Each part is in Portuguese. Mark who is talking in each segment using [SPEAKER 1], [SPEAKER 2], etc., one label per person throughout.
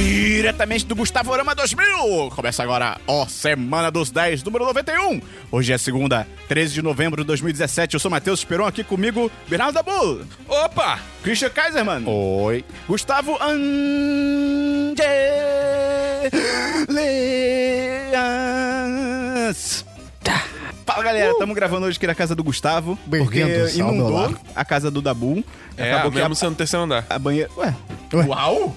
[SPEAKER 1] diretamente do Gustavorama 2000. Começa agora, ó, Semana dos 10, número 91. Hoje é segunda, 13 de novembro de 2017. Eu sou Matheus Esperon, aqui comigo, Bernardo Dabu,
[SPEAKER 2] Opa!
[SPEAKER 1] Christian Kaiserman,
[SPEAKER 2] Oi.
[SPEAKER 1] Gustavo Angeles.
[SPEAKER 3] Tá.
[SPEAKER 1] Fala galera, estamos gravando hoje aqui na casa do Gustavo, porque
[SPEAKER 3] Bem-vindos Uh. ao meu
[SPEAKER 1] inundou
[SPEAKER 3] lar.
[SPEAKER 1] a casa do Dabu.
[SPEAKER 2] É,
[SPEAKER 1] acabou que a,
[SPEAKER 2] mesmo sendo terceiro andar.
[SPEAKER 1] a banheira... Ué,
[SPEAKER 2] Uau!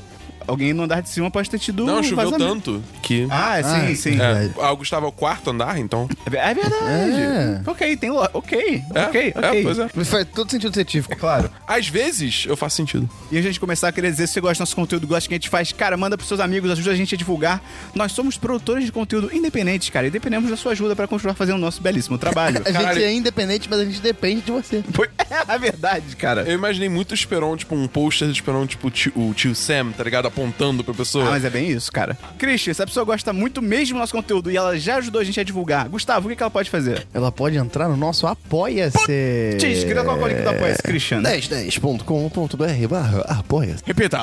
[SPEAKER 1] alguém no andar de cima pode ter tido um
[SPEAKER 2] Não, choveu
[SPEAKER 1] Uh, vazamento.
[SPEAKER 2] tanto que...
[SPEAKER 1] Ah, é, sim,
[SPEAKER 3] Ah,
[SPEAKER 1] sim. É,
[SPEAKER 2] É, ah, o Gustavo é o quarto andar, então?
[SPEAKER 1] é verdade. Ok, tem lo... Ok,
[SPEAKER 2] É,
[SPEAKER 1] ok, ok.
[SPEAKER 2] é, pois é.
[SPEAKER 3] Faz todo sentido científico.
[SPEAKER 1] Claro.
[SPEAKER 2] Às vezes, eu faço sentido.
[SPEAKER 1] E a gente começar a querer dizer se você gosta do nosso conteúdo, gosta do que a gente faz, cara, manda pros seus amigos, ajuda a gente a divulgar. Nós somos produtores de conteúdo independentes, cara, e dependemos da sua ajuda pra continuar fazendo o nosso belíssimo trabalho.
[SPEAKER 3] A
[SPEAKER 2] Caralho.
[SPEAKER 3] gente é independente, mas a gente depende de você.
[SPEAKER 1] Foi- é a verdade, cara.
[SPEAKER 2] Eu imaginei muito o Esperon, tipo, um pôster do Esperon, tipo, o tio, o tio Sam, tá ligado? Apontando pra pessoa.
[SPEAKER 1] Ah, mas é bem isso, cara. Christian, se a pessoa gosta muito mesmo do nosso conteúdo e ela já ajudou a gente a divulgar, Gustavo, o que, que ela pode fazer?
[SPEAKER 3] Ela pode entrar no nosso Apoia-se.
[SPEAKER 1] Diz, queria colocar o link do apoia Christian.
[SPEAKER 3] 1010.com.br barra apoia-se.
[SPEAKER 1] Repita.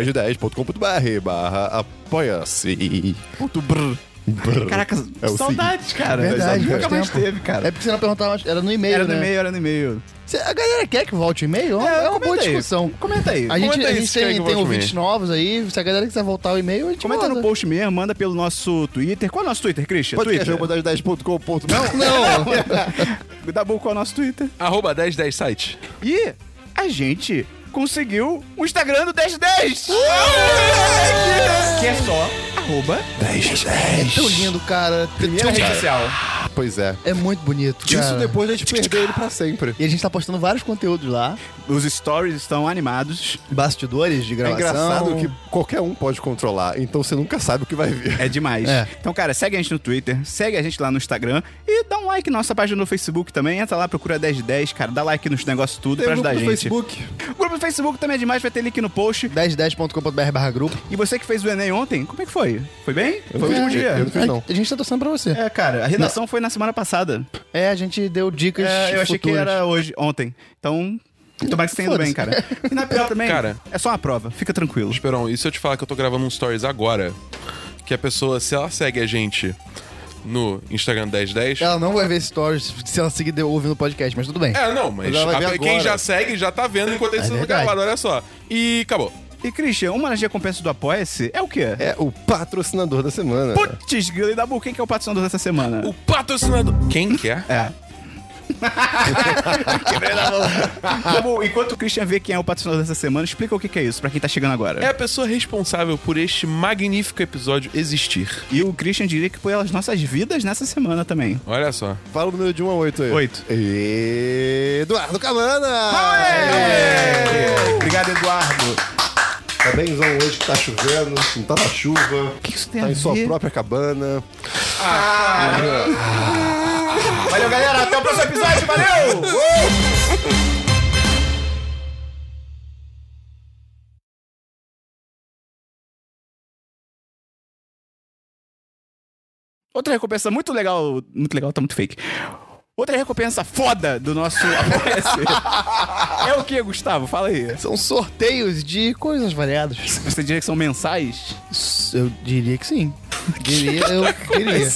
[SPEAKER 3] 1010.com.br barra apoia-se.
[SPEAKER 1] Ponto brr. Caraca,
[SPEAKER 3] É o
[SPEAKER 1] saudades, cara.
[SPEAKER 3] Verdade,
[SPEAKER 1] nunca
[SPEAKER 3] faz
[SPEAKER 1] mais
[SPEAKER 3] tempo.
[SPEAKER 1] teve, cara.
[SPEAKER 3] É porque você não perguntava, era no e-mail,
[SPEAKER 1] Era no
[SPEAKER 3] né?
[SPEAKER 1] e-mail, era no e-mail.
[SPEAKER 3] Cê- A galera quer que volte o e-mail? É, uma boa
[SPEAKER 1] comenta aí.
[SPEAKER 3] discussão.
[SPEAKER 1] Comenta aí.
[SPEAKER 3] A gente,
[SPEAKER 2] Comenta
[SPEAKER 3] a
[SPEAKER 2] aí
[SPEAKER 3] gente
[SPEAKER 2] se quer que
[SPEAKER 3] tem, tem
[SPEAKER 2] volte o
[SPEAKER 3] ouvintes novos aí. Se a galera quiser voltar o e-mail, a gente
[SPEAKER 1] Comenta
[SPEAKER 3] manda.
[SPEAKER 1] no post mesmo, manda pelo nosso Twitter. Qual é o nosso Twitter, Christian? Twitter.
[SPEAKER 3] Não, não.
[SPEAKER 1] Dabu, qual é o nosso Twitter?
[SPEAKER 2] Arroba 1010 site.
[SPEAKER 1] E a gente conseguiu o Instagram do 1010! que é só arroba
[SPEAKER 3] é tão lindo, cara.
[SPEAKER 1] primeira rede social.
[SPEAKER 4] Pois é.
[SPEAKER 3] É muito bonito, cara.
[SPEAKER 4] Isso depois a gente perdeu ele pra sempre.
[SPEAKER 3] E a gente tá postando vários conteúdos lá.
[SPEAKER 1] Os stories estão animados.
[SPEAKER 3] bastidores de
[SPEAKER 4] É
[SPEAKER 3] gravação.
[SPEAKER 4] engraçado que qualquer um pode controlar, então você nunca sabe o que vai vir.
[SPEAKER 1] É demais.
[SPEAKER 3] É.
[SPEAKER 1] Então, cara, segue a gente no Twitter, segue a gente lá no Instagram e dá um like na nossa página no Facebook também. Entra lá, procura 1010, cara, dá like nos negócios tudo pra ajudar a gente.
[SPEAKER 4] Facebook.
[SPEAKER 1] O grupo do Facebook também é demais, vai ter link no post.
[SPEAKER 3] 1010.com.br barra grupo.
[SPEAKER 1] E você que fez o Enem ontem, como é que foi? Foi bem? foi o último
[SPEAKER 4] eu-
[SPEAKER 1] dia?
[SPEAKER 4] eu não fiz, não.
[SPEAKER 3] A gente tá torcendo pra você.
[SPEAKER 1] É, cara, a redação foi na semana passada.
[SPEAKER 3] É, a gente deu dicas
[SPEAKER 1] É, eu achei que
[SPEAKER 3] futuras.
[SPEAKER 1] era hoje, ontem. Então, tomara que você tenha ido bem, cara. E na pior também,
[SPEAKER 2] Cara.
[SPEAKER 1] é só uma prova, fica tranquilo.
[SPEAKER 2] Esperon, e se eu te falar que eu tô gravando um stories agora? Que a pessoa, se ela segue a gente no Instagram 1010...
[SPEAKER 3] Ela não vai ver stories se ela seguir de- ouvindo o podcast, mas tudo bem.
[SPEAKER 2] É, não, mas
[SPEAKER 4] Mas ela vai
[SPEAKER 2] a-
[SPEAKER 4] ver
[SPEAKER 2] quem
[SPEAKER 4] agora.
[SPEAKER 2] já segue já tá vendo enquanto isso não
[SPEAKER 3] verdade.
[SPEAKER 2] gravado, olha só. E acabou.
[SPEAKER 1] E, Christian, uma das recompensas do Apoia-se é o quê?
[SPEAKER 4] É o patrocinador da semana.
[SPEAKER 1] Putz, Grilo e Dabu, quem que é o patrocinador dessa semana?
[SPEAKER 2] O patrocinador... Quem quer?
[SPEAKER 1] É. Quebrei na mão. Dabu, enquanto o Christian vê quem é o patrocinador dessa semana, explica o que, que é isso pra quem tá chegando agora.
[SPEAKER 2] É a pessoa responsável por este magnífico episódio existir.
[SPEAKER 1] E o Christian diria que foi as nossas vidas nessa semana também.
[SPEAKER 2] Olha só.
[SPEAKER 4] Fala o número de 1 a 8 aí.
[SPEAKER 1] Oito.
[SPEAKER 4] Eduardo Camana!
[SPEAKER 1] É. Obrigado, Eduardo.
[SPEAKER 4] Tá bemzão hoje que tá chovendo, não tá na chuva.
[SPEAKER 1] que isso tem
[SPEAKER 4] Tá
[SPEAKER 1] a
[SPEAKER 4] em sua
[SPEAKER 1] ver?
[SPEAKER 4] própria cabana.
[SPEAKER 1] Valeu, galera. Até o próximo episódio. Valeu! Outra recompensa muito legal. Muito legal, tá muito fake. Outra recompensa foda do nosso apoia-se é o que, Gustavo? Fala aí.
[SPEAKER 3] São sorteios de coisas variadas.
[SPEAKER 1] Você diria que são mensais?
[SPEAKER 3] Eu diria que sim. Tá Diria, eu diria.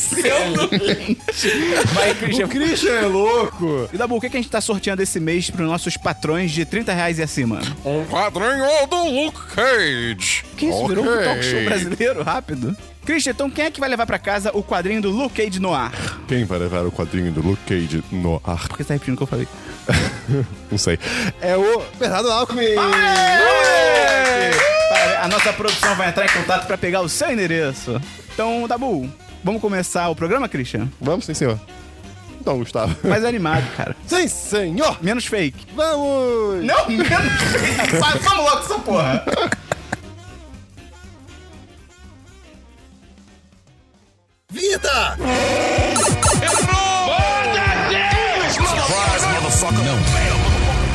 [SPEAKER 1] Vai, Christian.
[SPEAKER 4] Christian é louco!
[SPEAKER 1] E Dabu, o que, que a gente tá sorteando esse mês pros nossos patrões de 30 reais e acima?
[SPEAKER 2] Um quadrinho do Luke Cage.
[SPEAKER 1] Que isso, virou um
[SPEAKER 4] Ok.
[SPEAKER 1] talk show brasileiro, rápido. Christian, então quem é que vai levar pra casa o quadrinho do Luke Cage no ar?
[SPEAKER 4] Quem vai levar o quadrinho do Luke Cage no ar?
[SPEAKER 1] Porque você tá repetindo o que eu falei.
[SPEAKER 4] Não sei. É o Bernardo Alckmin! É.
[SPEAKER 1] Parabéns. A nossa produção vai entrar em contato pra pegar o seu endereço. Então, Dabu, vamos começar o programa, Christian?
[SPEAKER 4] Vamos, sim, senhor. Então, Gustavo.
[SPEAKER 1] Mais animado, cara.
[SPEAKER 4] Sim, senhor!
[SPEAKER 1] Menos fake.
[SPEAKER 4] Vamos!
[SPEAKER 1] Não, menos fake. Vai, Vamos logo com essa porra.
[SPEAKER 4] Vida!
[SPEAKER 1] Vamos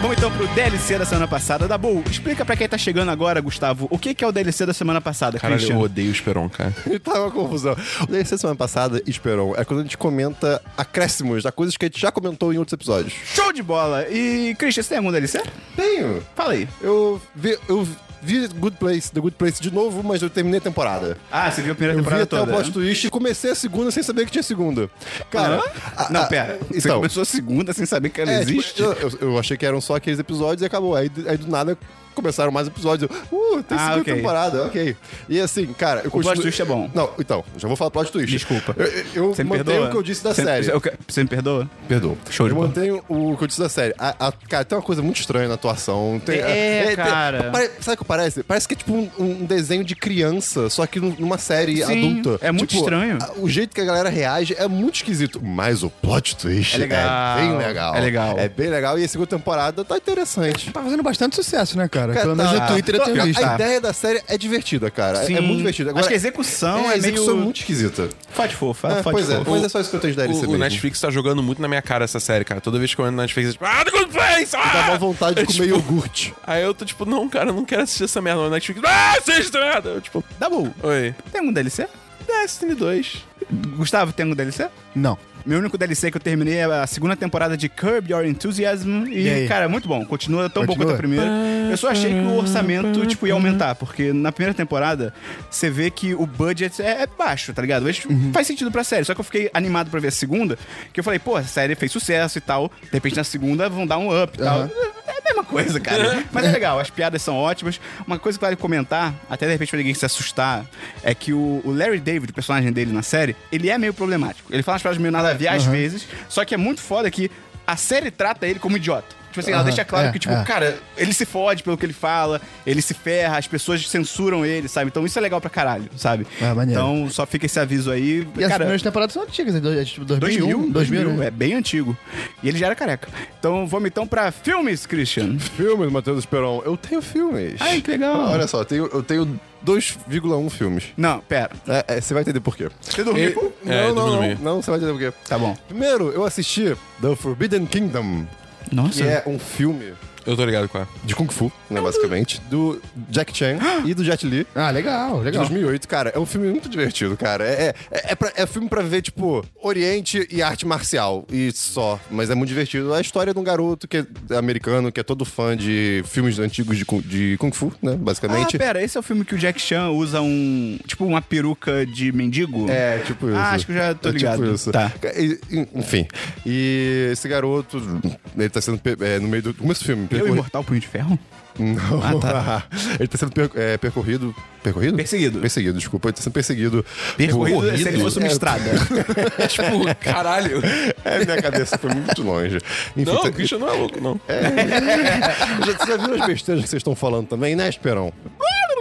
[SPEAKER 1] Vamos então pro DLC da semana passada. Da Bull, explica pra quem tá chegando agora, Gustavo, o que que é o DLC da semana passada,
[SPEAKER 2] Caralho, eu
[SPEAKER 1] Christian?
[SPEAKER 2] odeio o Esperon, cara.
[SPEAKER 4] Ele tá uma confusão. O DLC semana passada, Esperon, é quando a gente comenta acréscimos da coisas que a gente já comentou em outros episódios.
[SPEAKER 1] Show de bola! E, Christian, você tem algum DLC?
[SPEAKER 4] Tenho.
[SPEAKER 1] Fala aí.
[SPEAKER 4] Eu vi, eu vi Good Place, The Good Place de novo, mas eu terminei a temporada.
[SPEAKER 1] Ah, você viu a primeira
[SPEAKER 4] Eu vi
[SPEAKER 1] temporada
[SPEAKER 4] até
[SPEAKER 1] toda? né?
[SPEAKER 4] o plot twist e comecei a segunda sem saber que tinha segunda. Cara,
[SPEAKER 1] Ah,
[SPEAKER 4] a-
[SPEAKER 1] não,
[SPEAKER 4] a-
[SPEAKER 1] pera. Você
[SPEAKER 4] então,
[SPEAKER 1] começou a segunda sem saber que ela
[SPEAKER 4] é, tipo,
[SPEAKER 1] existe?
[SPEAKER 4] eu, eu- eu achei que eram só aqueles episódios e acabou. Aí, aí do nada começaram mais episódios. Eu, uh, tem
[SPEAKER 1] Ah,
[SPEAKER 4] segunda
[SPEAKER 1] ok.
[SPEAKER 4] temporada, ok. E assim, cara, eu
[SPEAKER 1] plot twist é bom.
[SPEAKER 4] Não, então, já vou falar plot twist.
[SPEAKER 1] Desculpa.
[SPEAKER 4] Eu, eu
[SPEAKER 1] Você me
[SPEAKER 4] mantenho
[SPEAKER 1] perdoa?
[SPEAKER 4] o que eu disse da
[SPEAKER 1] Você-
[SPEAKER 4] série.
[SPEAKER 1] eu que- Você me perdoa?
[SPEAKER 4] Perdoa.
[SPEAKER 1] Show de
[SPEAKER 4] eu
[SPEAKER 1] bola.
[SPEAKER 4] mantenho o que eu disse da série. A- a- cara, tem uma coisa muito estranha na atuação. Tem-
[SPEAKER 1] É,
[SPEAKER 4] tem-
[SPEAKER 1] cara.
[SPEAKER 4] pare- sabe o que parece? Parece que é tipo um, um desenho de criança, só que num- numa série
[SPEAKER 1] Sim,
[SPEAKER 4] adulta.
[SPEAKER 1] é muito
[SPEAKER 4] Tipo,
[SPEAKER 1] estranho.
[SPEAKER 4] a- o jeito que a galera reage é muito esquisito. Mas o plot twist
[SPEAKER 1] É
[SPEAKER 4] é,
[SPEAKER 1] legal.
[SPEAKER 4] bem legal.
[SPEAKER 1] É legal.
[SPEAKER 4] É bem legal. E a segunda temporada tá interessante.
[SPEAKER 3] Tá fazendo bastante sucesso, né, cara?
[SPEAKER 4] Cara,
[SPEAKER 3] Pelo menos
[SPEAKER 4] tá-
[SPEAKER 3] no Twitter eu
[SPEAKER 4] tá-
[SPEAKER 3] tenho visto.
[SPEAKER 4] A ideia da série é divertida, cara. É-
[SPEAKER 1] Sim.
[SPEAKER 4] É muito divertida.
[SPEAKER 1] Acho que a execução é
[SPEAKER 4] a execução
[SPEAKER 1] meio-
[SPEAKER 4] é muito esquisita.
[SPEAKER 1] Faz fofa,
[SPEAKER 4] É,
[SPEAKER 1] faz
[SPEAKER 4] pois é,
[SPEAKER 1] fofa.
[SPEAKER 4] pois é só isso que eu tenho de
[SPEAKER 2] O,
[SPEAKER 4] DLC
[SPEAKER 2] o
[SPEAKER 4] mesmo.
[SPEAKER 2] Netflix tá jogando muito na minha cara essa série, cara. Toda vez que eu entro na Netflix, é tipo, ah, The Good Place! Ah!
[SPEAKER 4] Dá uma vontade
[SPEAKER 2] É,
[SPEAKER 4] de comer
[SPEAKER 2] tipo,
[SPEAKER 4] iogurte.
[SPEAKER 2] Aí eu tô tipo, não, cara, eu não quero assistir essa merda. O Netflix, ah, assista essa merda! Eu, tipo,
[SPEAKER 1] Dabu,
[SPEAKER 2] oi.
[SPEAKER 1] tem algum DLC?
[SPEAKER 2] Destiny 2.
[SPEAKER 1] Gustavo, tem algum DLC?
[SPEAKER 3] Não.
[SPEAKER 1] Meu único DLC que eu terminei é a segunda temporada de Curb Your Enthusiasm. E,
[SPEAKER 3] E aí?
[SPEAKER 1] cara, é muito bom. Continua tão bom
[SPEAKER 3] Continua?
[SPEAKER 1] quanto a primeira. Eu só achei que o orçamento, tipo, ia aumentar. Porque na primeira temporada, você vê que o budget é é baixo, tá ligado? Mas
[SPEAKER 3] Uhum.
[SPEAKER 1] faz sentido pra série. Só que eu fiquei animado pra ver a segunda. Que eu falei, pô, a série fez sucesso e tal. De repente, na segunda, vão dar um up e tal.
[SPEAKER 3] Aham.
[SPEAKER 1] É a mesma coisa, cara. Mas é legal, as piadas são ótimas. Uma coisa que vale comentar, até de repente pra ninguém se assustar, é que o, o Larry David, o personagem dele na série, ele é meio problemático. Ele fala umas palavras meio nada a ver às vezes, só que é muito foda que a série trata ele como idiota. Tipo assim, ela
[SPEAKER 3] Aham,
[SPEAKER 1] deixa claro
[SPEAKER 3] é,
[SPEAKER 1] que, tipo,
[SPEAKER 3] é.
[SPEAKER 1] cara, ele se fode pelo que ele fala, ele se ferra, as pessoas censuram ele, sabe? Então isso é legal pra caralho, sabe?
[SPEAKER 3] É,
[SPEAKER 4] Ah,
[SPEAKER 3] maneiro.
[SPEAKER 1] então só fica esse aviso aí.
[SPEAKER 3] E as primeiras temporadas são antigas, né? Do- é tipo 2001,
[SPEAKER 1] 2000,
[SPEAKER 3] 2000,
[SPEAKER 1] 2000,
[SPEAKER 3] né?
[SPEAKER 1] é bem antigo. E ele já era careca. Então vamos então pra filmes, Christian.
[SPEAKER 4] Filmes, Matheus Esperon. Eu tenho filmes.
[SPEAKER 1] Ai, que legal.
[SPEAKER 4] Olha só, eu tenho, eu tenho 2,1 filmes.
[SPEAKER 1] Não, pera.
[SPEAKER 4] É, é, você vai entender por quê.
[SPEAKER 1] Você dormiu?
[SPEAKER 2] É,
[SPEAKER 4] não,
[SPEAKER 2] dormindo
[SPEAKER 4] não,
[SPEAKER 2] bem.
[SPEAKER 4] não, não, você vai entender por quê.
[SPEAKER 1] Tá bom.
[SPEAKER 4] Primeiro, eu assisti The Forbidden Kingdom,
[SPEAKER 1] Nossa.
[SPEAKER 4] que é um filme
[SPEAKER 2] Eu tô ligado com ela.
[SPEAKER 4] de Kung Fu, né, basicamente, do Jack Chan e do Jet Li.
[SPEAKER 3] Ah, legal,
[SPEAKER 4] De
[SPEAKER 3] legal.
[SPEAKER 4] 2008, cara, é um filme muito divertido, cara. É, é, é, pra- é filme pra ver, tipo, Oriente e arte marcial. E só. Mas é muito divertido. É a história de um garoto que é americano, que é todo fã de filmes antigos de, Kung- de Kung Fu, né? Basicamente.
[SPEAKER 1] Ah, pera, esse é o filme que o Jack Chan usa um. Tipo, uma peruca de mendigo?
[SPEAKER 4] É, tipo isso.
[SPEAKER 1] Ah, acho que eu já tô
[SPEAKER 4] é
[SPEAKER 1] ligado.
[SPEAKER 4] Tipo isso.
[SPEAKER 1] Tá.
[SPEAKER 4] E- e- enfim. E esse garoto, ele tá sendo. pe- é, no meio do. Começo do filme.
[SPEAKER 1] Eu, Ah,
[SPEAKER 4] percorri-
[SPEAKER 1] Imortal Punho de Ferro?
[SPEAKER 4] Não. ele tá sendo per- é, percorrido. Percorrido?
[SPEAKER 1] Perseguido.
[SPEAKER 4] Perseguido, desculpa. Ele tá sendo perseguido.
[SPEAKER 1] Percorrido
[SPEAKER 4] por-
[SPEAKER 1] é se ele fosse uma
[SPEAKER 4] É,
[SPEAKER 1] estrada.
[SPEAKER 2] tipo, caralho.
[SPEAKER 4] É, minha cabeça foi muito longe. Enfim,
[SPEAKER 2] Não,
[SPEAKER 4] tá-
[SPEAKER 2] o Christian não é louco, não.
[SPEAKER 4] já, você já viu as besteiras que vocês estão falando também, né, Esperão?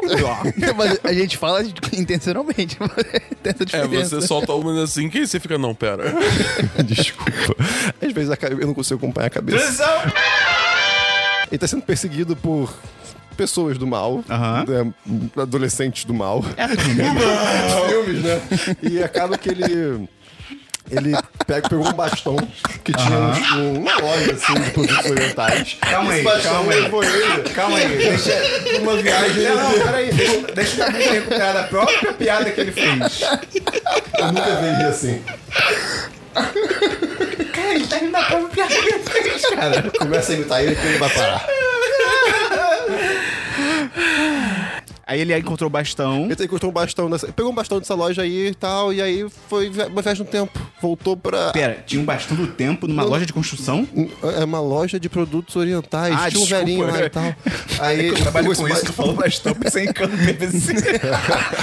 [SPEAKER 3] Mas a gente fala intencionalmente. Tenta
[SPEAKER 2] É,
[SPEAKER 3] diferença.
[SPEAKER 2] você solta uma assim que você fica, não,
[SPEAKER 4] É,
[SPEAKER 2] pera. Ah,
[SPEAKER 4] Desculpa. Às vezes a ca- eu não consigo acompanhar a cabeça. Ele tá sendo perseguido por pessoas do mal,
[SPEAKER 1] Aham.
[SPEAKER 4] né, adolescentes do mal,
[SPEAKER 1] É todo mundo.
[SPEAKER 4] filmes, né? E acaba que ele. Ele pega, pegou um bastão que tinha um- uma loja assim de produtos orientais.
[SPEAKER 1] Calma aí,
[SPEAKER 4] Esse bastão
[SPEAKER 1] calma aí.
[SPEAKER 4] levou ele
[SPEAKER 1] Calma aí, deixa.
[SPEAKER 4] numa viagem.
[SPEAKER 1] Não, não, peraí. Deixa o Dabu recuperar da própria piada que ele fez.
[SPEAKER 4] Eu nunca vi ele assim.
[SPEAKER 1] Cara, ele tá rindo da própria piada que ele fez, cara.
[SPEAKER 4] Começa a imitar ele que ele vai parar.
[SPEAKER 1] Aí ele encontrou o bastão.
[SPEAKER 4] Ele encontrou um bastão dessa. Pegou um bastão dessa loja aí e tal, e aí foi uma viagem no tempo. Voltou pra.
[SPEAKER 1] Pera, tinha um bastão do tempo numa loja de construção?
[SPEAKER 4] É uma loja de produtos orientais.
[SPEAKER 1] Ah,
[SPEAKER 4] Tinha um
[SPEAKER 1] desculpa.
[SPEAKER 4] velhinho lá e tal. Aí
[SPEAKER 1] É Eu trabalho com
[SPEAKER 4] pegou
[SPEAKER 1] isso,
[SPEAKER 4] esse
[SPEAKER 1] tu falou bastão, pensei em cano PVC.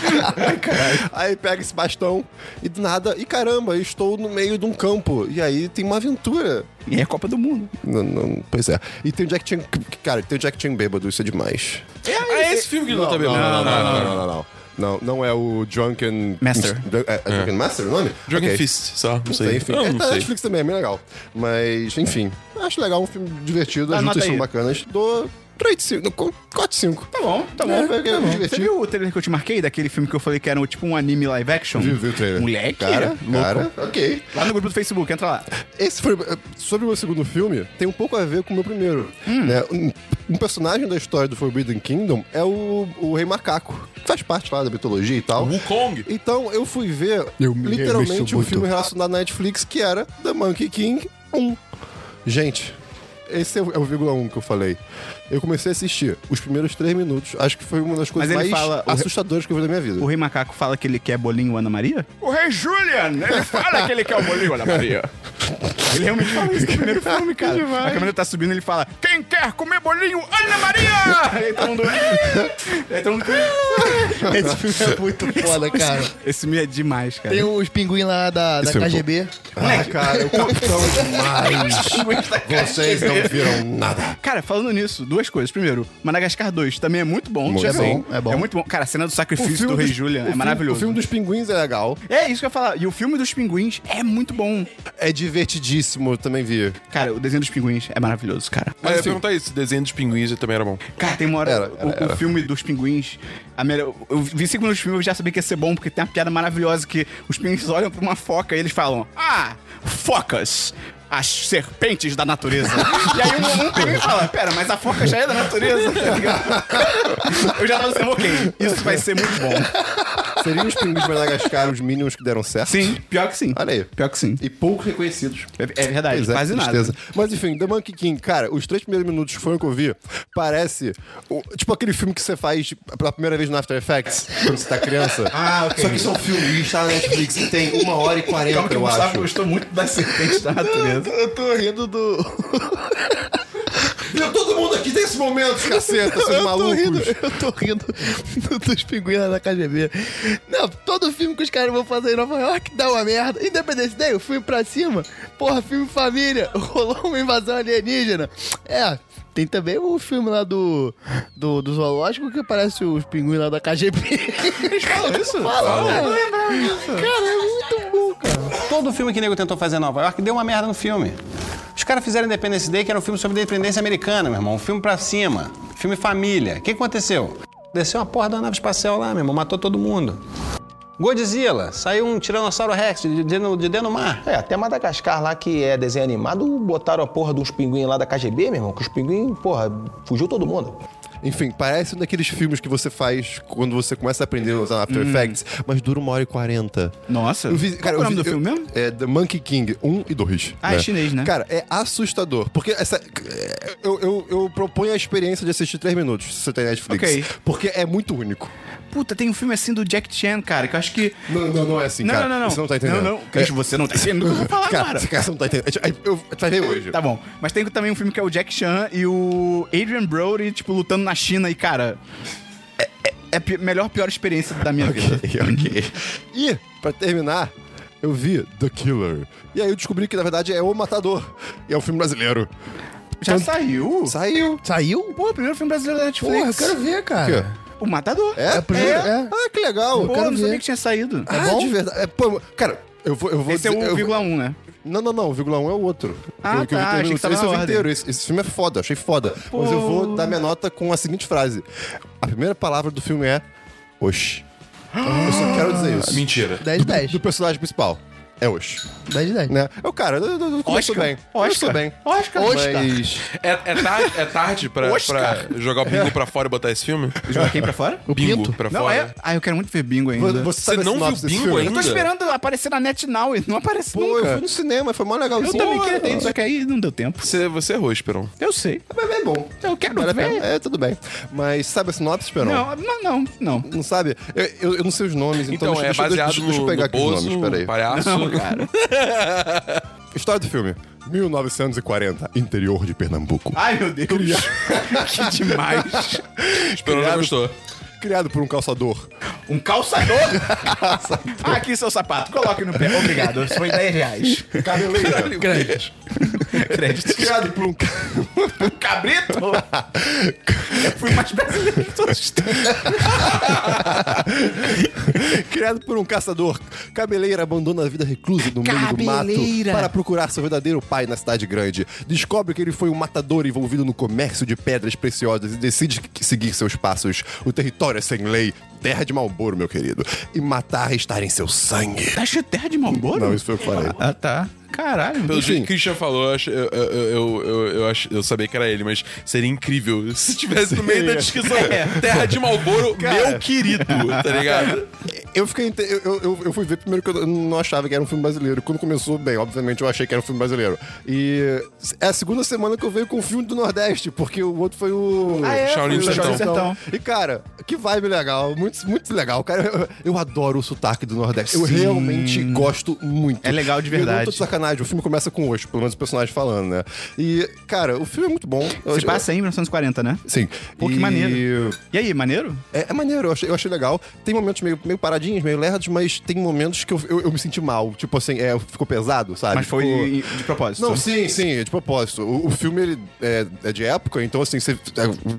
[SPEAKER 4] ba- Aí pega esse bastão e do nada. E caramba, eu estou no meio de um campo. E aí tem uma aventura.
[SPEAKER 1] E é a Copa do Mundo.
[SPEAKER 4] Não, não, pois é. E tem o Jack Chan. Cara, tem o Jack Chan bêbado, isso é demais.
[SPEAKER 2] Ah, é esse filme que não, tá bebendo.
[SPEAKER 4] não, não, não, não, não. Não, não é o Drunken.
[SPEAKER 1] Master.
[SPEAKER 4] É, é Drunken Master o nome?
[SPEAKER 2] Dragon
[SPEAKER 4] Ok.
[SPEAKER 2] Fist, só. Não
[SPEAKER 4] Sei,
[SPEAKER 2] sei.
[SPEAKER 4] enfim.
[SPEAKER 2] Não,
[SPEAKER 4] é,
[SPEAKER 2] não
[SPEAKER 4] tá na
[SPEAKER 2] sei.
[SPEAKER 4] Netflix também, é bem legal. Mas, enfim, acho legal, um filme divertido, as
[SPEAKER 1] Anota
[SPEAKER 4] lutas
[SPEAKER 1] aí.
[SPEAKER 4] são bacanas. Dou Trade 5. Cote 5.
[SPEAKER 1] Tá bom, tá bom.
[SPEAKER 4] É,
[SPEAKER 1] foi-
[SPEAKER 4] tá bom.
[SPEAKER 1] Você viu o trailer que eu te marquei daquele filme que eu falei que era um- tipo um anime live action?
[SPEAKER 4] Viu, viu o trailer?
[SPEAKER 1] Moleque,
[SPEAKER 4] Cara,
[SPEAKER 1] louco.
[SPEAKER 4] cara, ok.
[SPEAKER 1] Lá no grupo do Facebook, entra lá.
[SPEAKER 4] Esse foi. eh, Sobre o meu segundo filme, tem um pouco a ver com o meu primeiro.
[SPEAKER 1] Hum.
[SPEAKER 4] né? Um, um personagem da história do Forbidden Kingdom é o, o Rei Macaco. Faz parte lá da mitologia e tal.
[SPEAKER 2] Wukong.
[SPEAKER 4] Então eu fui ver
[SPEAKER 3] Eu me
[SPEAKER 4] literalmente
[SPEAKER 3] revejo
[SPEAKER 4] um
[SPEAKER 3] muito.
[SPEAKER 4] filme relacionado à Netflix que era The Monkey King 1. Gente, esse é o, é o vírgula 1 que eu falei. Eu comecei a assistir os primeiros três minutos. Acho que foi uma das coisas
[SPEAKER 1] ele
[SPEAKER 4] mais
[SPEAKER 1] fala- o-
[SPEAKER 4] assustadoras que eu vi na minha vida.
[SPEAKER 1] O Rei Macaco fala que ele quer bolinho Ana Maria? O Rei Julian, ele fala que ele quer o bolinho Ana Maria. Ele realmente fala isso no primeiro filme, cara. A câmera tá subindo e ele fala: Quem quer comer bolinho Ana Maria? E aí tá um todo mundo. "Ih!" E aí tá um todo mundo.
[SPEAKER 3] Esse filme é muito foda, cara.
[SPEAKER 1] Esse filme é demais, cara.
[SPEAKER 3] Tem os pinguins lá da, da
[SPEAKER 4] Esse filme é
[SPEAKER 3] KGB.
[SPEAKER 4] Ah, cara, o capitão é demais. Vocês não viram nada.
[SPEAKER 1] Cara, falando nisso, duas coisas. Primeiro, Madagascar 2 também é muito bom.
[SPEAKER 4] Muito
[SPEAKER 1] já viu?
[SPEAKER 4] bem,
[SPEAKER 3] é bom.
[SPEAKER 1] É muito bom. Cara, a cena do
[SPEAKER 4] O
[SPEAKER 1] sacrifício
[SPEAKER 4] filme
[SPEAKER 1] do Rei
[SPEAKER 4] dos-
[SPEAKER 1] Julian
[SPEAKER 4] o
[SPEAKER 1] é
[SPEAKER 4] filme-
[SPEAKER 1] maravilhoso.
[SPEAKER 4] O filme dos pinguins é legal.
[SPEAKER 1] É isso que eu ia falar. E o filme dos pinguins é muito bom.
[SPEAKER 4] É divertidíssimo, eu também vi.
[SPEAKER 1] Cara, o desenho dos pinguins é maravilhoso, cara.
[SPEAKER 2] Mas eu ia
[SPEAKER 4] enfim.
[SPEAKER 2] perguntar isso, desenho dos pinguins também era bom.
[SPEAKER 1] Cara, tem uma hora.
[SPEAKER 4] Era,
[SPEAKER 1] o,
[SPEAKER 4] era,
[SPEAKER 1] o
[SPEAKER 4] era.
[SPEAKER 1] filme dos pinguins. A melhor, eu vi cinco minutos do filme e já sabia que ia ser bom, porque tem uma piada maravilhosa que os pinguins olham pra uma foca e eles falam: Ah, focas! As serpentes da natureza. e aí um, um pinguim fala: Pera, mas a foca já é da natureza, tá ligado? Eu já tava assim, ok, isso vai ser muito bom.
[SPEAKER 4] Seriam os pinguins de Madagascar os Minions que deram certo?
[SPEAKER 1] Sim, pior que sim.
[SPEAKER 4] Olha aí.
[SPEAKER 1] Pior que sim.
[SPEAKER 4] E pouco reconhecidos.
[SPEAKER 1] É, é verdade,
[SPEAKER 4] Pois é,
[SPEAKER 1] quase nada.
[SPEAKER 4] tristeza. Mas enfim, The Monkey King, cara, os três primeiros minutos que foram que eu vi, parece o- tipo aquele filme que você faz pela primeira vez no After Effects, quando você tá criança.
[SPEAKER 1] Ah, ok.
[SPEAKER 4] Só que isso é um filme, está na Netflix, e tem uma hora e
[SPEAKER 1] Calma
[SPEAKER 4] quarenta,
[SPEAKER 1] um que o
[SPEAKER 4] eu
[SPEAKER 1] Gustavo
[SPEAKER 4] acho.
[SPEAKER 1] gostou muito das serpentes da natureza.
[SPEAKER 3] Eu tô rindo do.
[SPEAKER 4] Deu todo mundo aqui nesse momento, caceta, seus
[SPEAKER 3] eu Tô rindo,
[SPEAKER 4] Tá malucos.
[SPEAKER 3] eu tô rindo do- dos pinguins lá da KGB. Não, todo filme que os caras vão fazer em Nova York dá uma merda. Independence Day, o filme pra cima. Porra, filme família. Rolou uma invasão alienígena. É, tem também o filme lá do, do, do zoológico que aparece os pinguins lá da KGB. Eles falam isso? Falam, cara. Cara, é muito bom, cara.
[SPEAKER 5] Todo filme que o nego tentou fazer em Nova York deu uma merda no filme. Os caras fizeram Independence Day, que era um filme sobre independência americana, meu irmão. Um filme pra cima. Filme família. O que aconteceu? Desceu uma porra da nave espacial lá, meu irmão. Matou todo mundo. Godzilla. Saiu um Tiranossauro Rex de, dentro- de dentro do mar.
[SPEAKER 6] É, até Madagascar lá, que é desenho animado, botaram a porra de uns pinguins lá da KGB, meu irmão, que os pinguins, porra, fugiu todo mundo.
[SPEAKER 4] Enfim, parece um daqueles filmes que você faz quando você começa a aprender a usar After Effects, mas dura uma hora e quarenta.
[SPEAKER 1] Hum. Nossa.
[SPEAKER 4] Eu vi-
[SPEAKER 1] Qual é o nome do filme mesmo?
[SPEAKER 4] É The Monkey King 1 e 2.
[SPEAKER 1] Ah, é chinês, né?
[SPEAKER 4] Cara, é assustador. Porque essa. Eu, eu, eu proponho a experiência de assistir 3 minutos, se você tem Netflix.
[SPEAKER 1] Ok.
[SPEAKER 4] Porque é muito único.
[SPEAKER 1] Puta, tem um filme assim do Jack Chan, cara, que eu acho que.
[SPEAKER 4] Não, não, não é assim,
[SPEAKER 1] não,
[SPEAKER 4] cara.
[SPEAKER 1] não, não, não.
[SPEAKER 4] Você não tá entendendo. É.
[SPEAKER 1] Não, não. Cristo, você não tá entendendo o que eu vou falar
[SPEAKER 4] cara,
[SPEAKER 1] agora.
[SPEAKER 4] Esse cara você não tá entendendo. Eu, eu, vai ver hoje.
[SPEAKER 1] Tá bom. Mas tem também um filme que é o Jack Chan e o Adrian Brody, tipo, lutando na China e, cara. é- É, é a pi- melhor, pior experiência da minha vida.
[SPEAKER 4] Ok, ok. E, pra terminar, eu vi The Killer. E aí eu descobri que, na verdade, é O Matador. E é um filme brasileiro.
[SPEAKER 1] Já
[SPEAKER 4] Então
[SPEAKER 1] saiu?
[SPEAKER 4] Saiu.
[SPEAKER 3] Saiu?
[SPEAKER 1] Pô, o primeiro filme brasileiro da
[SPEAKER 3] Porra, eu
[SPEAKER 1] Netflix.
[SPEAKER 3] quero ver, cara.
[SPEAKER 1] O Matador.
[SPEAKER 4] É?
[SPEAKER 1] Pô,
[SPEAKER 3] primeiro- é.
[SPEAKER 4] Ah, que legal.
[SPEAKER 1] eu
[SPEAKER 4] Cara,
[SPEAKER 1] não sabia que tinha saído.
[SPEAKER 4] ah,
[SPEAKER 3] bom?
[SPEAKER 4] de verdade. É, pô, cara, eu vou. Eu vou
[SPEAKER 1] Esse é o
[SPEAKER 4] dizer- eu-
[SPEAKER 1] 1,1, né?
[SPEAKER 4] Não, não, não. O vírgula 1 é o outro.
[SPEAKER 1] Ah,
[SPEAKER 4] O que eu vi
[SPEAKER 1] tá,
[SPEAKER 4] três
[SPEAKER 1] achei que
[SPEAKER 4] minutos.
[SPEAKER 1] tava
[SPEAKER 4] Esse
[SPEAKER 1] na
[SPEAKER 4] eu vi
[SPEAKER 1] ordem.
[SPEAKER 4] inteiro. Esse, esse filme é foda, achei foda. Mas eu vou dar minha nota com a seguinte frase: A primeira palavra do filme é. Oxi. Eu só quero dizer
[SPEAKER 1] Ah,
[SPEAKER 4] isso.
[SPEAKER 2] Mentira.
[SPEAKER 3] 10 de 10.
[SPEAKER 4] Do personagem principal. É Oxi.
[SPEAKER 3] 10 de 10.
[SPEAKER 4] Né? Eu, cara, eu, eu, eu começou
[SPEAKER 1] Oscar.
[SPEAKER 4] bem. Começou
[SPEAKER 1] Oscar.
[SPEAKER 4] bem.
[SPEAKER 1] Oscar.
[SPEAKER 4] Mas...
[SPEAKER 2] É, é tarde, é tarde pra,
[SPEAKER 1] Oscar.
[SPEAKER 2] pra jogar o bingo pra fora e botar esse filme?
[SPEAKER 4] É
[SPEAKER 1] Joga quem pra fora?
[SPEAKER 3] O
[SPEAKER 2] bingo
[SPEAKER 3] Pinto?
[SPEAKER 2] pra
[SPEAKER 1] não,
[SPEAKER 2] fora.
[SPEAKER 1] é. Ah, eu quero muito ver bingo ainda.
[SPEAKER 4] Você, sabe a
[SPEAKER 2] não viu
[SPEAKER 4] sinopse desse
[SPEAKER 2] Bingo
[SPEAKER 4] filme?
[SPEAKER 2] ainda?
[SPEAKER 1] Eu tô esperando aparecer na NetNow e não aparece
[SPEAKER 4] Pô, eu
[SPEAKER 1] nunca.
[SPEAKER 4] fui no cinema, foi mó legalzinho.
[SPEAKER 1] Eu também queria ter ido, só que aí não deu tempo.
[SPEAKER 2] Você, você é errou, Esperon.
[SPEAKER 1] Eu sei.
[SPEAKER 4] Mas é bom.
[SPEAKER 2] Então,
[SPEAKER 1] Eu quero
[SPEAKER 4] Vale a
[SPEAKER 1] ver.
[SPEAKER 4] pena. É, tudo bem. Mas sabe a sinopse, Esperon?
[SPEAKER 1] Não, não, não. não.
[SPEAKER 4] Não sabe? Eu, eu- eu não sei os nomes, então,
[SPEAKER 2] Então, é
[SPEAKER 4] deixa,
[SPEAKER 2] baseado
[SPEAKER 4] deixa, deixa eu
[SPEAKER 2] no,
[SPEAKER 4] pegar
[SPEAKER 2] no
[SPEAKER 4] aqui os
[SPEAKER 2] Bozo,
[SPEAKER 4] nomes, peraí.
[SPEAKER 2] palhaço.
[SPEAKER 4] História do filme. 1940, interior de Pernambuco.
[SPEAKER 2] Ah.
[SPEAKER 1] Ai, meu Deus. que demais.
[SPEAKER 2] Esperon não gostou.
[SPEAKER 4] Criado por um calçador.
[SPEAKER 1] Um calçador? ah, aqui seu sapato. Coloque no pé. Obrigado. Foi 10 reais.
[SPEAKER 4] Cabeleira.
[SPEAKER 3] Grande.
[SPEAKER 1] crédito.
[SPEAKER 4] Criado por um ca-
[SPEAKER 1] Cabrito? Eu fui mais brasileiro de todos os tempos.
[SPEAKER 4] Criado por um caçador, Cabeleira abandona a vida reclusa no meio do mato
[SPEAKER 3] Cabeleira.
[SPEAKER 4] para procurar seu verdadeiro pai na cidade grande. Descobre que ele foi um matador envolvido no comércio de pedras preciosas e decide que- seguir seus passos. O território é sem lei, terra de Malboro, meu querido. E matar está em seu sangue.
[SPEAKER 1] Tá achando terra de Malboro?
[SPEAKER 4] Não, isso foi o que eu falei.
[SPEAKER 1] Ah, tá. Caralho.
[SPEAKER 2] Pelo
[SPEAKER 4] Enfim.
[SPEAKER 2] jeito que o Christian falou, eu, ach- eu, eu, eu, eu, eu ach- eu sabia que era ele, mas seria incrível se tivesse no meio da descrição. Terra de Malboro, meu querido, tá ligado?
[SPEAKER 4] Eu fiquei. inte- Eu, eu- eu, eu fui ver primeiro que eu não achava que era um filme brasileiro. Quando começou, bem, obviamente eu achei que era um filme brasileiro. E é a segunda semana que eu venho com o filme do Nordeste, porque o outro foi o.
[SPEAKER 2] é? Shaolin do
[SPEAKER 4] Foi o
[SPEAKER 2] Sertão.
[SPEAKER 1] Sertão.
[SPEAKER 4] E, cara, que vibe legal. Muito, muito legal. Cara, eu, eu adoro o sotaque do Nordeste. Eu realmente gosto muito.
[SPEAKER 1] É legal de
[SPEAKER 4] E eu não tô
[SPEAKER 1] verdade.
[SPEAKER 4] de sacanagem. O filme começa com hoje, pelo menos o personagem falando, né? E, cara, o filme é muito bom. Eu
[SPEAKER 1] Se
[SPEAKER 4] acho-
[SPEAKER 1] passa em 1940, né?
[SPEAKER 4] Sim.
[SPEAKER 1] Pô, que
[SPEAKER 4] E-
[SPEAKER 1] maneiro. E aí, maneiro?
[SPEAKER 4] é, é maneiro, eu achei, eu achei legal. Tem momentos meio, meio paradinhos, meio lerdos, mas tem momentos que eu, eu, eu me senti mal. Tipo assim, é, ficou pesado, sabe?
[SPEAKER 1] Mas foi
[SPEAKER 4] Ficou-
[SPEAKER 1] em- de propósito.
[SPEAKER 4] Não, sim, sim, é de propósito. O, o filme ele é, é de época, então assim, você é,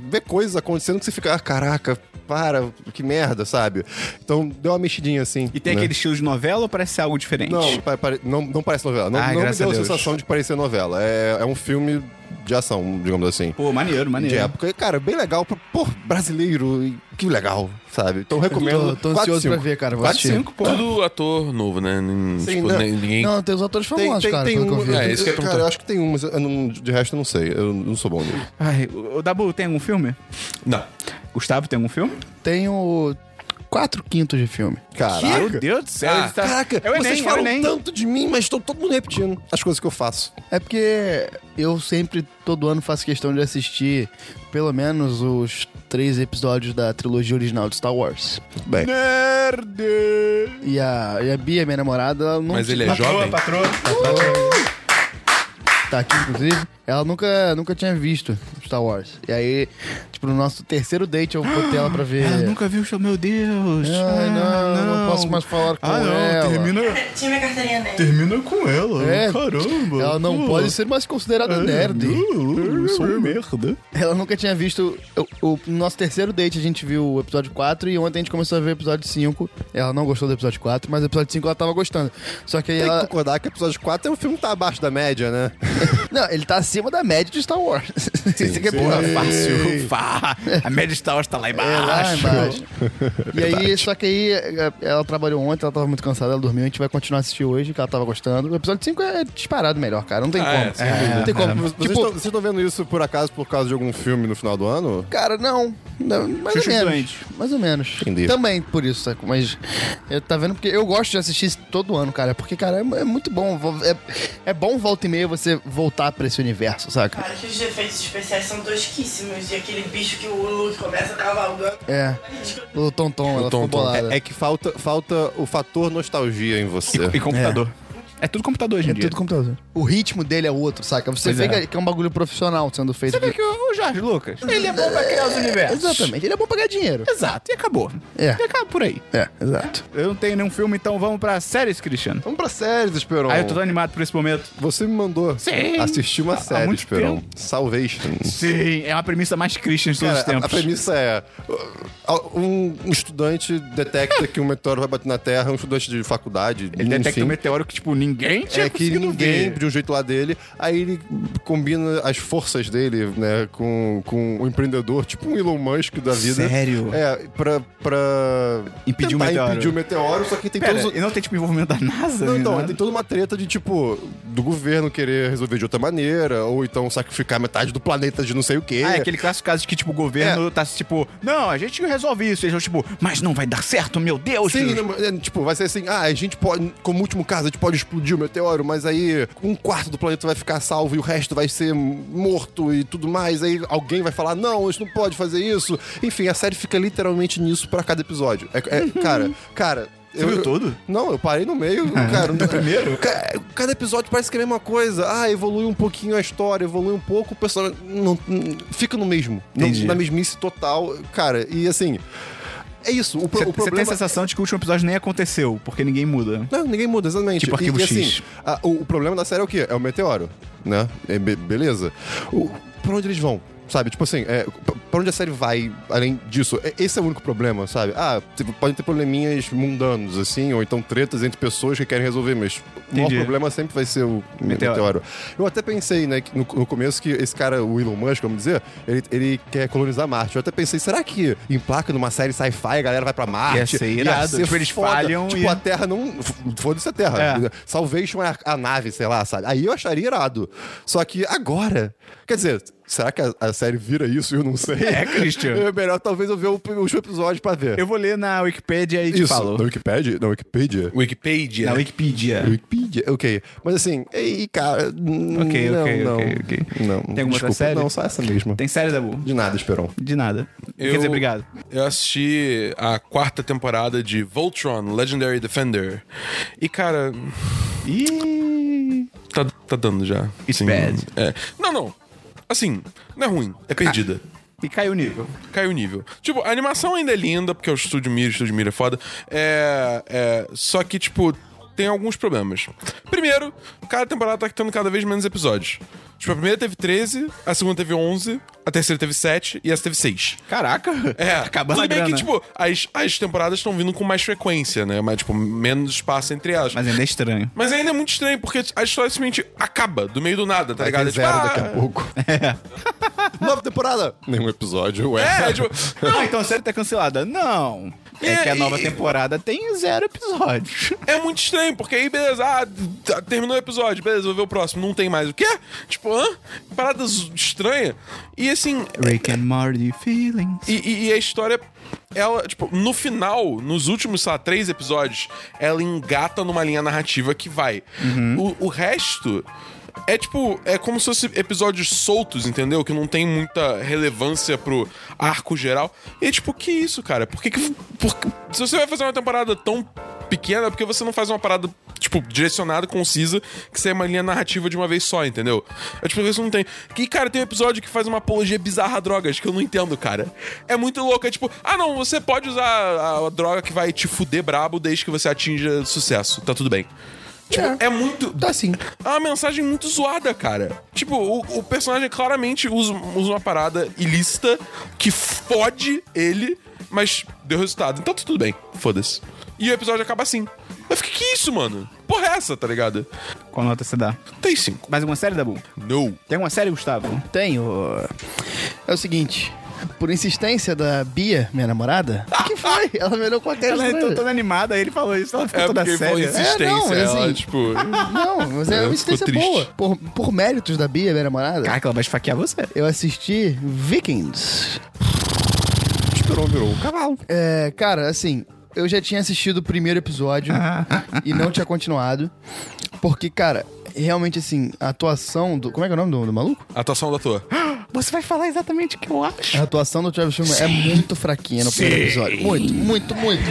[SPEAKER 4] vê coisas acontecendo que você fica, ah, caraca, para, que merda, sabe? Então deu uma mexidinha assim.
[SPEAKER 1] E tem
[SPEAKER 4] né?
[SPEAKER 1] aquele estilo de novela ou parece ser algo diferente?
[SPEAKER 4] Não, pa- pare- não, não parece novela. Não,
[SPEAKER 1] Ah,
[SPEAKER 4] não me
[SPEAKER 1] graças
[SPEAKER 4] deu
[SPEAKER 1] a
[SPEAKER 4] a
[SPEAKER 1] Deus.
[SPEAKER 4] sensação de parecer novela. É, é um filme de ação, digamos assim.
[SPEAKER 1] Pô, maneiro,
[SPEAKER 4] De
[SPEAKER 1] maneiro.
[SPEAKER 4] época. E, cara, bem legal. pra- Pô, brasileiro, e que legal, sabe? Então recomendo.
[SPEAKER 3] Tô, tô
[SPEAKER 4] quatro,
[SPEAKER 3] ansioso pra
[SPEAKER 4] cinco.
[SPEAKER 3] ver, cara. Vou
[SPEAKER 1] Quase
[SPEAKER 3] assistir.
[SPEAKER 1] cinco, pô.
[SPEAKER 2] Tudo ator novo, né? Nin-
[SPEAKER 4] Sim,
[SPEAKER 2] tipo,
[SPEAKER 4] né?
[SPEAKER 2] nem- ninguém.
[SPEAKER 3] Não, tem os atores
[SPEAKER 4] Tem,
[SPEAKER 3] famosos,
[SPEAKER 4] tem,
[SPEAKER 3] cara.
[SPEAKER 4] tem
[SPEAKER 3] pelo que eu
[SPEAKER 4] um.
[SPEAKER 3] vi.
[SPEAKER 2] É, isso que eu ia
[SPEAKER 4] cara,
[SPEAKER 2] perguntar.
[SPEAKER 4] eu acho que tem um, mas eu não- de resto eu não sei. Eu não sou bom nisso.
[SPEAKER 1] Ai, o, o Dabu, tem algum filme?
[SPEAKER 2] Não.
[SPEAKER 1] Gustavo, tem algum filme?
[SPEAKER 3] Tem o... Quatro quintos de filme.
[SPEAKER 4] Caraca.
[SPEAKER 1] Meu Deus do céu.
[SPEAKER 2] Ah,
[SPEAKER 1] ele tá-
[SPEAKER 4] Caraca,
[SPEAKER 1] é o Enem,
[SPEAKER 4] vocês
[SPEAKER 1] é o
[SPEAKER 4] falam
[SPEAKER 1] Enem.
[SPEAKER 4] tanto de mim, mas tô todo mundo repetindo as coisas que eu faço.
[SPEAKER 3] É porque eu sempre, todo ano, faço questão de assistir pelo menos os três episódios da trilogia original de Star Wars.
[SPEAKER 4] Bem.
[SPEAKER 3] E a, e a Bia, minha namorada, ela não
[SPEAKER 2] Mas ele é
[SPEAKER 1] Patroa,
[SPEAKER 2] jovem.
[SPEAKER 1] patroa.
[SPEAKER 3] tá aqui, inclusive, ela nunca, nunca tinha visto Star Wars. E aí, tipo, no nosso terceiro date eu botei ela pra ver.
[SPEAKER 1] Ela nunca viu o show, meu Deus.
[SPEAKER 3] É. Ah, não, não posso mais falar com
[SPEAKER 1] ah, não,
[SPEAKER 3] ela.
[SPEAKER 1] Termina,
[SPEAKER 7] Tinha minha carteirinha nerd.
[SPEAKER 1] termina com ela.
[SPEAKER 3] É,
[SPEAKER 1] Caramba.
[SPEAKER 3] Ela não
[SPEAKER 1] Pô. Ah,
[SPEAKER 3] pode ser mais considerada nerd. É.
[SPEAKER 1] Eu sou um merda.
[SPEAKER 3] Ela nunca tinha visto. O, o no nosso terceiro date a gente viu o episódio 4 e ontem a gente começou a ver o episódio 5. Ela não gostou do episódio 4, mas o episódio 5 ela tava gostando. Só que aí
[SPEAKER 4] Tem que
[SPEAKER 3] ela.
[SPEAKER 4] concordar que o episódio 4 é um filme que tá abaixo da média, né?
[SPEAKER 3] Não, ele tá acima da média de Star Wars. Isso que é porra.
[SPEAKER 1] Fácil. Fá. A média Star Wars tá lá
[SPEAKER 3] É,
[SPEAKER 1] embaixo.
[SPEAKER 3] lá embaixo. e aí, só que aí eh, ela trabalhou ontem, ela tava muito cansada, ela dormiu, a gente vai continuar a assistir hoje, que ela tava gostando. O episódio 5 é disparado melhor, cara. Não tem
[SPEAKER 2] Ah, é,
[SPEAKER 3] como.
[SPEAKER 2] sem dúvida.
[SPEAKER 3] não tem como.
[SPEAKER 4] Vocês
[SPEAKER 3] Tipo,
[SPEAKER 4] tão- vocês estão vendo isso por acaso por causa de algum filme no final do ano?
[SPEAKER 3] Cara, não. Não, mais
[SPEAKER 1] Xuxa
[SPEAKER 3] ou menos.
[SPEAKER 1] doente.
[SPEAKER 3] Mais ou menos.
[SPEAKER 4] Entendi.
[SPEAKER 3] Também por isso, saco? Mas eu tá vendo porque eu gosto de assistir isso todo ano, cara. Porque, cara, é, é muito bom. Vo- É, é bom volta e meia você voltar pra esse universo, saca?
[SPEAKER 7] Cara, que os efeitos especiais são tosquíssimos. E aquele bicho que o Luke começa cavalgando.
[SPEAKER 3] É. O Tonton, ela ficou
[SPEAKER 2] Tonton.
[SPEAKER 3] bolada.
[SPEAKER 4] É, é que falta, falta o fator nostalgia em você.
[SPEAKER 1] E computador. É. tudo computador hoje em dia.
[SPEAKER 3] tudo computador. O ritmo dele é outro, saca? Você
[SPEAKER 1] Pois
[SPEAKER 3] vê
[SPEAKER 1] é.
[SPEAKER 3] que é- que é um bagulho profissional sendo feito.
[SPEAKER 1] Você vê
[SPEAKER 3] de-
[SPEAKER 1] que o o Jorge Lucas, ele é bom pra criar os universos.
[SPEAKER 3] Exatamente. Ele é bom pagar dinheiro.
[SPEAKER 1] Exato, e acabou.
[SPEAKER 3] É.
[SPEAKER 1] E acaba por aí.
[SPEAKER 3] É, exato.
[SPEAKER 1] Eu não tenho nenhum filme, então vamos pra séries, Cristiano.
[SPEAKER 4] Vamos pra séries, Esperon.
[SPEAKER 1] Ah, eu tô tão animado por esse momento.
[SPEAKER 4] Você me mandou
[SPEAKER 1] Sim.
[SPEAKER 4] assistir uma
[SPEAKER 1] Há- há
[SPEAKER 4] série,
[SPEAKER 1] muito
[SPEAKER 4] Esperon.
[SPEAKER 1] tempo.
[SPEAKER 4] Salvation.
[SPEAKER 1] Sim, é uma premissa mais Christian de todos
[SPEAKER 4] Cara,
[SPEAKER 1] os
[SPEAKER 4] a-
[SPEAKER 1] tempos.
[SPEAKER 4] a, premissa é: uh, um um estudante detecta que um meteoro vai bater na Terra, um estudante de faculdade,
[SPEAKER 1] Ele detecta
[SPEAKER 4] enfim,
[SPEAKER 1] um meteoro que, tipo, ninguém tinha
[SPEAKER 4] é que
[SPEAKER 1] conseguido
[SPEAKER 4] ninguém,
[SPEAKER 1] ver.
[SPEAKER 4] de um jeito lá dele, aí ele combina as forças dele, né, com, com um empreendedor, tipo um Elon Musk da vida.
[SPEAKER 1] Sério?
[SPEAKER 4] É, pra, pra
[SPEAKER 1] Impedir o
[SPEAKER 4] tentar
[SPEAKER 1] meteoro.
[SPEAKER 4] impedir o meteoro, só que tem
[SPEAKER 1] Pera,
[SPEAKER 4] todos os-
[SPEAKER 1] e não tem, tipo, envolvimento da NASA?
[SPEAKER 4] não,
[SPEAKER 1] nem
[SPEAKER 4] então,
[SPEAKER 1] nada?
[SPEAKER 4] tem toda uma treta de, tipo, do governo querer resolver de outra maneira, ou então sacrificar metade do planeta de não sei o quê.
[SPEAKER 1] Ah, é aquele clássico caso de que, tipo, o governo
[SPEAKER 4] É.
[SPEAKER 1] tá, tipo... Não, a gente resolve isso. Eles vão, tipo... Mas não vai dar certo, meu Deus.
[SPEAKER 4] Sim, não, é, tipo, vai ser assim, ah, a gente pode, como último caso, a gente pode explodir o meteoro, mas aí um quarto do planeta vai ficar salvo e o resto vai ser morto e tudo mais, aí alguém vai falar, não, a gente não pode fazer isso. Enfim, a série fica literalmente nisso pra cada episódio. É- é- cara, cara... Você
[SPEAKER 1] viu todo? É.
[SPEAKER 4] Não, eu parei no meio, cara. No primeiro? Cada episódio parece que é a mesma coisa. Ah, evolui um pouquinho a história, evolui um pouco o personagem. Não, não- fica no mesmo. Não-
[SPEAKER 1] Entendi.
[SPEAKER 4] na mesmice total. Cara, e assim, é isso. O, pro-
[SPEAKER 1] Você
[SPEAKER 4] o
[SPEAKER 1] tem a
[SPEAKER 4] problema
[SPEAKER 1] sensação de que o último episódio nem aconteceu, porque ninguém muda.
[SPEAKER 4] Não, ninguém muda, exatamente.
[SPEAKER 1] Tipo Arquivo
[SPEAKER 4] e, e,
[SPEAKER 1] X.
[SPEAKER 4] assim, a- o, o problema da série é o quê? É o meteoro, né? É be- beleza. O, pra onde eles vão? Sabe, tipo assim, é, pra- pra onde a série vai além disso? É- Esse é o único problema, sabe? Ah, tipo, podem ter probleminhas mundanos, assim, ou então tretas entre pessoas que querem resolver, mas o
[SPEAKER 1] Entendi.
[SPEAKER 4] maior problema sempre vai ser o
[SPEAKER 1] Meteoro.
[SPEAKER 4] meteoro. Eu até pensei, né, que no, no começo que esse cara, o Elon Musk, vamos dizer, ele, ele quer colonizar Marte. Eu até pensei, será que em placa numa série sci-fi a galera vai pra Marte?
[SPEAKER 1] ser
[SPEAKER 4] Ia
[SPEAKER 1] irado.
[SPEAKER 4] ser
[SPEAKER 1] Tipo, eles
[SPEAKER 4] foda.
[SPEAKER 1] falham
[SPEAKER 4] Tipo,
[SPEAKER 1] e-
[SPEAKER 4] a Terra não. f- Foda-se a Terra.
[SPEAKER 1] É.
[SPEAKER 4] Salvation é a, a nave, sei lá, sabe? Aí eu acharia irado. Só que agora. Quer dizer, será que a, a série vira isso? Eu não sei.
[SPEAKER 1] É, Christian.
[SPEAKER 4] É melhor talvez eu ver o, o último episódio pra ver.
[SPEAKER 1] Eu vou ler na Wikipedia e te
[SPEAKER 4] Isso.
[SPEAKER 1] falo.
[SPEAKER 4] Na Wikipedia? Na Wikipedia?
[SPEAKER 2] Wikipedia.
[SPEAKER 1] Na Wikipedia.
[SPEAKER 4] Wikipedia? Ok. Mas assim, ei, cara. n-
[SPEAKER 1] Ok,
[SPEAKER 4] não,
[SPEAKER 1] ok,
[SPEAKER 4] não,
[SPEAKER 1] ok, ok.
[SPEAKER 4] Não.
[SPEAKER 1] Tem alguma outra
[SPEAKER 4] Desculpa,
[SPEAKER 1] série?
[SPEAKER 4] Não, só essa mesma.
[SPEAKER 1] Tem série, Dabu?
[SPEAKER 4] De nada, Esperon.
[SPEAKER 1] De nada. Quer dizer, obrigado.
[SPEAKER 2] Eu assisti a quarta temporada de Voltron, Legendary Defender. E, cara,
[SPEAKER 1] Ih,
[SPEAKER 2] tá, tá dando já.
[SPEAKER 1] It's bad.
[SPEAKER 2] É. Não, não. Assim, não é ruim, é perdida.
[SPEAKER 1] E caiu o nível.
[SPEAKER 2] Caiu o nível. Tipo, a animação ainda é linda, porque é o Estúdio Mira, o Estúdio Mira é foda. É, é, só que, tipo, tem alguns problemas. Primeiro, cada temporada tá tendo cada vez menos episódios. Tipo, a primeira teve 13, a segunda teve 11, a terceira teve 7 e essa teve 6.
[SPEAKER 1] Caraca.
[SPEAKER 2] É,
[SPEAKER 1] Tá Acabando
[SPEAKER 2] tudo
[SPEAKER 1] a
[SPEAKER 2] bem
[SPEAKER 1] grana.
[SPEAKER 2] que, tipo, as, as temporadas estão vindo com mais frequência, né? Mas, tipo, menos espaço entre elas. Mas...
[SPEAKER 1] Mas ainda é estranho.
[SPEAKER 2] ainda é muito estranho, porque a história simplesmente acaba do meio do nada, tá
[SPEAKER 4] Vai
[SPEAKER 2] ligado?
[SPEAKER 4] ter
[SPEAKER 2] É tipo,
[SPEAKER 4] zero
[SPEAKER 2] ah,
[SPEAKER 4] daqui a pouco.
[SPEAKER 1] É.
[SPEAKER 4] Nova temporada. Nenhum episódio, ué.
[SPEAKER 2] É, tipo,
[SPEAKER 1] Não, então a série tá cancelada. Não. É
[SPEAKER 2] É,
[SPEAKER 1] que a
[SPEAKER 2] e-
[SPEAKER 1] nova temporada tem zero episódios.
[SPEAKER 2] é muito estranho, porque aí, beleza, ah, t- terminou o episódio, beleza, vou ver o próximo, não tem mais o quê? Tipo, hã? Parada z- estranha. E assim,
[SPEAKER 1] Rick and Morty Feelings.
[SPEAKER 2] E, e- e a história, ela, tipo, no final, nos últimos, sei lá, três episódios, ela engata numa linha narrativa que vai. O, o resto. É tipo, é como se fosse episódios soltos, entendeu? Que não tem muita relevância pro arco geral. E tipo, que isso, cara? Por que que. por que- se você vai fazer uma temporada tão pequena, é porque você não faz uma parada, tipo, direcionada, concisa, que seja uma linha narrativa de uma vez só, entendeu? É tipo, isso não tem. E, cara, tem um episódio que faz uma apologia bizarra a drogas, que eu não entendo, cara. É muito louco, é tipo, ah não, você pode usar a, a droga que vai te fuder brabo desde que você atinja sucesso, tá tudo bem. Tipo, é, muito.
[SPEAKER 4] Tá sim.
[SPEAKER 2] É uma mensagem muito zoada, cara. Tipo, o, o personagem claramente usa, usa uma parada ilícita que fode ele, mas deu resultado. Então tá tudo bem, foda-se. E o episódio acaba assim. Eu fiquei, que isso, mano? Porra é essa, tá ligado?
[SPEAKER 1] Qual nota você dá?
[SPEAKER 2] Tem cinco.
[SPEAKER 1] Mais alguma série, Dabu?
[SPEAKER 2] No.
[SPEAKER 1] Tem uma série, Gustavo?
[SPEAKER 3] Tenho. É o seguinte. Por insistência da Bia, minha namorada, o que foi? Ela me olhou com a cara
[SPEAKER 1] Ela
[SPEAKER 3] estranha.
[SPEAKER 1] tá toda animada, aí ele falou isso, ela ficou
[SPEAKER 2] É
[SPEAKER 1] toda né?
[SPEAKER 2] porque foi
[SPEAKER 1] séria.
[SPEAKER 2] insistência.
[SPEAKER 3] É, não, é
[SPEAKER 2] ela,
[SPEAKER 3] assim.
[SPEAKER 2] tipo.
[SPEAKER 3] Não, mas é uma
[SPEAKER 2] Ela
[SPEAKER 3] insistência
[SPEAKER 2] ficou
[SPEAKER 3] boa.
[SPEAKER 2] triste.
[SPEAKER 3] Por, por méritos da Bia, minha namorada,
[SPEAKER 1] Caraca, ela vai esfaquear você.
[SPEAKER 3] eu assisti Vikings.
[SPEAKER 4] Esperon virou um cavalo.
[SPEAKER 3] É, cara, assim, eu já tinha assistido o primeiro episódio
[SPEAKER 1] Ah.
[SPEAKER 3] e não tinha continuado. Porque, cara, realmente, assim, a atuação do. Como é que é o nome do, do maluco?
[SPEAKER 2] Atuação do ator.
[SPEAKER 1] Você vai falar exatamente o que eu acho.
[SPEAKER 3] A atuação do Travis Fimmel é muito fraquinha no primeiro episódio. Muito, muito, muito.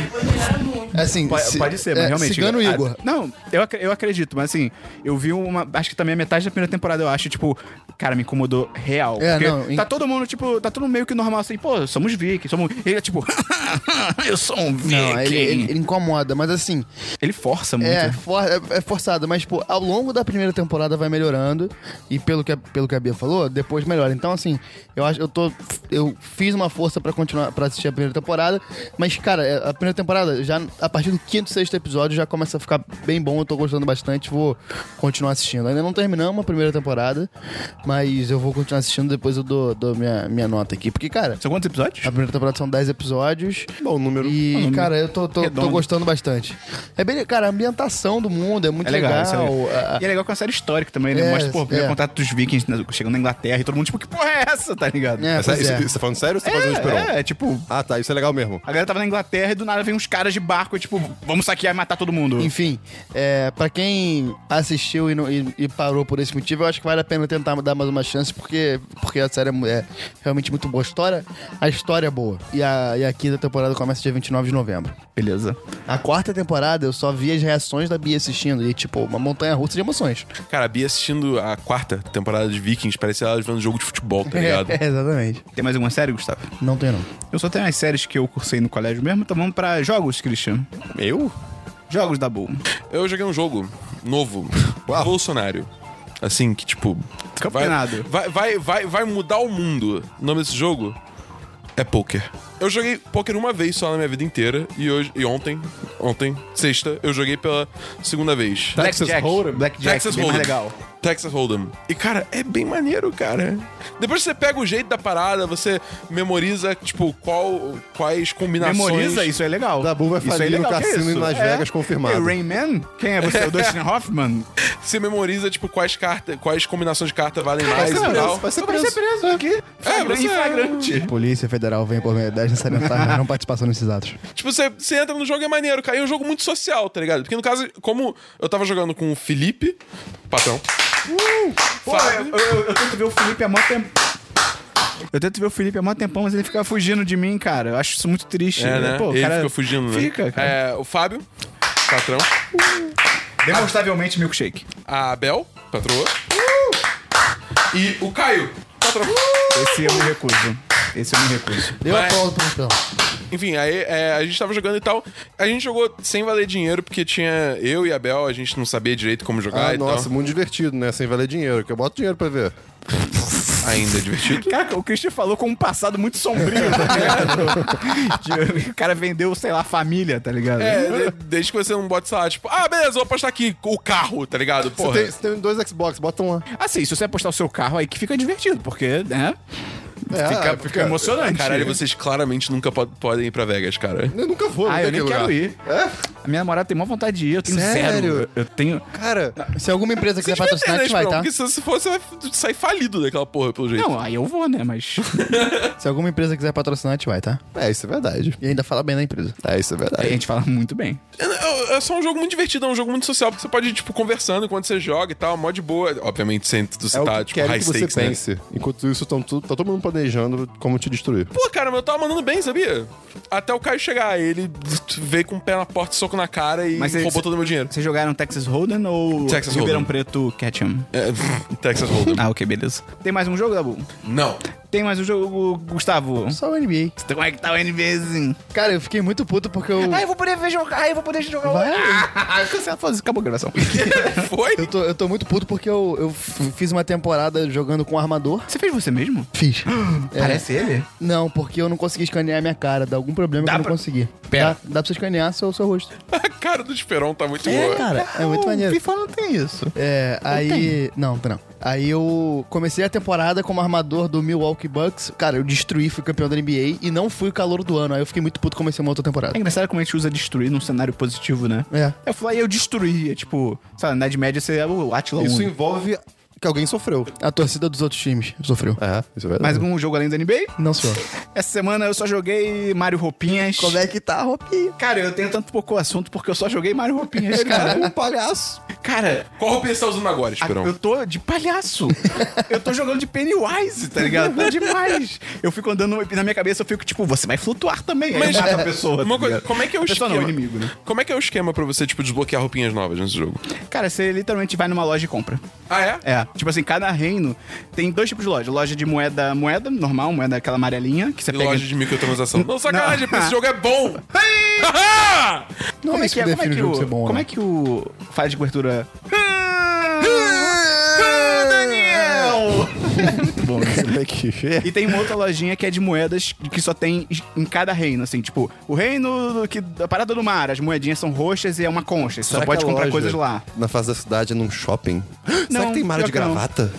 [SPEAKER 3] Assim,
[SPEAKER 1] Pode,
[SPEAKER 3] se-
[SPEAKER 1] pode ser, mas
[SPEAKER 3] é,
[SPEAKER 1] realmente.
[SPEAKER 3] Cigano
[SPEAKER 1] a-
[SPEAKER 3] Igor.
[SPEAKER 1] Não, eu, ac- eu acredito, mas assim, eu vi uma. Acho que também a metade da primeira temporada eu acho, tipo, cara, me incomodou real.
[SPEAKER 3] É,
[SPEAKER 1] porque
[SPEAKER 3] não, em-
[SPEAKER 1] tá todo mundo, tipo, tá todo mundo meio que normal assim, pô, somos Vicky, somos. Ele é tipo, eu sou um Viking.
[SPEAKER 3] Não, ele,
[SPEAKER 1] ele,
[SPEAKER 3] ele- ele incomoda, mas assim,
[SPEAKER 1] força muito.
[SPEAKER 3] é, for- é- é forçado. Mas, pô, ao longo da primeira temporada vai melhorando. E pelo que, a- pelo que a Bia falou, depois melhora. Então, assim, eu acho eu tô. Eu fiz uma força pra continuar pra assistir a primeira temporada. Mas, cara, é, a primeira temporada, já a partir do quinto, sexto episódio, já começa a ficar bem bom. Eu tô gostando bastante, vou continuar assistindo. Ainda não terminamos a primeira temporada, mas eu vou continuar assistindo, depois eu dou, dou minha, minha nota aqui. Porque, cara,
[SPEAKER 1] São quantos episódios?
[SPEAKER 3] a primeira temporada são 10 episódios.
[SPEAKER 4] Bom número.
[SPEAKER 3] E, cara, eu tô, tô,
[SPEAKER 1] Redondo.
[SPEAKER 3] tô gostando bastante. É bem, cara, a ambientação do mundo é muito
[SPEAKER 1] É legal,
[SPEAKER 3] legal.
[SPEAKER 1] isso é legal.
[SPEAKER 3] a-
[SPEAKER 1] E é legal que é uma série histórica também, né?
[SPEAKER 3] É,
[SPEAKER 1] Mostra, pô, o primeiro
[SPEAKER 3] é.
[SPEAKER 1] contato dos vikings né, chegando na Inglaterra e todo mundo, tipo, que porra é essa, tá ligado?
[SPEAKER 3] É,
[SPEAKER 4] Essa-
[SPEAKER 3] pois
[SPEAKER 4] isso-
[SPEAKER 3] é.
[SPEAKER 4] Você tá falando sério ou você tá fazendo Esperon?
[SPEAKER 1] É, é, tipo,
[SPEAKER 4] Ah, tá. Isso é legal mesmo.
[SPEAKER 1] a galera tava na Inglaterra e do nada vem uns caras de barco e, tipo, vamos saquear e matar todo mundo.
[SPEAKER 3] Enfim, é, para quem assistiu e, não- e- e parou por esse motivo, eu acho que vale a pena tentar dar mais uma chance, porque, porque a série é mu- é realmente muito boa. A história, a história é boa. E a, e a quinta temporada começa dia 29 de novembro.
[SPEAKER 1] Beleza.
[SPEAKER 3] A quarta temporada, eu só vi as reações da Bia assistindo. E, tipo, uma montanha russa de emoções.
[SPEAKER 2] Cara, a Bia assistindo a quarta temporada de Vikings, parecia ela vendo jogo de futebol, tá ligado?
[SPEAKER 3] É, exatamente.
[SPEAKER 1] Tem mais mais alguma série, Gustavo?
[SPEAKER 3] Não tem, não.
[SPEAKER 1] Eu só tenho as séries que eu cursei no colégio mesmo, então vamos pra jogos, Christian.
[SPEAKER 4] Eu?
[SPEAKER 1] Jogos da Bull.
[SPEAKER 2] Eu joguei um jogo novo, revolucionário. Assim, que tipo. vai-
[SPEAKER 1] Campeonato.
[SPEAKER 2] Vai, vai, vai, vai mudar o mundo. O nome desse jogo é poker. Eu joguei poker uma vez só na minha vida inteira. E, hoje, e ontem, ontem, sexta, eu joguei pela segunda vez.
[SPEAKER 1] Texas
[SPEAKER 4] Hold'em?
[SPEAKER 1] Blackjack, Tá, bem mais legal.
[SPEAKER 2] Texas Hold'em. E, cara, é bem maneiro, cara. Depois você pega o jeito da parada, você memoriza, tipo, qual, quais combinações...
[SPEAKER 1] Memoriza, isso é legal.
[SPEAKER 4] Dabu vai
[SPEAKER 1] Isso
[SPEAKER 4] falir no
[SPEAKER 1] legal, que
[SPEAKER 4] cassino
[SPEAKER 1] isso? É?
[SPEAKER 4] em Las Vegas, confirmado.
[SPEAKER 1] E Rayman? Quem é você? O Dustin Hoffman?
[SPEAKER 2] Você memoriza, tipo, quais, carta, quais combinações de carta valem mais e
[SPEAKER 4] ser
[SPEAKER 2] tal.
[SPEAKER 4] preso, vai ser
[SPEAKER 1] Vai
[SPEAKER 4] preso. É.
[SPEAKER 1] ser preso aqui. Flagrante,
[SPEAKER 2] É, você- um-
[SPEAKER 1] flagrante.
[SPEAKER 3] Polícia Federal vem por meio 10 necessário não participação nesses atos.
[SPEAKER 2] Tipo, você, você entra no jogo e é maneiro, cara. E é um jogo muito social, tá ligado? Porque no caso, como eu tava jogando com o Felipe, patrão.
[SPEAKER 1] Pô, eu, eu- eu tento ver o Felipe há mó tempo. Eu tento ver o Felipe há mó tempão, mas ele fica fugindo de mim, cara. Eu acho isso muito triste.
[SPEAKER 2] É, né?
[SPEAKER 1] Pô, o
[SPEAKER 2] Ele
[SPEAKER 1] cara
[SPEAKER 2] fica fugindo, né?
[SPEAKER 1] Fica, cara.
[SPEAKER 2] É, o Fábio, patrão. É.
[SPEAKER 1] Demonstravelmente milkshake.
[SPEAKER 2] A Bel, patroa. E o Caio, patrão.
[SPEAKER 1] Esse eu me recuso. Esse eu me recuso.
[SPEAKER 3] Eu
[SPEAKER 2] Vai.
[SPEAKER 3] aplaudo pro campeão.
[SPEAKER 2] Enfim, aí é, a gente tava jogando e tal. A gente jogou sem valer dinheiro, porque tinha eu e a Bel, a gente não sabia direito como jogar
[SPEAKER 4] Ah,
[SPEAKER 2] e
[SPEAKER 1] então.
[SPEAKER 4] nossa, muito divertido, né? Sem valer dinheiro, que eu boto dinheiro pra ver.
[SPEAKER 2] tal. Ainda é divertido.
[SPEAKER 1] Cara, o Christian falou com um passado muito sombrio, tá ligado? De- o cara vendeu, sei lá, família, tá ligado?
[SPEAKER 2] É, de- desde que você não bota, sei lá, tipo, ah, beleza, vou apostar aqui o carro, tá ligado?
[SPEAKER 4] Você
[SPEAKER 2] Porra.
[SPEAKER 4] tem, você tem dois Xbox, bota um lá.
[SPEAKER 1] Assim, se você apostar o seu carro aí que fica divertido, porque, né?
[SPEAKER 4] É,
[SPEAKER 1] Fica, fica emocionante.
[SPEAKER 2] Caralho, vocês claramente nunca po- podem ir pra Vegas, cara.
[SPEAKER 4] Eu nunca vou
[SPEAKER 1] Ah, eu nem
[SPEAKER 4] naquele
[SPEAKER 1] quero
[SPEAKER 4] lugar.
[SPEAKER 1] ir. A minha namorada tem maior vontade de ir, eu tenho
[SPEAKER 4] Sério?
[SPEAKER 1] zero. Eu- Eu tenho.
[SPEAKER 4] Cara,
[SPEAKER 3] Se alguma empresa quiser
[SPEAKER 2] Vocês devem ter,
[SPEAKER 3] patrocinar, a
[SPEAKER 2] né,
[SPEAKER 3] gente vai,
[SPEAKER 2] Esperão?
[SPEAKER 3] tá?
[SPEAKER 2] Porque se você for, você vai f- sair falido daquela porra, pelo jeito.
[SPEAKER 1] Não, aí eu vou, né? Mas.
[SPEAKER 3] tá? Se alguma empresa quiser patrocinar, a gente vai, tá?
[SPEAKER 4] é, isso é verdade.
[SPEAKER 3] E ainda fala bem da empresa.
[SPEAKER 4] É, isso é
[SPEAKER 1] Aí a
[SPEAKER 4] verdade.
[SPEAKER 1] gente fala muito bem.
[SPEAKER 2] É, é só um jogo muito divertido, é um jogo muito social, porque você pode ir, tipo, conversando enquanto você joga e tal, mó de boa. Obviamente, sem tu
[SPEAKER 4] É o
[SPEAKER 1] tá,
[SPEAKER 2] citar,
[SPEAKER 4] que
[SPEAKER 2] tipo,
[SPEAKER 4] querem
[SPEAKER 2] high
[SPEAKER 4] que você
[SPEAKER 2] stakes, né?
[SPEAKER 4] pense. Enquanto isso, tão tudo- tá todo mundo planejando como te destruir.
[SPEAKER 2] Pô, cara, mas eu tava mandando bem, sabia? Até o Caio chegar, ele veio com o pé na porta, soco na cara e
[SPEAKER 1] Mas você-
[SPEAKER 2] roubou todo o meu dinheiro.
[SPEAKER 1] Vocês jogaram Texas Hold'em ou
[SPEAKER 2] Texas
[SPEAKER 1] Ribeirão
[SPEAKER 2] Hold'em.
[SPEAKER 1] Preto Ketchum?
[SPEAKER 2] É, Texas Hold'em.
[SPEAKER 1] Ah, ok, beleza. Tem mais um jogo, Dabu?
[SPEAKER 2] Não.
[SPEAKER 1] Tem mais um jogo, Gustavo?
[SPEAKER 3] Só o NBA.
[SPEAKER 1] Como é que tá o NBAzinho?
[SPEAKER 3] Cara, eu fiquei muito puto porque eu.
[SPEAKER 1] Ah, eu vou poder ver jogar, ah, eu vou poder jogar.
[SPEAKER 3] Vai.
[SPEAKER 1] Ah, cancela, foda-se, acabou a gravação.
[SPEAKER 2] Foi?
[SPEAKER 3] Eu tô, eu tô muito puto porque eu, eu f- fiz uma temporada jogando com armador.
[SPEAKER 1] Você fez você mesmo?
[SPEAKER 3] Fiz.
[SPEAKER 1] Parece ele?
[SPEAKER 3] Não, porque eu não consegui escanear a minha cara. Dá algum problema
[SPEAKER 1] Dá
[SPEAKER 3] que eu
[SPEAKER 1] pra-
[SPEAKER 3] não consegui.
[SPEAKER 1] Pera.
[SPEAKER 3] Dá, dá pra você escanear seu, seu rosto.
[SPEAKER 2] A cara do Esperão tá muito boa.
[SPEAKER 3] cara. É muito maneiro.
[SPEAKER 1] FIFA não um tem isso.
[SPEAKER 3] É, aí. Não, não. Aí eu comecei a temporada como armador do Milwaukee Bucks. Cara, eu destruí, fui campeão da NBA e não fui o calor do ano. Aí eu fiquei muito puto, comecei uma outra temporada.
[SPEAKER 1] É engraçado como a gente usa destruir num cenário positivo, né?
[SPEAKER 3] É.
[SPEAKER 1] Eu falo, aí eu destruí. É tipo, sabe, na Idade Média você é o Atila 1.
[SPEAKER 4] Isso envolve que alguém sofreu.
[SPEAKER 3] A torcida dos outros times sofreu.
[SPEAKER 4] É, isso é verdade.
[SPEAKER 1] Mais algum um jogo além da NBA?
[SPEAKER 3] Não, senhor.
[SPEAKER 1] Essa semana eu só joguei Mario Roupinhas.
[SPEAKER 3] que tá a roupinha?
[SPEAKER 1] Cara, eu tenho tanto pouco assunto porque eu só joguei Mario Roupinhas, cara.
[SPEAKER 4] um palhaço.
[SPEAKER 1] cara,
[SPEAKER 2] Qual roupinha você tá usando agora,
[SPEAKER 1] a-
[SPEAKER 4] Ah,
[SPEAKER 2] Esperão?
[SPEAKER 1] Ah, eu tô de palhaço. eu tô jogando de Pennywise, tá ligado? Tá demais. Eu fico andando, na minha cabeça eu fico tipo, você vai flutuar também. Mas
[SPEAKER 2] Mas-
[SPEAKER 1] mata a pessoa.
[SPEAKER 2] Uma
[SPEAKER 1] tá
[SPEAKER 2] coisa,
[SPEAKER 1] ligado?
[SPEAKER 2] como é que é o
[SPEAKER 1] Pessoa
[SPEAKER 2] esquema?
[SPEAKER 1] não, inimigo, né?
[SPEAKER 2] Como é que é o esquema pra você, tipo, desbloquear roupinhas novas nesse jogo?
[SPEAKER 1] Cara, você literalmente vai numa loja e compra.
[SPEAKER 2] Ah, é?
[SPEAKER 1] É, tipo assim, cada reino tem dois tipos de loja. Loja de moeda, moeda normal, moeda aquela amarelinha, que você
[SPEAKER 2] E
[SPEAKER 1] pega...
[SPEAKER 2] loja de microtransação. Não, sacanagem,
[SPEAKER 1] Não.
[SPEAKER 2] esse jogo é bom!
[SPEAKER 3] Não
[SPEAKER 1] Como é
[SPEAKER 3] isso
[SPEAKER 1] que é? Como é
[SPEAKER 3] define
[SPEAKER 1] que
[SPEAKER 3] o jogo ser
[SPEAKER 1] o,
[SPEAKER 3] bom,
[SPEAKER 1] como
[SPEAKER 3] né?
[SPEAKER 1] é que o faz de cobertura... Ah,
[SPEAKER 4] Bom,
[SPEAKER 1] né?
[SPEAKER 4] isso daqui.
[SPEAKER 1] E tem uma outra lojinha que é de moedas que só tem em cada reino, assim, tipo, o reino do que da parada do mar, as moedinhas são roxas e é uma concha, você só pode comprar coisas lá.
[SPEAKER 4] Na fase da cidade, num shopping. Será
[SPEAKER 1] Não,
[SPEAKER 4] que tem Mario de
[SPEAKER 1] pior que não.
[SPEAKER 4] gravata?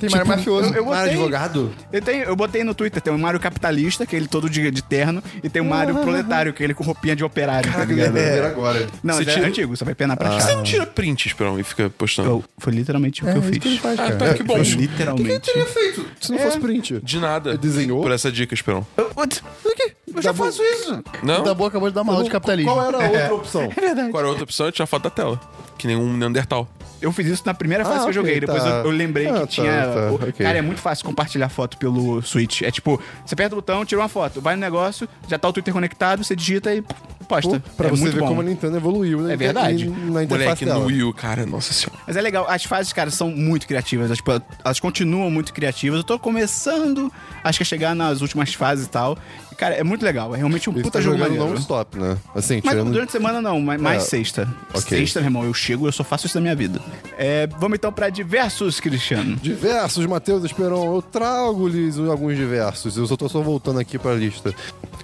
[SPEAKER 3] Tem Mario Mafioso.
[SPEAKER 1] tipo, eu- eu-
[SPEAKER 4] Mario
[SPEAKER 1] botei-
[SPEAKER 4] advogado?
[SPEAKER 1] Eu, tenho, eu botei no Twitter, tem o Mario capitalista, que é ele todo de, de terno, e tem o Mario proletário, que é ele com roupinha de operário, tá ligado?
[SPEAKER 4] É. agora. Ah.
[SPEAKER 1] Não,
[SPEAKER 2] Você
[SPEAKER 1] mas é
[SPEAKER 2] tira-
[SPEAKER 1] antigo, você vai penar pra
[SPEAKER 2] Por que
[SPEAKER 1] cá.
[SPEAKER 2] você não tira print, Esperão, e fica postando?
[SPEAKER 1] Eu- Foi literalmente o que eu
[SPEAKER 3] É, isso que ele
[SPEAKER 1] fiz.
[SPEAKER 3] faz,
[SPEAKER 2] Ah,
[SPEAKER 3] cara.
[SPEAKER 2] tá, que bom.
[SPEAKER 1] Foi literalmente.
[SPEAKER 4] feito se
[SPEAKER 1] É.
[SPEAKER 4] não fosse print.
[SPEAKER 2] De nada.
[SPEAKER 4] Desenhou?
[SPEAKER 2] Por essa dica, Esperão.
[SPEAKER 1] Eu, Então- what? eu já faço isso.
[SPEAKER 2] Não?
[SPEAKER 3] O Dabu acabou de dar uma aula de capitalismo.
[SPEAKER 4] Qual era a outra opção?
[SPEAKER 2] Qual era a outra opção? Eu tinha a foto da tela. Que nem um Neandertal.
[SPEAKER 1] Eu fiz isso na primeira fase que eu
[SPEAKER 4] ok,
[SPEAKER 1] joguei. Depois
[SPEAKER 4] tá.
[SPEAKER 1] eu, eu lembrei
[SPEAKER 4] Ah,
[SPEAKER 1] que
[SPEAKER 4] tá,
[SPEAKER 1] tinha.
[SPEAKER 4] tá,
[SPEAKER 1] o-
[SPEAKER 4] ok.
[SPEAKER 1] Cara, é muito fácil compartilhar foto pelo Switch. É tipo, você aperta o botão, tira uma foto, vai no negócio, já tá o Twitter conectado, você digita e pô, proposta.
[SPEAKER 4] Pra
[SPEAKER 1] é
[SPEAKER 4] você
[SPEAKER 1] muito
[SPEAKER 4] ver
[SPEAKER 1] bom.
[SPEAKER 4] como a Nintendo evoluiu na
[SPEAKER 1] É
[SPEAKER 4] inter-
[SPEAKER 1] verdade.
[SPEAKER 4] na interface
[SPEAKER 2] Moleque, no
[SPEAKER 4] dela.
[SPEAKER 2] Wii U, cara, nossa senhora.
[SPEAKER 1] Mas é legal, as fases, cara, são muito criativas. Elas, tipo, elas continuam muito criativas. Eu tô começando, acho que a chegar nas últimas fases e tal. E, cara, é muito legal. É realmente um
[SPEAKER 4] Ele
[SPEAKER 1] puta
[SPEAKER 4] tá
[SPEAKER 1] jogo
[SPEAKER 4] jogando
[SPEAKER 1] maneiro.
[SPEAKER 4] non-stop, né? Assim,
[SPEAKER 1] Mas
[SPEAKER 4] tirando...
[SPEAKER 1] durante a semana não, mas mais sexta.
[SPEAKER 4] É, ok.
[SPEAKER 1] Sexta, meu irmão, eu chego, eu só faço isso da minha vida. É, vamos então pra diversos, Cristiano.
[SPEAKER 4] Diversos, Matheus Esperon. Eu trago-lhes alguns diversos. Eu só tô só voltando aqui pra lista.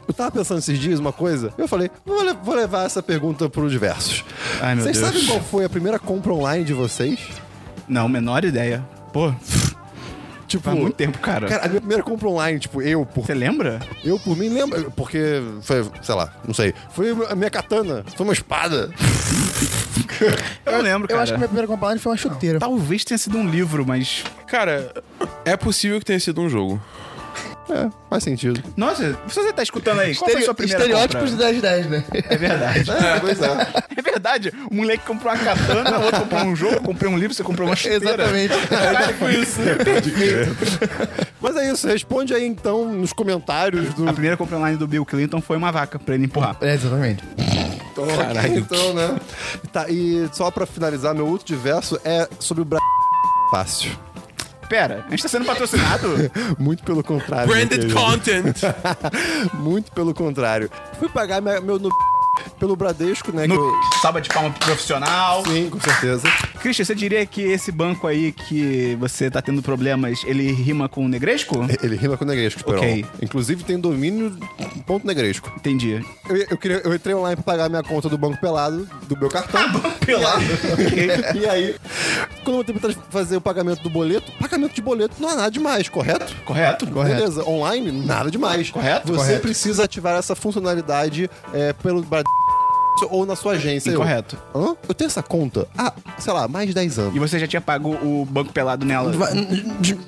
[SPEAKER 4] Eu tava pensando esses dias uma coisa. Eu falei, vou, le- vou levar essa pergunta pro diversos.
[SPEAKER 1] Ai, meu
[SPEAKER 4] vocês
[SPEAKER 1] Deus.
[SPEAKER 4] sabem qual foi a primeira compra online de vocês?
[SPEAKER 1] Não, menor ideia. Pô,
[SPEAKER 4] Tipo,
[SPEAKER 1] faz muito tempo, cara.
[SPEAKER 4] Cara, a minha primeira compra online, tipo, eu por,
[SPEAKER 1] Você lembra?
[SPEAKER 4] eu por mim lembro. Porque foi, sei lá, não sei. Foi a minha katana. Foi uma espada.
[SPEAKER 1] Eu, não lembro,
[SPEAKER 3] Eu
[SPEAKER 1] cara.
[SPEAKER 3] acho que minha primeira compra online foi uma chuteira.
[SPEAKER 1] Talvez tenha sido um livro, mas.
[SPEAKER 2] Cara, é possível que tenha sido um jogo.
[SPEAKER 4] É, faz sentido.
[SPEAKER 1] Nossa, se você tá escutando aí, qual foi a
[SPEAKER 3] Estere-
[SPEAKER 1] sua primeira
[SPEAKER 3] Estereótipos
[SPEAKER 1] compra?
[SPEAKER 3] de 10 10, né?
[SPEAKER 1] É verdade.
[SPEAKER 4] É, pois é.
[SPEAKER 1] É verdade. O moleque comprou uma katana, o outro comprou um jogo, comprei um livro, você comprou uma chuteira.
[SPEAKER 3] Exatamente.
[SPEAKER 1] Caralho, com isso.
[SPEAKER 4] Mas é isso, responde aí então nos comentários do.
[SPEAKER 1] A primeira compra online do Bill Clinton foi uma vaca pra ele empurrar.
[SPEAKER 3] É, exatamente.
[SPEAKER 4] Então, Caralho. Então, né? Tá, e só pra finalizar, meu outro diverso é sobre o Brasil. Fácil.
[SPEAKER 1] Pera, a gente tá sendo patrocinado?
[SPEAKER 4] Muito pelo contrário.
[SPEAKER 2] Branded
[SPEAKER 4] meu
[SPEAKER 2] content.
[SPEAKER 4] querido. Muito pelo contrário. Fui pagar minha- meu no... pelo Bradesco, né?
[SPEAKER 1] No
[SPEAKER 4] que
[SPEAKER 1] salva de palma pro profissional.
[SPEAKER 4] eu- Sim, com certeza.
[SPEAKER 1] Christian, você diria que esse banco aí que você tá tendo problemas, ele rima com negresco?
[SPEAKER 4] Ele rima com negresco, Esperon.
[SPEAKER 1] Ok.
[SPEAKER 4] Inclusive tem domínio ponto negresco.
[SPEAKER 1] Entendi.
[SPEAKER 4] Eu, eu, queria- eu entrei online pra pagar minha conta do Banco Pelado, do meu cartão.
[SPEAKER 1] Pelado. Ok.
[SPEAKER 4] e aí, quando eu tentei fazer o pagamento do boleto, pagamento de boleto não é nada demais, correto?
[SPEAKER 1] Correto?
[SPEAKER 4] Beleza, online, nada demais.
[SPEAKER 1] Correto?
[SPEAKER 4] Você
[SPEAKER 1] Correto.
[SPEAKER 4] precisa ativar essa funcionalidade é, pelo Bradesco ou na sua agência. Eu,
[SPEAKER 1] Incorreto.
[SPEAKER 4] Hã? Eu tenho essa conta há, sei lá, mais de 10 anos.
[SPEAKER 1] E você já tinha pago o banco pelado nela?
[SPEAKER 4] Va-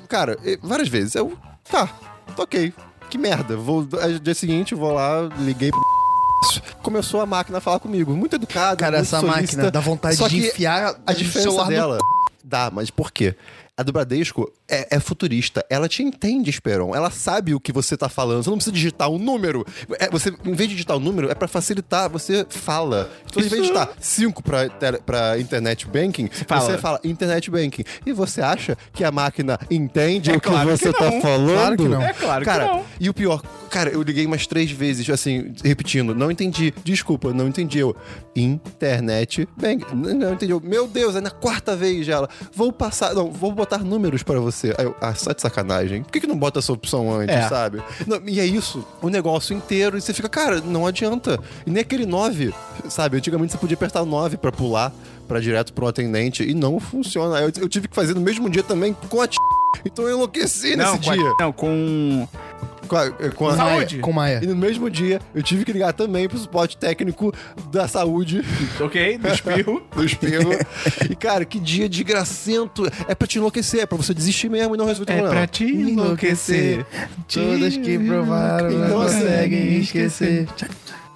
[SPEAKER 4] Cara, eh, várias vezes. Eu. Tá, tá ok. Que merda. Vou, aí, dia seguinte, eu vou lá, liguei pro. Começou a máquina a falar comigo. Muito educada.
[SPEAKER 3] Cara,
[SPEAKER 4] muito
[SPEAKER 3] essa
[SPEAKER 4] solícita.
[SPEAKER 3] máquina dá vontade
[SPEAKER 4] Só
[SPEAKER 3] de
[SPEAKER 4] que
[SPEAKER 3] enfiar
[SPEAKER 4] a
[SPEAKER 3] o
[SPEAKER 4] diferença
[SPEAKER 3] celular no
[SPEAKER 4] dela. Dá, mas por quê? A do Bradesco é, é futurista. Ela te entende, Esperon. Ela sabe o que você tá falando. Você não precisa digitar um número. É, você, em vez de digitar o número, é pra facilitar. Você fala. Então, em vez de digitar 5 pra, tele- pra internet banking,
[SPEAKER 1] fala.
[SPEAKER 4] você fala internet banking. E você acha que a máquina entende
[SPEAKER 1] É
[SPEAKER 4] o que
[SPEAKER 1] claro que
[SPEAKER 4] você
[SPEAKER 1] não.
[SPEAKER 4] tá falando?
[SPEAKER 3] Claro que não.
[SPEAKER 1] É claro que
[SPEAKER 4] cara,
[SPEAKER 1] não.
[SPEAKER 4] E o pior, cara, eu liguei umas três vezes, assim, repetindo, não entendi, desculpa, não entendi. Eu, internet banking. N- Não entendi. Eu, Meu Deus, é na quarta vez já. ela. Vou passar, não, vou botar números pra você. Aí eu, ah, só de sacanagem. Por que, que não bota essa opção antes,
[SPEAKER 1] É.
[SPEAKER 4] sabe? Não, e é isso, o negócio inteiro. E você fica, cara, não adianta. E nem aquele 9, sabe? Antigamente você podia apertar o 9 pra pular. Pra direto pro atendente e não funciona. Aí Eu, eu tive que fazer no mesmo dia também com a t... Então eu enlouqueci
[SPEAKER 1] não,
[SPEAKER 4] nesse
[SPEAKER 1] com um, a-
[SPEAKER 4] dia.
[SPEAKER 1] não, com.
[SPEAKER 4] Com a- com a-
[SPEAKER 3] Com Maia,
[SPEAKER 1] Saúde.
[SPEAKER 3] Com Maia.
[SPEAKER 4] E no mesmo dia, eu tive que ligar também pro suporte técnico da saúde
[SPEAKER 1] Ok, do espirro.
[SPEAKER 4] do espelho. e, cara, que dia desgracento. É pra te enlouquecer, é pra você desistir mesmo e não resolver o
[SPEAKER 1] É
[SPEAKER 4] problema.
[SPEAKER 1] pra te enlouquecer.
[SPEAKER 3] Todas que provaram não
[SPEAKER 4] Então, assim,
[SPEAKER 3] conseguem esquecer.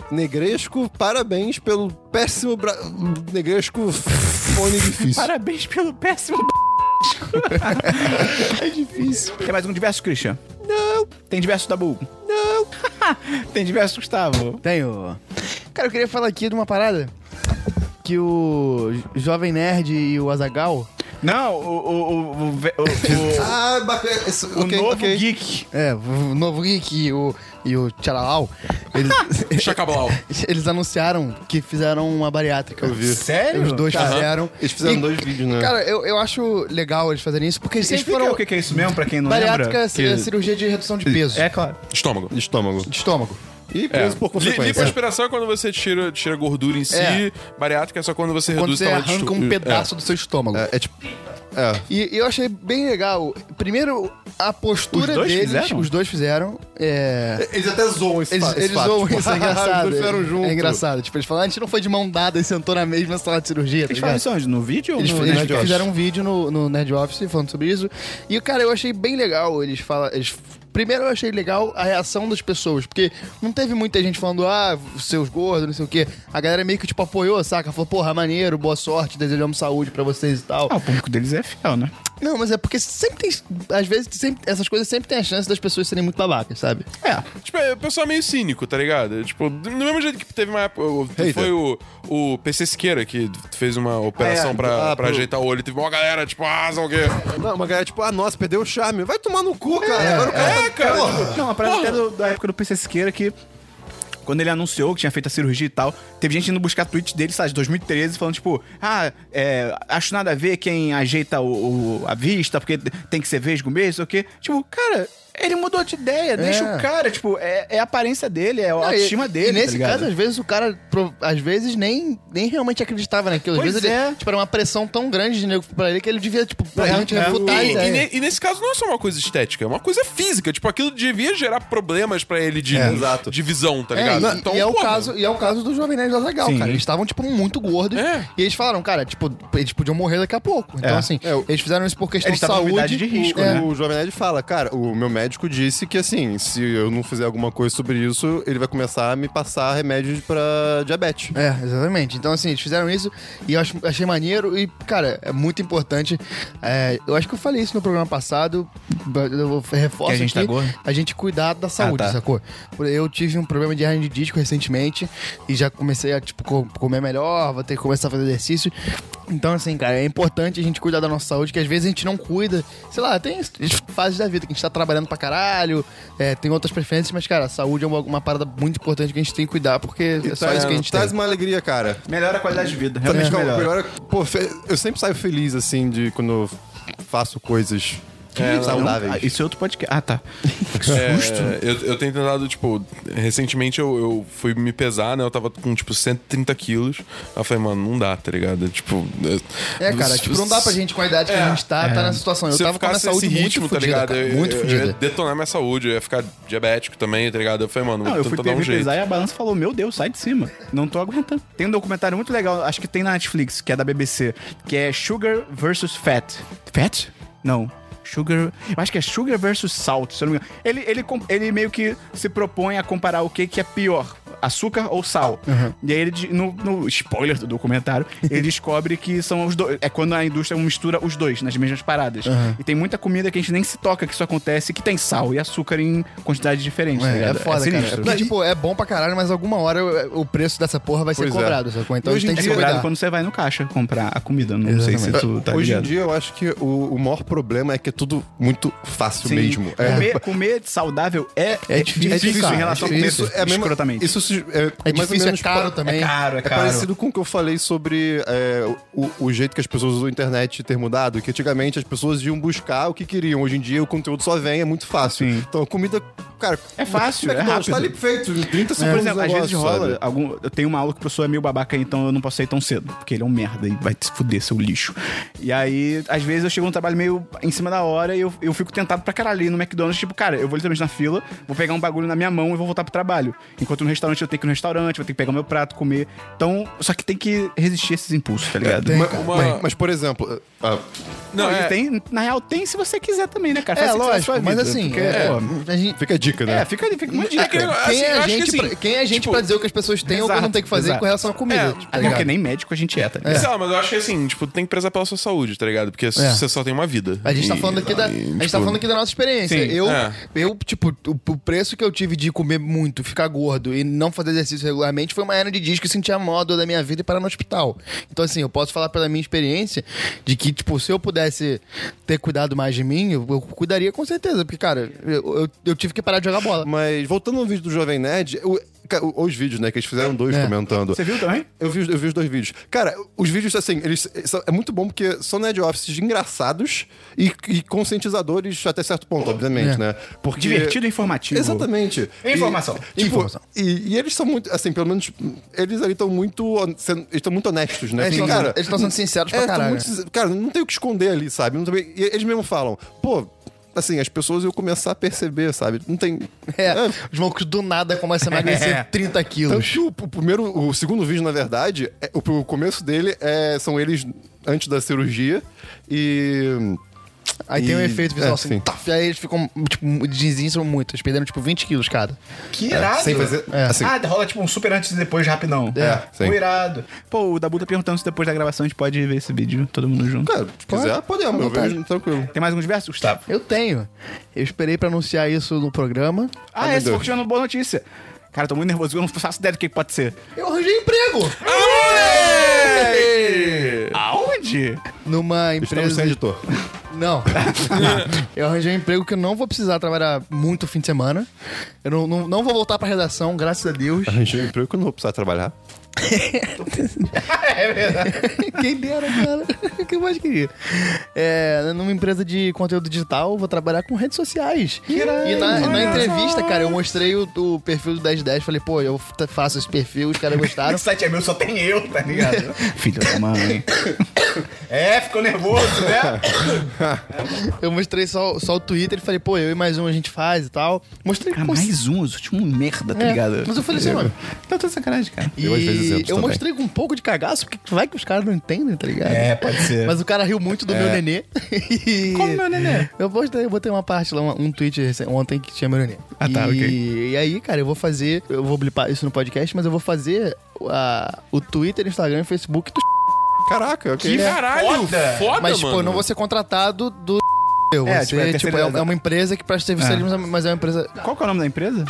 [SPEAKER 4] Negresco, parabéns pelo péssimo... Bra... Negresco fone difícil.
[SPEAKER 1] Parabéns pelo péssimo.
[SPEAKER 4] É difícil.
[SPEAKER 1] Tem mais um diverso, Christian?
[SPEAKER 4] Não,
[SPEAKER 1] Tem diverso, Dabu?
[SPEAKER 4] não.
[SPEAKER 1] Tem diverso, Gustavo?
[SPEAKER 3] Tenho. Cara, eu queria falar aqui de uma parada. Que o Jovem Nerd e o Azagal.
[SPEAKER 1] Não, o. O, o, o, ve- o- o-
[SPEAKER 4] Ah, bacana. Isso,
[SPEAKER 1] o
[SPEAKER 4] ok,
[SPEAKER 1] novo
[SPEAKER 4] ok.
[SPEAKER 1] geek.
[SPEAKER 3] É, o Novo Geek e o, e o Tchalalau. Eles,
[SPEAKER 2] Chacablau.
[SPEAKER 3] eles anunciaram que fizeram uma bariátrica.
[SPEAKER 4] Eu vi.
[SPEAKER 1] Sério?
[SPEAKER 3] Os dois fizeram.
[SPEAKER 4] Eles fizeram
[SPEAKER 3] E,
[SPEAKER 4] dois vídeos, né?
[SPEAKER 3] Cara, eu, eu acho legal eles fazerem isso, porque eles
[SPEAKER 1] Explica
[SPEAKER 3] foram.
[SPEAKER 1] o que que é isso mesmo, pra quem não
[SPEAKER 3] Bariátrica
[SPEAKER 1] lembra.
[SPEAKER 3] é ci- cirurgia de redução de peso.
[SPEAKER 1] É, claro.
[SPEAKER 2] Estômago.
[SPEAKER 4] De estômago.
[SPEAKER 3] De estômago. é.
[SPEAKER 4] E peso por
[SPEAKER 2] Li-
[SPEAKER 4] consequência.
[SPEAKER 2] Lipoaspiração é quando você tira, tira gordura em si, bariátrica é só quando você
[SPEAKER 3] Quando
[SPEAKER 2] reduz
[SPEAKER 3] você
[SPEAKER 2] o tamanho do
[SPEAKER 3] arranca
[SPEAKER 2] estu-
[SPEAKER 3] um
[SPEAKER 2] É.
[SPEAKER 3] pedaço do seu estômago.
[SPEAKER 4] É, é tipo... É,
[SPEAKER 3] E eu achei bem legal. Primeiro, a postura
[SPEAKER 1] Os dois
[SPEAKER 3] deles.
[SPEAKER 1] fizeram?
[SPEAKER 3] Os dois fizeram. É.
[SPEAKER 4] Eles até zoam esse
[SPEAKER 3] Eles,
[SPEAKER 4] fa- esse
[SPEAKER 3] eles
[SPEAKER 4] fato.
[SPEAKER 3] zoam
[SPEAKER 4] Tipo,
[SPEAKER 3] isso, é engraçado.
[SPEAKER 4] Os dois fizeram junto.
[SPEAKER 3] É engraçado. Tipo, eles falam, a gente não foi de mão dada e sentou na mesma sala de cirurgia, tá
[SPEAKER 1] Eles falam
[SPEAKER 3] ligado?
[SPEAKER 1] isso onde? No vídeo ou
[SPEAKER 3] Eles,
[SPEAKER 1] no
[SPEAKER 3] eles
[SPEAKER 1] Nerd Office?
[SPEAKER 3] fizeram um vídeo no, no Nerd Office falando sobre isso. E, cara, eu achei bem legal. Eles falam. Eles... Primeiro eu achei legal a reação das pessoas, porque não teve muita gente falando, ah, seus gordos, não sei o quê. A galera meio que tipo apoiou, saca? Falou, porra, maneiro, boa sorte, desejamos saúde pra vocês e tal.
[SPEAKER 1] Ah, o público deles é fiel, né?
[SPEAKER 3] Não, mas é porque sempre tem. Às vezes, sempre- essas coisas sempre tem a chance das pessoas serem muito babacas, sabe?
[SPEAKER 1] É.
[SPEAKER 2] Tipo, é, o pessoal é meio cínico, tá ligado? Tipo, do mesmo jeito que teve uma época. o-
[SPEAKER 4] Hater.
[SPEAKER 2] Foi o, o PC Siqueira que fez uma operação
[SPEAKER 4] Ah, é.
[SPEAKER 2] pra, pra
[SPEAKER 4] Ah, pro-
[SPEAKER 2] ajeitar o olho. Teve uma galera, tipo, ah, sei lá o quê.
[SPEAKER 4] Não, uma galera tipo, ah, nossa, perdeu o charme. Vai tomar no cu, cara. Agora o cara
[SPEAKER 2] É, cara.
[SPEAKER 1] Não, a parada até do- da época do PC Siqueira que. Quando ele anunciou que tinha feito a cirurgia e tal, teve gente indo buscar tweets dele, sabe, de 2013, falando tipo, ah, é, acho nada a ver quem ajeita o, o- a vista, porque tem que ser vesgo mesmo, sei o quê. Tipo, cara, ele mudou de ideia, deixa o cara, tipo, é, é a aparência dele, é a
[SPEAKER 3] Não, e-
[SPEAKER 1] autoestima dele,
[SPEAKER 3] E
[SPEAKER 1] tá
[SPEAKER 3] nesse
[SPEAKER 1] ligado?
[SPEAKER 3] caso, às vezes o cara, pro- às vezes, nem, nem realmente acreditava naquilo. Às
[SPEAKER 1] Pois
[SPEAKER 3] vezes
[SPEAKER 1] é.
[SPEAKER 3] ele, tipo, era uma pressão tão grande de nego pra ele que ele devia, tipo, realmente
[SPEAKER 1] é,
[SPEAKER 3] refutar a
[SPEAKER 2] E, e
[SPEAKER 3] ideia.
[SPEAKER 2] ne- e nesse caso não é só uma coisa estética, é uma coisa física. Tipo, aquilo devia gerar problemas pra ele de,
[SPEAKER 4] É, exato.
[SPEAKER 2] de visão, tá
[SPEAKER 3] É,
[SPEAKER 2] ligado?
[SPEAKER 3] e- e, é o
[SPEAKER 2] porra.
[SPEAKER 3] caso, e é o caso do Jovem Nerd da Zagal,
[SPEAKER 1] então Sim.
[SPEAKER 3] cara. Eles estavam, tipo, muito gordos.
[SPEAKER 2] É.
[SPEAKER 3] E eles falaram, cara, tipo, eles podiam morrer daqui a pouco. Então,
[SPEAKER 1] É.
[SPEAKER 3] assim,
[SPEAKER 4] É, o-
[SPEAKER 3] eles fizeram isso por questão
[SPEAKER 1] Eles
[SPEAKER 3] de
[SPEAKER 1] estavam com idade
[SPEAKER 3] saúde.
[SPEAKER 1] de risco,
[SPEAKER 3] o-
[SPEAKER 1] né?
[SPEAKER 3] é.
[SPEAKER 4] O Jovem Nerd fala, cara, o meu médico disse que assim, se eu não fizer alguma coisa sobre isso, ele vai começar a me passar remédio pra diabetes.
[SPEAKER 3] É, exatamente. Então, assim, eles fizeram isso e eu acho- achei maneiro. E, cara, é muito importante. É, eu acho que eu falei isso no programa passado. Eu vou- reforço
[SPEAKER 1] Que a gente tá
[SPEAKER 3] aqui,
[SPEAKER 1] gordo?
[SPEAKER 3] A gente cuidar da saúde,
[SPEAKER 1] tá.
[SPEAKER 3] sacou? Por- Eu tive um problema de hernia de disco recentemente e já comecei a, tipo, co- comer melhor, vou ter que começar a fazer exercício. Então, assim, cara, é importante a gente cuidar da nossa saúde, que às vezes a gente não cuida. Sei lá, tem as fases da vida que a gente tá trabalhando pra caralho, é, tem outras preferências, mas, cara, a saúde é uma, uma parada muito importante que a gente tem que cuidar, porque é só
[SPEAKER 4] Traz-
[SPEAKER 3] isso que a gente
[SPEAKER 4] Traz
[SPEAKER 3] tem.
[SPEAKER 4] uma alegria, cara.
[SPEAKER 1] Melhora a qualidade de vida,
[SPEAKER 4] Sabe
[SPEAKER 1] realmente
[SPEAKER 4] qual-
[SPEAKER 1] melhora.
[SPEAKER 4] melhora- Pô, fe- eu sempre saio feliz, assim, de quando eu faço coisas saudáveis.
[SPEAKER 1] Ah, isso é outro podcast. Ah, tá.
[SPEAKER 2] É, eu, eu tenho tentado, tipo, recentemente eu, eu fui me pesar, né? Eu tava com, tipo, 130 quilos. Aí eu falei, mano, não dá, tá ligado? Tipo.
[SPEAKER 3] É, cara, tipo, não dá pra gente com a idade que
[SPEAKER 2] É.
[SPEAKER 3] a gente tá, tá nessa situação. Eu
[SPEAKER 2] Se eu
[SPEAKER 3] tava com a minha
[SPEAKER 2] ficasse nesse
[SPEAKER 3] saúde muito
[SPEAKER 2] ritmo, tá
[SPEAKER 3] fudida,
[SPEAKER 2] ligado?
[SPEAKER 3] cara,
[SPEAKER 2] Eu-
[SPEAKER 3] muito É,
[SPEAKER 2] eu, eu ia é,
[SPEAKER 3] fudida.
[SPEAKER 2] detonar minha saúde, eu ia ficar diabético também, tá ligado? Eu falei, mano,
[SPEAKER 1] Não, eu fui
[SPEAKER 2] vou tentar dar um
[SPEAKER 1] me
[SPEAKER 2] jeito.
[SPEAKER 1] pesar e a balança falou: Meu Deus, sai de cima. Não tô aguentando. Tem um documentário muito legal, acho que tem na Netflix, que é da BBC, que é Sugar versus Fat. Fat? Não. Sugar. Eu acho que é Sugar versus Salt, se eu não me engano. Ele, ele, com- ele meio que se propõe a comparar o que, que é pior: açúcar ou sal. E aí ele, de- no, no spoiler do documentário, ele descobre que são os dois. É quando a indústria mistura os dois nas mesmas paradas. E tem muita comida que a gente nem se toca que isso acontece, que tem sal e açúcar em quantidades diferentes. tá
[SPEAKER 3] É, é
[SPEAKER 1] ligado?
[SPEAKER 3] foda, cara.
[SPEAKER 1] sinistro.
[SPEAKER 3] É porque, tipo, é bom pra caralho, mas alguma hora o- o preço dessa porra vai ser
[SPEAKER 4] Pois é.
[SPEAKER 3] cobrado, sacou? Então
[SPEAKER 4] E
[SPEAKER 3] a gente
[SPEAKER 4] hoje em
[SPEAKER 3] tem que
[SPEAKER 1] É
[SPEAKER 3] se
[SPEAKER 1] cobrado
[SPEAKER 3] cuidar.
[SPEAKER 1] quando você vai no caixa comprar a comida. Não sei se tu tá
[SPEAKER 4] Hoje
[SPEAKER 1] ligado.
[SPEAKER 4] em dia, eu acho que o, o maior problema é que é tudo muito fácil
[SPEAKER 1] Sim.
[SPEAKER 4] mesmo. É,
[SPEAKER 1] Comer, comer saudável é, é, difícil,
[SPEAKER 3] difícil, cara,
[SPEAKER 1] em
[SPEAKER 3] é
[SPEAKER 1] relação ao
[SPEAKER 4] Isso
[SPEAKER 1] preço,
[SPEAKER 4] é mesmo,
[SPEAKER 1] escrotamente.
[SPEAKER 4] Isso se- é,
[SPEAKER 3] É
[SPEAKER 4] mais ou
[SPEAKER 3] difícil, é
[SPEAKER 4] menos
[SPEAKER 3] caro
[SPEAKER 4] pa-
[SPEAKER 3] também.
[SPEAKER 1] caro,
[SPEAKER 4] É parecido com o que eu falei sobre é, o, o jeito que as pessoas usam a internet ter mudado, que antigamente as pessoas iam buscar o que queriam. Hoje em dia o conteúdo só vem, é muito fácil.
[SPEAKER 1] Sim.
[SPEAKER 4] Então a comida, cara.
[SPEAKER 1] É fácil, é
[SPEAKER 4] McDonald's Tá
[SPEAKER 1] rápido.
[SPEAKER 4] ali feito, em 30 segundos.
[SPEAKER 2] É.
[SPEAKER 1] Por exemplo,
[SPEAKER 4] o
[SPEAKER 1] às vezes
[SPEAKER 4] negócio,
[SPEAKER 1] rola.
[SPEAKER 4] sabe?
[SPEAKER 1] Algum, eu tenho uma aula que o professor é meio babaca, então eu não posso sair tão cedo, porque ele é um merda e vai te fuder, seu lixo. E aí, às vezes, eu chego no trabalho meio em cima da hora e eu, eu fico tentado pra caralho ir no McDonald's, tipo, cara, eu vou literalmente na fila, vou pegar um bagulho na minha mão e vou voltar pro trabalho. Enquanto no restaurante eu tenho que ir no restaurante, vou ter que pegar meu prato, comer. Então, só que tem que resistir a esses impulsos, tá ligado?
[SPEAKER 4] Ma-
[SPEAKER 2] cara.
[SPEAKER 4] ma-
[SPEAKER 2] Uma-
[SPEAKER 4] Mas, por exemplo, ah,
[SPEAKER 1] Não,
[SPEAKER 2] Não,
[SPEAKER 1] e
[SPEAKER 2] é,
[SPEAKER 1] tem, na real, tem se você quiser também, né, cara?
[SPEAKER 3] É,
[SPEAKER 1] Faz o que você quer da
[SPEAKER 3] lógico,
[SPEAKER 1] sua
[SPEAKER 3] mas
[SPEAKER 1] vida,
[SPEAKER 3] assim,
[SPEAKER 1] porque,
[SPEAKER 3] é,
[SPEAKER 1] pô,
[SPEAKER 3] a gente-
[SPEAKER 4] fica a dica, né?
[SPEAKER 1] é, fica ali, fica uma
[SPEAKER 2] É que-
[SPEAKER 1] dica.
[SPEAKER 2] assim,
[SPEAKER 3] Quem é
[SPEAKER 2] eu
[SPEAKER 3] a
[SPEAKER 2] acho que
[SPEAKER 3] gente,
[SPEAKER 2] assim,
[SPEAKER 3] pra, quem é a gente
[SPEAKER 2] tipo,
[SPEAKER 3] pra dizer o que as pessoas têm ou o que não tem que fazer
[SPEAKER 1] exato.
[SPEAKER 3] com relação à comida?
[SPEAKER 2] É,
[SPEAKER 3] tá
[SPEAKER 1] Até
[SPEAKER 3] ligado?
[SPEAKER 1] porque nem médico a gente é, tá ligado?
[SPEAKER 2] Não, mas eu acho que assim, tipo, tem que prezar pela sua saúde, tá ligado? Porque você só tem uma vida.
[SPEAKER 3] É. A gente tá
[SPEAKER 2] E-
[SPEAKER 3] falando aqui da, a
[SPEAKER 2] e,
[SPEAKER 3] gente
[SPEAKER 2] tipo,
[SPEAKER 3] tá falando aqui da nossa experiência.
[SPEAKER 1] Sim,
[SPEAKER 3] eu,
[SPEAKER 2] é.
[SPEAKER 3] eu, tipo, o, o preço que eu tive de comer muito, ficar gordo e não fazer exercício regularmente foi uma hernia de disco que eu senti a maior dor da minha vida e parar no hospital. Então, assim, eu posso falar pela minha experiência de que, tipo, se eu pudesse ter cuidado mais de mim, eu, eu cuidaria com certeza. Porque, cara, eu, eu, eu tive que parar de jogar bola.
[SPEAKER 4] Mas voltando no vídeo do Jovem Nerd, o- ca- o- os vídeos, né? Que eles fizeram dois
[SPEAKER 3] É.
[SPEAKER 4] comentando.
[SPEAKER 1] Você viu também?
[SPEAKER 4] Eu vi, os- eu vi os dois vídeos. Cara, os vídeos, assim, eles são- é muito bom porque são Nerd Offices engraçados e, e conscientizadores até certo ponto, obviamente,
[SPEAKER 3] É.
[SPEAKER 4] né? Porque...
[SPEAKER 1] Divertido e informativo.
[SPEAKER 4] Exatamente.
[SPEAKER 1] Informação.
[SPEAKER 4] E, tipo,
[SPEAKER 3] Informação.
[SPEAKER 4] E, e eles são muito, assim, pelo menos eles ali estão muito, hon- sendo- eles estão muito honestos, né?
[SPEAKER 3] É, Eles
[SPEAKER 4] Porque,
[SPEAKER 3] tão
[SPEAKER 4] cara,
[SPEAKER 3] sendo- eles tão sendo sinceros pra
[SPEAKER 4] é, tão
[SPEAKER 3] caralho.
[SPEAKER 4] muito sin- cara, não tem o que esconder ali, sabe? Não tem- e eles mesmo falam, pô, assim, as pessoas iam começar a perceber, sabe? Não tem...
[SPEAKER 3] É, os malucos do nada começam a emagrecer
[SPEAKER 1] É.
[SPEAKER 3] 30
[SPEAKER 4] Tanto
[SPEAKER 3] quilos.
[SPEAKER 4] que o, o primeiro, o segundo vídeo, na verdade, é- o, o começo dele é- são eles antes da cirurgia e.
[SPEAKER 3] Aí tem um
[SPEAKER 4] E-
[SPEAKER 3] efeito visual
[SPEAKER 4] é,
[SPEAKER 3] assim,
[SPEAKER 4] sim.
[SPEAKER 3] taf, aí eles ficam, tipo, desinzam muito. Eles perderam, tipo, 20 quilos cada.
[SPEAKER 1] Que irado.
[SPEAKER 4] sem fazer- É. assim.
[SPEAKER 1] Ah, rola tipo um super antes e depois rapidão.
[SPEAKER 4] É, sim.
[SPEAKER 1] Pô, irado. Pô, o Dabu tá perguntando se depois da gravação a gente pode ver esse vídeo, todo mundo junto.
[SPEAKER 4] Cara, se quiser, podemos, eu vejo tranquilo.
[SPEAKER 1] Tem mais alguns versos, Gustavo?
[SPEAKER 3] Eu tenho. Eu esperei pra anunciar isso no programa.
[SPEAKER 1] Ah,
[SPEAKER 4] meu
[SPEAKER 1] esse foi
[SPEAKER 4] Deus.
[SPEAKER 1] tiver uma boa notícia. Cara, tô muito nervoso, eu não faço ideia do que que pode ser.
[SPEAKER 3] Eu arranjei emprego!
[SPEAKER 1] Aonde?
[SPEAKER 3] Numa
[SPEAKER 4] Estamos
[SPEAKER 3] empresa.
[SPEAKER 4] sem editor.
[SPEAKER 3] Não. eu arranjei um emprego que eu não vou precisar trabalhar muito fim de semana. Eu não, não, não vou voltar pra redação, graças a Deus.
[SPEAKER 4] Arranjei um emprego que eu não vou precisar trabalhar.
[SPEAKER 3] Quem dera, cara. O que eu mais queria? É, numa empresa de conteúdo digital, vou trabalhar com redes sociais. e na, na entrevista, cara, eu mostrei o, o perfil do 1010. Falei, pô, eu f- faço esse perfil, os caras gostaram.
[SPEAKER 1] Esse site é meu, só tem eu, tá ligado? Filho da mãe. é, ficou nervoso, né?
[SPEAKER 3] Eu mostrei só, só o Twitter e falei, pô, eu e mais um a gente faz e tal. Mostrei
[SPEAKER 4] Ah,
[SPEAKER 1] Cara,
[SPEAKER 3] pô,
[SPEAKER 1] mais um, os últimos um merda, tá
[SPEAKER 3] É,
[SPEAKER 1] ligado?
[SPEAKER 3] mas eu falei assim, mano.
[SPEAKER 1] Tá tudo sacanagem, cara.
[SPEAKER 3] E
[SPEAKER 4] Eu, às vezes,
[SPEAKER 3] eu
[SPEAKER 4] entro também.
[SPEAKER 3] mostrei com um pouco de cagaço, porque vai que os caras não entendem, tá ligado?
[SPEAKER 1] É, pode ser.
[SPEAKER 3] Mas o cara riu muito do meu nenê. E...
[SPEAKER 1] Como
[SPEAKER 4] é?
[SPEAKER 1] meu nenê?
[SPEAKER 3] Eu postei, eu botei uma parte lá, um, um tweet rece- ontem que tinha meu nenê.
[SPEAKER 1] Ah, tá,
[SPEAKER 3] e...
[SPEAKER 1] ok.
[SPEAKER 3] E aí, cara, eu vou fazer, eu vou blipar isso no podcast, mas eu vou fazer a- o Twitter, Instagram e Facebook do
[SPEAKER 4] Caraca,
[SPEAKER 2] Que
[SPEAKER 4] ok. É.
[SPEAKER 2] caralho,
[SPEAKER 1] Foda.
[SPEAKER 2] foda,
[SPEAKER 3] é Mas,
[SPEAKER 2] mano.
[SPEAKER 3] tipo, eu não vou ser contratado do eu vou
[SPEAKER 1] É,
[SPEAKER 3] ser,
[SPEAKER 1] tipo, é
[SPEAKER 3] tipo, é,
[SPEAKER 1] terceirizado.
[SPEAKER 3] é uma empresa que presta serviço,
[SPEAKER 1] É.
[SPEAKER 3] ali, mas- mas é uma empresa...
[SPEAKER 1] Qual que é o nome da empresa?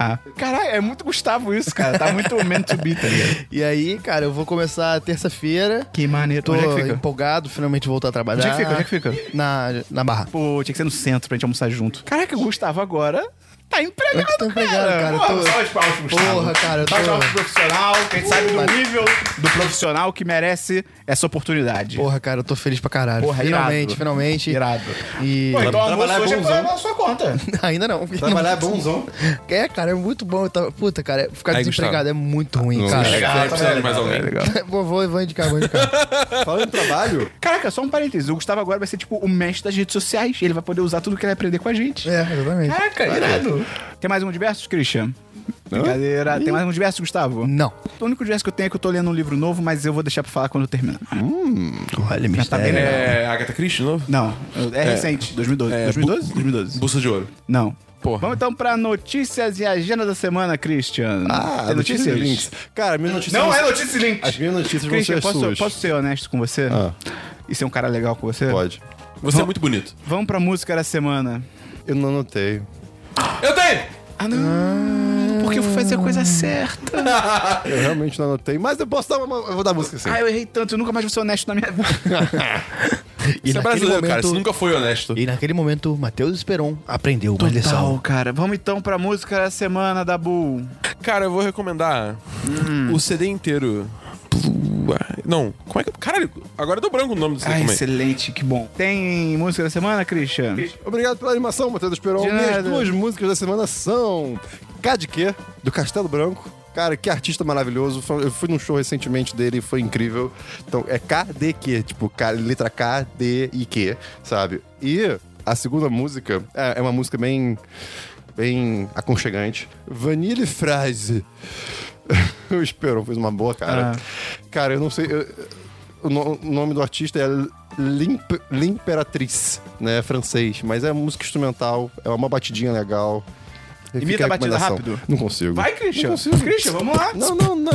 [SPEAKER 1] Ah. Caralho, é muito Gustavo isso, cara. Tá muito meant to be, tá ligado?
[SPEAKER 3] E aí, cara, eu vou começar terça-feira.
[SPEAKER 1] Que maneiro.
[SPEAKER 3] Tô
[SPEAKER 1] Onde é que fica?
[SPEAKER 3] empolgado, finalmente voltar a trabalhar.
[SPEAKER 1] Onde é que fica? Onde é que fica?
[SPEAKER 3] Na, na Barra.
[SPEAKER 1] Pô, tinha que ser no centro pra gente almoçar junto. Caraca, o Gustavo agora tá empregado,
[SPEAKER 3] Eu tô empregado, cara. Eu
[SPEAKER 1] Porra,
[SPEAKER 3] tô-
[SPEAKER 1] salve de palmas pro Gustavo.
[SPEAKER 3] Porra, cara, eu
[SPEAKER 1] Salve de
[SPEAKER 3] tô-
[SPEAKER 1] palmas pro profissional, quem sabe do
[SPEAKER 3] Mas-
[SPEAKER 1] nível do profissional que merece essa oportunidade.
[SPEAKER 3] Porra, cara, eu tô feliz pra caralho.
[SPEAKER 1] Porra,
[SPEAKER 3] finalmente,
[SPEAKER 1] irado.
[SPEAKER 3] finalmente.
[SPEAKER 1] Irado.
[SPEAKER 3] E.
[SPEAKER 1] Pô, então o almoço
[SPEAKER 4] Trabalhar
[SPEAKER 1] hoje é
[SPEAKER 4] bonzão.
[SPEAKER 1] pra- na sua conta.
[SPEAKER 3] Ainda não.
[SPEAKER 4] Trabalhar é bonzão.
[SPEAKER 3] É, cara, é muito bom. eu tava- Puta, cara, ficar
[SPEAKER 2] Aí,
[SPEAKER 3] desempregado é muito ruim,
[SPEAKER 4] Não,
[SPEAKER 3] cara.
[SPEAKER 4] legal.
[SPEAKER 2] Será que precisa de Tá mais
[SPEAKER 3] tá
[SPEAKER 2] alguém?
[SPEAKER 3] Vou, vou, vou indicar, vou indicar.
[SPEAKER 4] Falando em trabalho,
[SPEAKER 1] Caraca, só um parênteses. O Gustavo agora vai ser tipo o mestre das redes sociais. Ele vai poder usar tudo que ele aprender com a gente.
[SPEAKER 3] é, exatamente.
[SPEAKER 1] Caraca, irado. Tem mais um diversos, Christian? Brincadeira. Tem mais um diverso, Gustavo?
[SPEAKER 3] Não.
[SPEAKER 1] O único diverso que eu tenho é que eu tô lendo um livro novo, mas eu vou deixar pra falar quando eu terminar.
[SPEAKER 4] Hum,
[SPEAKER 3] Olha,
[SPEAKER 1] Mas tá bem legal.
[SPEAKER 2] É Agatha Christie de novo?
[SPEAKER 1] Não, é, recente, 2012. 2012? 2012.
[SPEAKER 2] Bolsa É, de ouro.
[SPEAKER 1] Não.
[SPEAKER 2] Porra.
[SPEAKER 1] Vamos então pra notícias e agenda da semana, Christian.
[SPEAKER 4] Ah,
[SPEAKER 1] Tem
[SPEAKER 4] notícias e links. Cara, minha notícia.
[SPEAKER 1] Não
[SPEAKER 4] vão
[SPEAKER 1] é
[SPEAKER 4] ser-
[SPEAKER 1] notícias e links.
[SPEAKER 4] As minhas notícias vão
[SPEAKER 1] Christian,
[SPEAKER 4] ser
[SPEAKER 1] posso,
[SPEAKER 4] suas.
[SPEAKER 1] posso ser honesto com você?
[SPEAKER 4] Ah.
[SPEAKER 1] E ser um cara legal com você?
[SPEAKER 4] Pode.
[SPEAKER 2] Você é muito bonito.
[SPEAKER 1] Vamos pra música da semana.
[SPEAKER 4] Eu não anotei.
[SPEAKER 2] Eu tenho!
[SPEAKER 1] Ah,
[SPEAKER 4] Ah.
[SPEAKER 1] não. Porque eu fui fazer a coisa certa.
[SPEAKER 4] Eu realmente não anotei, mas eu posso dar uma. Eu vou dar música assim.
[SPEAKER 1] Ah, eu errei tanto. Eu nunca mais vou ser honesto na minha vida.
[SPEAKER 3] E
[SPEAKER 2] Você é
[SPEAKER 3] naquele,
[SPEAKER 2] brasileiro, cara. Você
[SPEAKER 3] momento,
[SPEAKER 2] nunca foi honesto.
[SPEAKER 3] e naquele momento, Matheus Esperon aprendeu uma lição.
[SPEAKER 1] Total, cara. Vamos então pra música da semana da Bull.
[SPEAKER 2] Cara, eu vou recomendar
[SPEAKER 3] Hum.
[SPEAKER 2] o CD inteiro. Não, como é que. Caralho, agora deu branco o nome do CD.
[SPEAKER 1] Ah,
[SPEAKER 2] também.
[SPEAKER 1] excelente. Que bom. Tem música da semana, Christian?
[SPEAKER 4] Obrigado pela animação, Matheus Esperon.
[SPEAKER 1] De
[SPEAKER 4] Minhas
[SPEAKER 1] nada.
[SPEAKER 4] duas músicas da semana são Cadique, do Castelo Branco. Cara, que artista maravilhoso. Foi- Eu fui num show recentemente dele e foi incrível. Então, é KDQ, tipo, K- letra K, D e Q, sabe? E a segunda música é, é uma música bem, bem aconchegante. Vanille Frase. o Esperon fez uma boa, cara.
[SPEAKER 1] Ah.
[SPEAKER 4] Cara, eu não sei... eu- o, no- o nome do artista é Limp- L'Imperatriz, né? Francês. Mas é música instrumental, é uma batidinha legal. Fica
[SPEAKER 1] Imita a batida
[SPEAKER 4] recomendação.
[SPEAKER 1] rápido.
[SPEAKER 4] Não consigo.
[SPEAKER 1] Vai, Christian. Christian, vamos lá.
[SPEAKER 4] Não, não, não.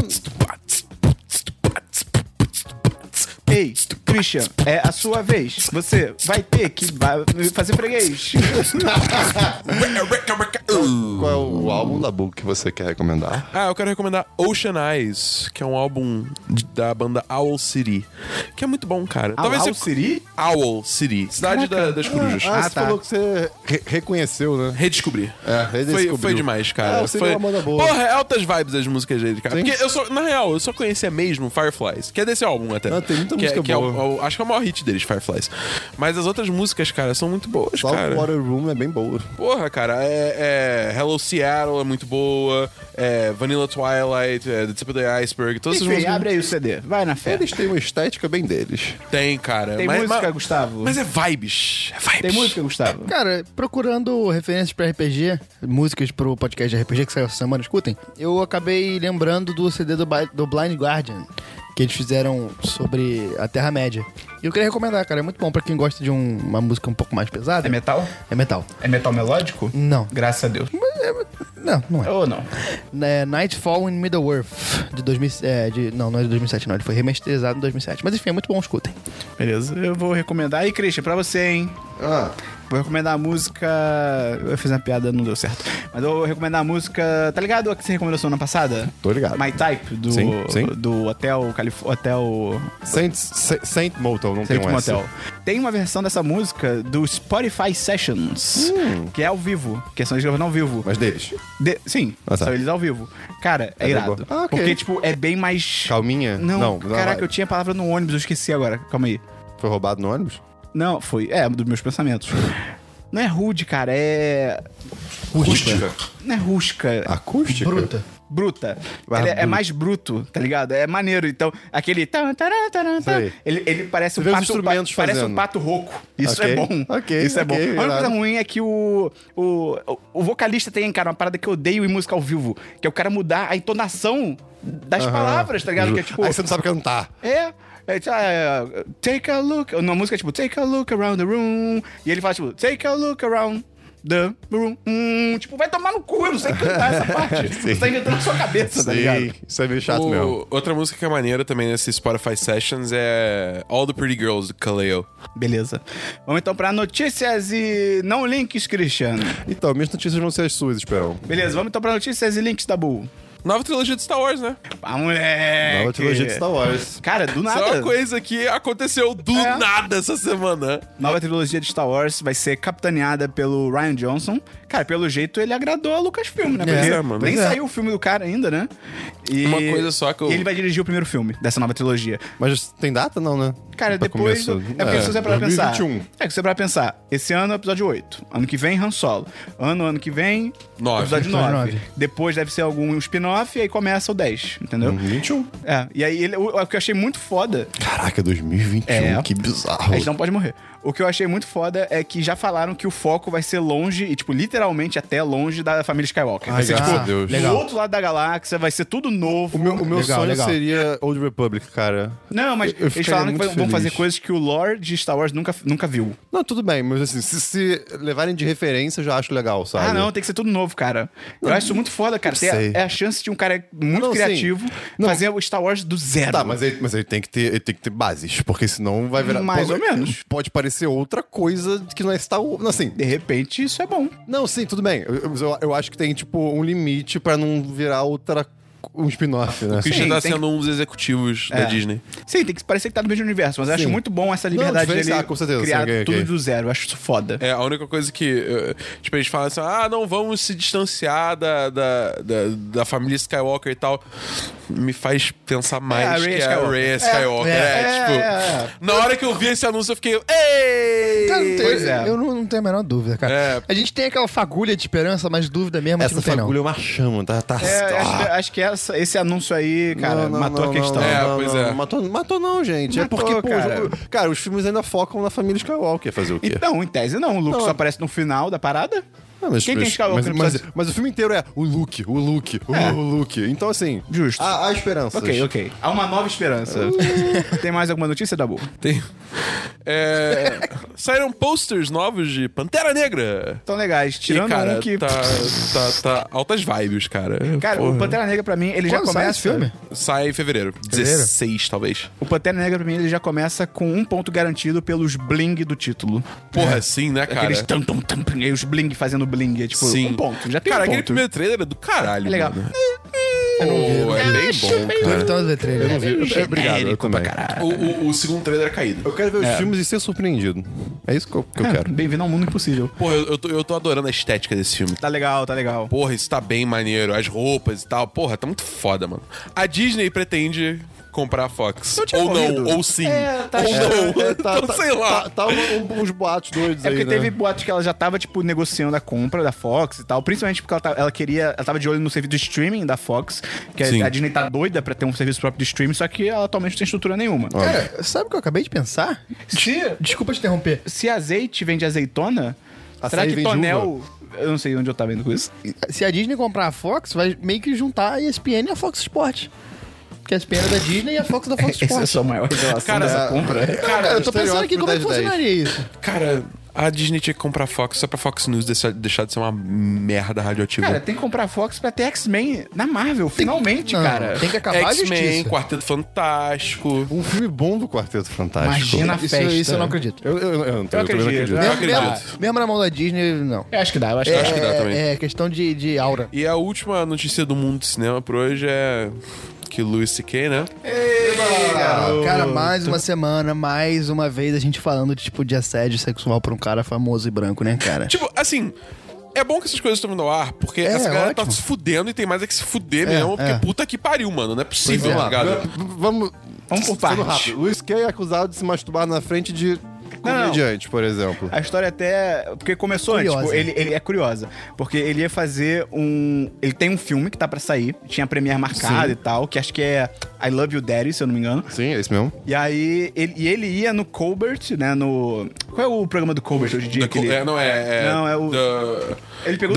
[SPEAKER 1] Ei, Christian, é a sua vez. Você vai ter que ba- fazer freguês.
[SPEAKER 4] Qual é o álbum da Book que você quer recomendar?
[SPEAKER 2] Ah, eu quero recomendar Ocean Eyes, que é um álbum de- da banda Owl City. Que é muito bom, cara.
[SPEAKER 1] Talvez
[SPEAKER 2] eu-
[SPEAKER 1] o Siri?
[SPEAKER 2] Owl City, Cidade da- das Corujas.
[SPEAKER 4] Ah,
[SPEAKER 1] Ah,
[SPEAKER 4] você
[SPEAKER 1] tá.
[SPEAKER 4] falou que você re- reconheceu, né?
[SPEAKER 2] Redescobrir.
[SPEAKER 4] É,
[SPEAKER 2] Foi,
[SPEAKER 4] redescobriu.
[SPEAKER 2] foi demais, cara.
[SPEAKER 4] Ah, o City
[SPEAKER 2] foi...
[SPEAKER 4] é uma banda boa.
[SPEAKER 2] Porra, é altas vibes as músicas dele, cara.
[SPEAKER 4] Sim.
[SPEAKER 2] Porque eu só, na real, eu só conhecia mesmo Fireflies, que é desse álbum até.
[SPEAKER 4] Ah, tem muita
[SPEAKER 2] que, é-
[SPEAKER 4] música
[SPEAKER 2] que é o-
[SPEAKER 4] boa.
[SPEAKER 2] o- acho que é o maior hit deles, Fireflies. Mas as outras músicas, cara, são muito boas,
[SPEAKER 4] Só
[SPEAKER 2] cara.
[SPEAKER 4] o Water Room é bem boa.
[SPEAKER 2] Porra, cara, é, é Hello Seattle é muito boa, é Vanilla Twilight, é The Tip of the Iceberg, todas essas
[SPEAKER 1] Enfim,
[SPEAKER 2] músicas
[SPEAKER 1] abre aí o CD. Vai na fé.
[SPEAKER 4] Eles têm uma estética bem deles.
[SPEAKER 2] tem, cara.
[SPEAKER 1] Tem
[SPEAKER 2] mas,
[SPEAKER 1] música,
[SPEAKER 2] mas-
[SPEAKER 1] Gustavo?
[SPEAKER 2] Mas é vibes, é vibes.
[SPEAKER 1] Tem música, Gustavo?
[SPEAKER 3] Cara, procurando referências pra RPG, músicas pro podcast de RPG que saiu essa semana, escutem, eu acabei lembrando do CD do, Bi- do Blind Guardian, que eles fizeram sobre a Terra-média. E eu queria recomendar, cara. É muito bom pra quem gosta de um- uma música um pouco mais pesada.
[SPEAKER 1] É metal?
[SPEAKER 3] É metal.
[SPEAKER 1] É metal melódico?
[SPEAKER 3] Não.
[SPEAKER 1] Graças a Deus.
[SPEAKER 3] Mas é- Não, não é.
[SPEAKER 1] Ou não?
[SPEAKER 3] né, Nightfall in Middle Earth, de 2000, é, de, não, não é de 2007 não, ele foi remasterizado em 2007. Mas enfim, é muito bom, escutem.
[SPEAKER 1] Beleza, eu vou recomendar. E, Christian, pra você, hein?
[SPEAKER 4] Ah.
[SPEAKER 1] Vou recomendar a música. Eu fiz uma piada, não deu certo. Mas eu vou recomendar a música. Tá ligado a que você recomendou semana passada?
[SPEAKER 4] Tô ligado.
[SPEAKER 1] My Type, do,
[SPEAKER 4] Sim, sim.
[SPEAKER 1] do Hotel Calif... Hotel.
[SPEAKER 4] Saint, Sa- Saint Motel, não
[SPEAKER 1] Saint
[SPEAKER 4] tem um S.
[SPEAKER 1] Motel. Tem uma versão dessa música do Spotify Sessions, que é ao vivo, que são eles gravando ao vivo.
[SPEAKER 4] Hum. Mas deles.
[SPEAKER 1] De- Sim,
[SPEAKER 4] Ah, tá.
[SPEAKER 1] são eles ao vivo. Cara, é,
[SPEAKER 4] É
[SPEAKER 1] irado.
[SPEAKER 4] legal. Ah, ok.
[SPEAKER 1] Porque, tipo, é bem mais.
[SPEAKER 4] Calminha?
[SPEAKER 1] Não,
[SPEAKER 4] Não, não é
[SPEAKER 1] caraca,
[SPEAKER 4] live.
[SPEAKER 1] eu tinha a palavra no ônibus, eu esqueci agora. Calma aí.
[SPEAKER 4] Foi roubado no ônibus?
[SPEAKER 1] Não, foi. É, dos meus pensamentos. Não é rude, cara, é.
[SPEAKER 4] Acústica.
[SPEAKER 1] Não é rusca.
[SPEAKER 4] Acústica?
[SPEAKER 3] Bruta.
[SPEAKER 1] Bruta.
[SPEAKER 4] Ah,
[SPEAKER 1] Ele é- é
[SPEAKER 4] bruto.
[SPEAKER 1] mais bruto, tá ligado? É maneiro. Então, aquele. tan, taran, taran, tan,
[SPEAKER 4] Sei.
[SPEAKER 1] Ele, ele parece um
[SPEAKER 4] vê os
[SPEAKER 1] pato.
[SPEAKER 4] instrumentos
[SPEAKER 1] pa- parece
[SPEAKER 4] fazendo.
[SPEAKER 1] um pato rouco. Isso
[SPEAKER 4] Ok,
[SPEAKER 1] é bom.
[SPEAKER 4] ok,
[SPEAKER 1] Isso é bom.
[SPEAKER 4] ok,
[SPEAKER 1] A única coisa
[SPEAKER 4] irado.
[SPEAKER 1] ruim é que o, o. o vocalista tem, cara, uma parada que eu odeio em música ao vivo, que é o cara mudar a entonação das palavras, tá ligado? Que é tipo.
[SPEAKER 4] Aí você não tá. sabe cantar.
[SPEAKER 1] É. É, tipo, ah, é, take a look. Na música, é tipo, take a look around the room. E ele fala, tipo, take a look around the room. Hum, tipo, vai tomar no cu, eu não sei cantar essa parte. Você tá inventando na sua cabeça, tá ligado?
[SPEAKER 4] Isso é meio chato
[SPEAKER 2] O-
[SPEAKER 4] mesmo.
[SPEAKER 2] Outra música que é maneira também nesse Spotify Sessions é All the Pretty Girls, do Kaleo.
[SPEAKER 1] Beleza. Vamos então pra notícias e não links, Cristiano.
[SPEAKER 4] Então, minhas notícias vão ser as suas, Esperão.
[SPEAKER 1] Beleza, vamos então pra notícias e links, Dabu.
[SPEAKER 2] Nova trilogia de Star Wars, né?
[SPEAKER 1] Ah, moleque!
[SPEAKER 4] Nova trilogia de Star Wars.
[SPEAKER 1] Cara, do
[SPEAKER 2] Isso é
[SPEAKER 1] nada.
[SPEAKER 2] tá- uma coisa que aconteceu do
[SPEAKER 1] É.
[SPEAKER 2] nada essa semana.
[SPEAKER 1] Nova trilogia de Star Wars vai ser capitaneada pelo Ryan Johnson. Cara, pelo jeito ele agradou a Lucasfilm, né? Porque
[SPEAKER 2] É, mano.
[SPEAKER 1] nem
[SPEAKER 2] É.
[SPEAKER 1] saiu o filme do cara ainda, né? E-
[SPEAKER 2] Uma coisa só que eu-
[SPEAKER 1] E ele vai dirigir o primeiro filme dessa nova trilogia.
[SPEAKER 4] Mas tem data, não, né?
[SPEAKER 1] Cara,
[SPEAKER 4] Pra
[SPEAKER 1] depois.
[SPEAKER 4] começo.
[SPEAKER 1] do- É porque se você parar pra pensar.
[SPEAKER 4] 2021.
[SPEAKER 1] É que se você parar pra pensar. Esse ano é o episódio 8. Ano que vem, Han Solo. Ano, ano que vem.
[SPEAKER 2] Nove.
[SPEAKER 1] Episódio
[SPEAKER 3] Episódio
[SPEAKER 1] 9.
[SPEAKER 3] nove.
[SPEAKER 1] Depois deve ser algum spin-off e aí começa o 10, entendeu?
[SPEAKER 2] Uhum.
[SPEAKER 4] 21.
[SPEAKER 1] É. E aí ele, o, o que eu achei muito foda
[SPEAKER 4] Caraca, 2021,
[SPEAKER 1] É.
[SPEAKER 4] que bizarro.
[SPEAKER 1] a gente não pode morrer. O que eu achei muito foda é que já falaram que o foco vai ser longe, e tipo, literalmente até longe da família Skywalker. Vai
[SPEAKER 4] Ai,
[SPEAKER 1] ser,
[SPEAKER 4] graças
[SPEAKER 1] tipo,
[SPEAKER 4] a Deus.
[SPEAKER 1] do
[SPEAKER 3] Legal.
[SPEAKER 1] outro lado da galáxia, vai ser tudo novo.
[SPEAKER 4] O meu, o meu
[SPEAKER 3] Legal,
[SPEAKER 4] sonho
[SPEAKER 3] legal.
[SPEAKER 4] seria Old Republic, cara.
[SPEAKER 1] Não, mas
[SPEAKER 4] Eu
[SPEAKER 1] eles
[SPEAKER 4] ficaria
[SPEAKER 1] falaram que
[SPEAKER 4] muito
[SPEAKER 1] vão vão
[SPEAKER 4] feliz.
[SPEAKER 1] fazer coisas que o lore de Star Wars nunca, nunca viu.
[SPEAKER 4] Não, tudo bem, mas assim, se, se levarem de referência, eu já acho legal, sabe?
[SPEAKER 1] Ah, não, tem que ser tudo novo, cara. Eu acho isso muito foda, cara. Tem a-
[SPEAKER 4] sei.
[SPEAKER 1] é a chance de um cara muito
[SPEAKER 4] Não,
[SPEAKER 1] criativo
[SPEAKER 4] sim. Não.
[SPEAKER 1] fazer o Star Wars do zero.
[SPEAKER 4] Tá, mas ele, mas ele tem que ter, ele tem que ter bases, porque senão vai virar.
[SPEAKER 1] né? Mais
[SPEAKER 4] pode-
[SPEAKER 1] ou menos.
[SPEAKER 4] Pode parecer outra coisa que não é Star Wars. Assim,
[SPEAKER 1] De repente, isso é bom.
[SPEAKER 4] não, sim, tudo bem. Eu, eu- eu acho que tem, tipo, um limite pra não virar outra. um spin-off, né?
[SPEAKER 2] O Christian tá
[SPEAKER 1] tem
[SPEAKER 2] sendo um dos executivos da Disney.
[SPEAKER 1] Sim, tem que parecer que tá no mesmo universo, mas eu acho
[SPEAKER 4] Sim.
[SPEAKER 1] muito bom essa
[SPEAKER 4] Não,
[SPEAKER 1] liberdade dele
[SPEAKER 4] diferenciar, com certeza.
[SPEAKER 1] criar
[SPEAKER 4] Sim, ok,
[SPEAKER 1] tudo
[SPEAKER 4] ok.
[SPEAKER 1] do zero. Eu acho isso foda.
[SPEAKER 2] É, a única coisa que. eh, Tipo, eles falam assim: ah, não vamos se distanciar da, da, da, da família Skywalker e tal. Me faz pensar mais
[SPEAKER 1] a Rey
[SPEAKER 2] que a Rey é Skywalker. É,
[SPEAKER 1] é,
[SPEAKER 2] tipo. Na hora que eu vi esse anúncio, eu fiquei. Ei!
[SPEAKER 3] Cara, não tem-
[SPEAKER 1] Pois é.
[SPEAKER 3] Eu não, não tenho a menor dúvida, cara.
[SPEAKER 2] É.
[SPEAKER 3] A gente tem aquela fagulha de esperança, mas dúvida mesmo a gente
[SPEAKER 4] Essa
[SPEAKER 3] não tem não.
[SPEAKER 4] fagulha é uma chama, tá? tá
[SPEAKER 1] É, eu acho, que-
[SPEAKER 4] Ah!
[SPEAKER 1] acho que essa- esse anúncio aí, cara,
[SPEAKER 4] Não, não,
[SPEAKER 1] matou
[SPEAKER 4] não,
[SPEAKER 1] a questão.
[SPEAKER 4] Não,
[SPEAKER 2] É,
[SPEAKER 4] não, não,
[SPEAKER 2] pois
[SPEAKER 4] não,
[SPEAKER 2] é.
[SPEAKER 4] não Matou, matou não, gente.
[SPEAKER 1] Matou,
[SPEAKER 4] é porque, pô,
[SPEAKER 1] cara.
[SPEAKER 4] cara. cara, os filmes ainda focam na família Skywalker. Fazer o quê?
[SPEAKER 1] Então, em tese não, o Luke
[SPEAKER 4] Não,
[SPEAKER 1] só
[SPEAKER 4] é-
[SPEAKER 1] aparece no final da parada.
[SPEAKER 4] Ah, mas,
[SPEAKER 1] Quem tem
[SPEAKER 4] mas-
[SPEAKER 1] Skywalker no
[SPEAKER 4] mas, mas,
[SPEAKER 1] episódio?
[SPEAKER 4] mas o filme inteiro é o Luke, o Luke, o,
[SPEAKER 1] É.
[SPEAKER 4] o Luke. Então, assim.
[SPEAKER 1] Justo.
[SPEAKER 4] Há, há esperanças.
[SPEAKER 1] Ok, ok. Há uma nova esperança. Tem mais alguma notícia, Dabu?
[SPEAKER 2] Tem. É, saíram posters novos de Pantera Negra.
[SPEAKER 1] Tão Então, legais, tirando
[SPEAKER 2] e, cara,
[SPEAKER 1] um que...
[SPEAKER 2] tá, tá, tá altas vibes, cara.
[SPEAKER 1] Cara, o
[SPEAKER 2] Porra.
[SPEAKER 1] Pantera Negra pra mim, ele já
[SPEAKER 3] Quando sai
[SPEAKER 1] começa...
[SPEAKER 3] esse filme?
[SPEAKER 2] Sai em fevereiro. 16, talvez.
[SPEAKER 1] O Pantera Negra pra mim, ele já começa com um ponto garantido pelos bling do título.
[SPEAKER 2] Porra, sim, né, cara?
[SPEAKER 1] É. Aqueles tam, tam, tam, tam, e aí os bling fazendo bling, é tipo
[SPEAKER 2] Sim.
[SPEAKER 1] um ponto, já tem
[SPEAKER 2] Cara,
[SPEAKER 1] um
[SPEAKER 2] aquele
[SPEAKER 1] ponto.
[SPEAKER 2] primeiro trailer é do caralho.
[SPEAKER 1] É legal.
[SPEAKER 2] mano. Pô, é bem bom,
[SPEAKER 3] Tô
[SPEAKER 2] cara.
[SPEAKER 3] evitando as letreiras.
[SPEAKER 4] Eu vi. É, obrigado, eu também.
[SPEAKER 2] O, o- o segundo trailer é caído.
[SPEAKER 4] Eu quero ver os filmes e ser surpreendido. É isso que eu, que eu
[SPEAKER 1] É,
[SPEAKER 4] quero.
[SPEAKER 1] Bem-vindo ao mundo impossível.
[SPEAKER 2] Porra, eu, eu tô, eu tô adorando a estética desse filme.
[SPEAKER 1] Tá legal, tá legal.
[SPEAKER 2] Porra, isso tá bem maneiro. As roupas e tal. Porra, tá muito foda, mano. A Disney pretende comprar a Fox.
[SPEAKER 1] Eu tinha
[SPEAKER 2] Ou não,
[SPEAKER 1] ouvido.
[SPEAKER 2] ou sim.
[SPEAKER 1] É, tá
[SPEAKER 2] ou
[SPEAKER 1] achando-
[SPEAKER 2] não.
[SPEAKER 4] É, tá-
[SPEAKER 2] então,
[SPEAKER 4] tá-
[SPEAKER 2] sei lá.
[SPEAKER 4] Tá, tá um- uns boatos doidos
[SPEAKER 1] É
[SPEAKER 4] aí.
[SPEAKER 1] porque teve
[SPEAKER 4] Né?
[SPEAKER 1] boatos que ela já tava, tipo, negociando a compra da Fox e tal. Principalmente porque ela, tá- ela queria. Ela tava de olho no serviço de streaming da Fox. Que a-
[SPEAKER 2] Sim.
[SPEAKER 1] a Disney tá doida pra ter um serviço próprio de streaming, só que ela atualmente não tem estrutura nenhuma.
[SPEAKER 3] Cara, sabe o que eu acabei de pensar?
[SPEAKER 1] Se,
[SPEAKER 3] Desculpa te interromper.
[SPEAKER 1] se azeite vende azeitona,
[SPEAKER 4] Açaí
[SPEAKER 1] será que
[SPEAKER 4] vende
[SPEAKER 1] tonel. Eu não sei onde eu tava indo com isso.
[SPEAKER 3] Se a Disney comprar a Fox, vai meio que juntar a ESPN e a Fox Sports. Porque a SPN era é da Disney e a Fox da Fox
[SPEAKER 1] Essa é a
[SPEAKER 3] Sports.
[SPEAKER 1] sua maior revelação
[SPEAKER 2] Cara,
[SPEAKER 1] dessa
[SPEAKER 2] é-
[SPEAKER 1] compra.
[SPEAKER 2] Cara,
[SPEAKER 3] eu tô pensando aqui como é que
[SPEAKER 4] Estereótipo 10.
[SPEAKER 3] funcionaria isso.
[SPEAKER 2] Cara, a Disney tinha que comprar a Fox só pra Fox News deixar, deixar de ser uma merda radioativa.
[SPEAKER 1] Cara, tem que comprar Fox pra ter X-Men na Marvel, finalmente,
[SPEAKER 3] Não,
[SPEAKER 1] cara.
[SPEAKER 3] Tem que acabar a
[SPEAKER 2] X-Men,
[SPEAKER 3] justiça.
[SPEAKER 2] Quarteto Fantástico.
[SPEAKER 4] Um filme bom do Quarteto Fantástico.
[SPEAKER 1] Imagina a
[SPEAKER 3] Isso-
[SPEAKER 1] festa.
[SPEAKER 3] isso eu não acredito.
[SPEAKER 4] Eu, eu, eu, não, tô- eu também não
[SPEAKER 1] acredito. né? Eu
[SPEAKER 4] acredito.
[SPEAKER 3] Mesmo, mesmo-
[SPEAKER 2] acredito.
[SPEAKER 3] mesmo na mão da Disney, não.
[SPEAKER 1] Eu acho que dá, eu acho que
[SPEAKER 2] acho
[SPEAKER 1] dá.
[SPEAKER 2] que dá
[SPEAKER 3] É-
[SPEAKER 2] também.
[SPEAKER 3] É questão de, de aura.
[SPEAKER 2] E a última notícia do mundo do cinema por hoje é que Louis C.K., né?
[SPEAKER 1] É.
[SPEAKER 3] Cara, mais uma semana, mais uma vez a gente falando de tipo de assédio sexual pra um cara famoso e branco, né, cara?
[SPEAKER 2] Tipo, assim, é bom que essas coisas estão indo ao ar, porque
[SPEAKER 1] É,
[SPEAKER 2] essa galera tá
[SPEAKER 3] ótimo.
[SPEAKER 2] se fudendo e tem mais é que se fuder mesmo, porque
[SPEAKER 3] é.
[SPEAKER 2] puta que pariu, mano. Não é possível, tá ligado?
[SPEAKER 4] V- Vamos.
[SPEAKER 1] Vamos por
[SPEAKER 4] sendo
[SPEAKER 1] partes.
[SPEAKER 4] rápido. Luiz Kay é acusado de se masturbar na frente de comediante, por exemplo.
[SPEAKER 1] A história até. Porque começou antes.
[SPEAKER 3] Curiosa.
[SPEAKER 1] Tipo, ele, ele é curiosa. Porque ele ia fazer um. Ele tem um filme que tá pra sair. Tinha a premiere marcada e tal, que acho que é I Love You Daddy, se eu não me engano.
[SPEAKER 4] Sim, é isso mesmo.
[SPEAKER 1] E aí. Ele, e ele ia no Colbert, né? No. Qual é o programa do Colbert hoje em dia?
[SPEAKER 2] Da
[SPEAKER 1] que
[SPEAKER 2] Col-
[SPEAKER 1] ele,
[SPEAKER 2] é, não, é,
[SPEAKER 1] Não, é o-
[SPEAKER 2] The-
[SPEAKER 1] ele pegou.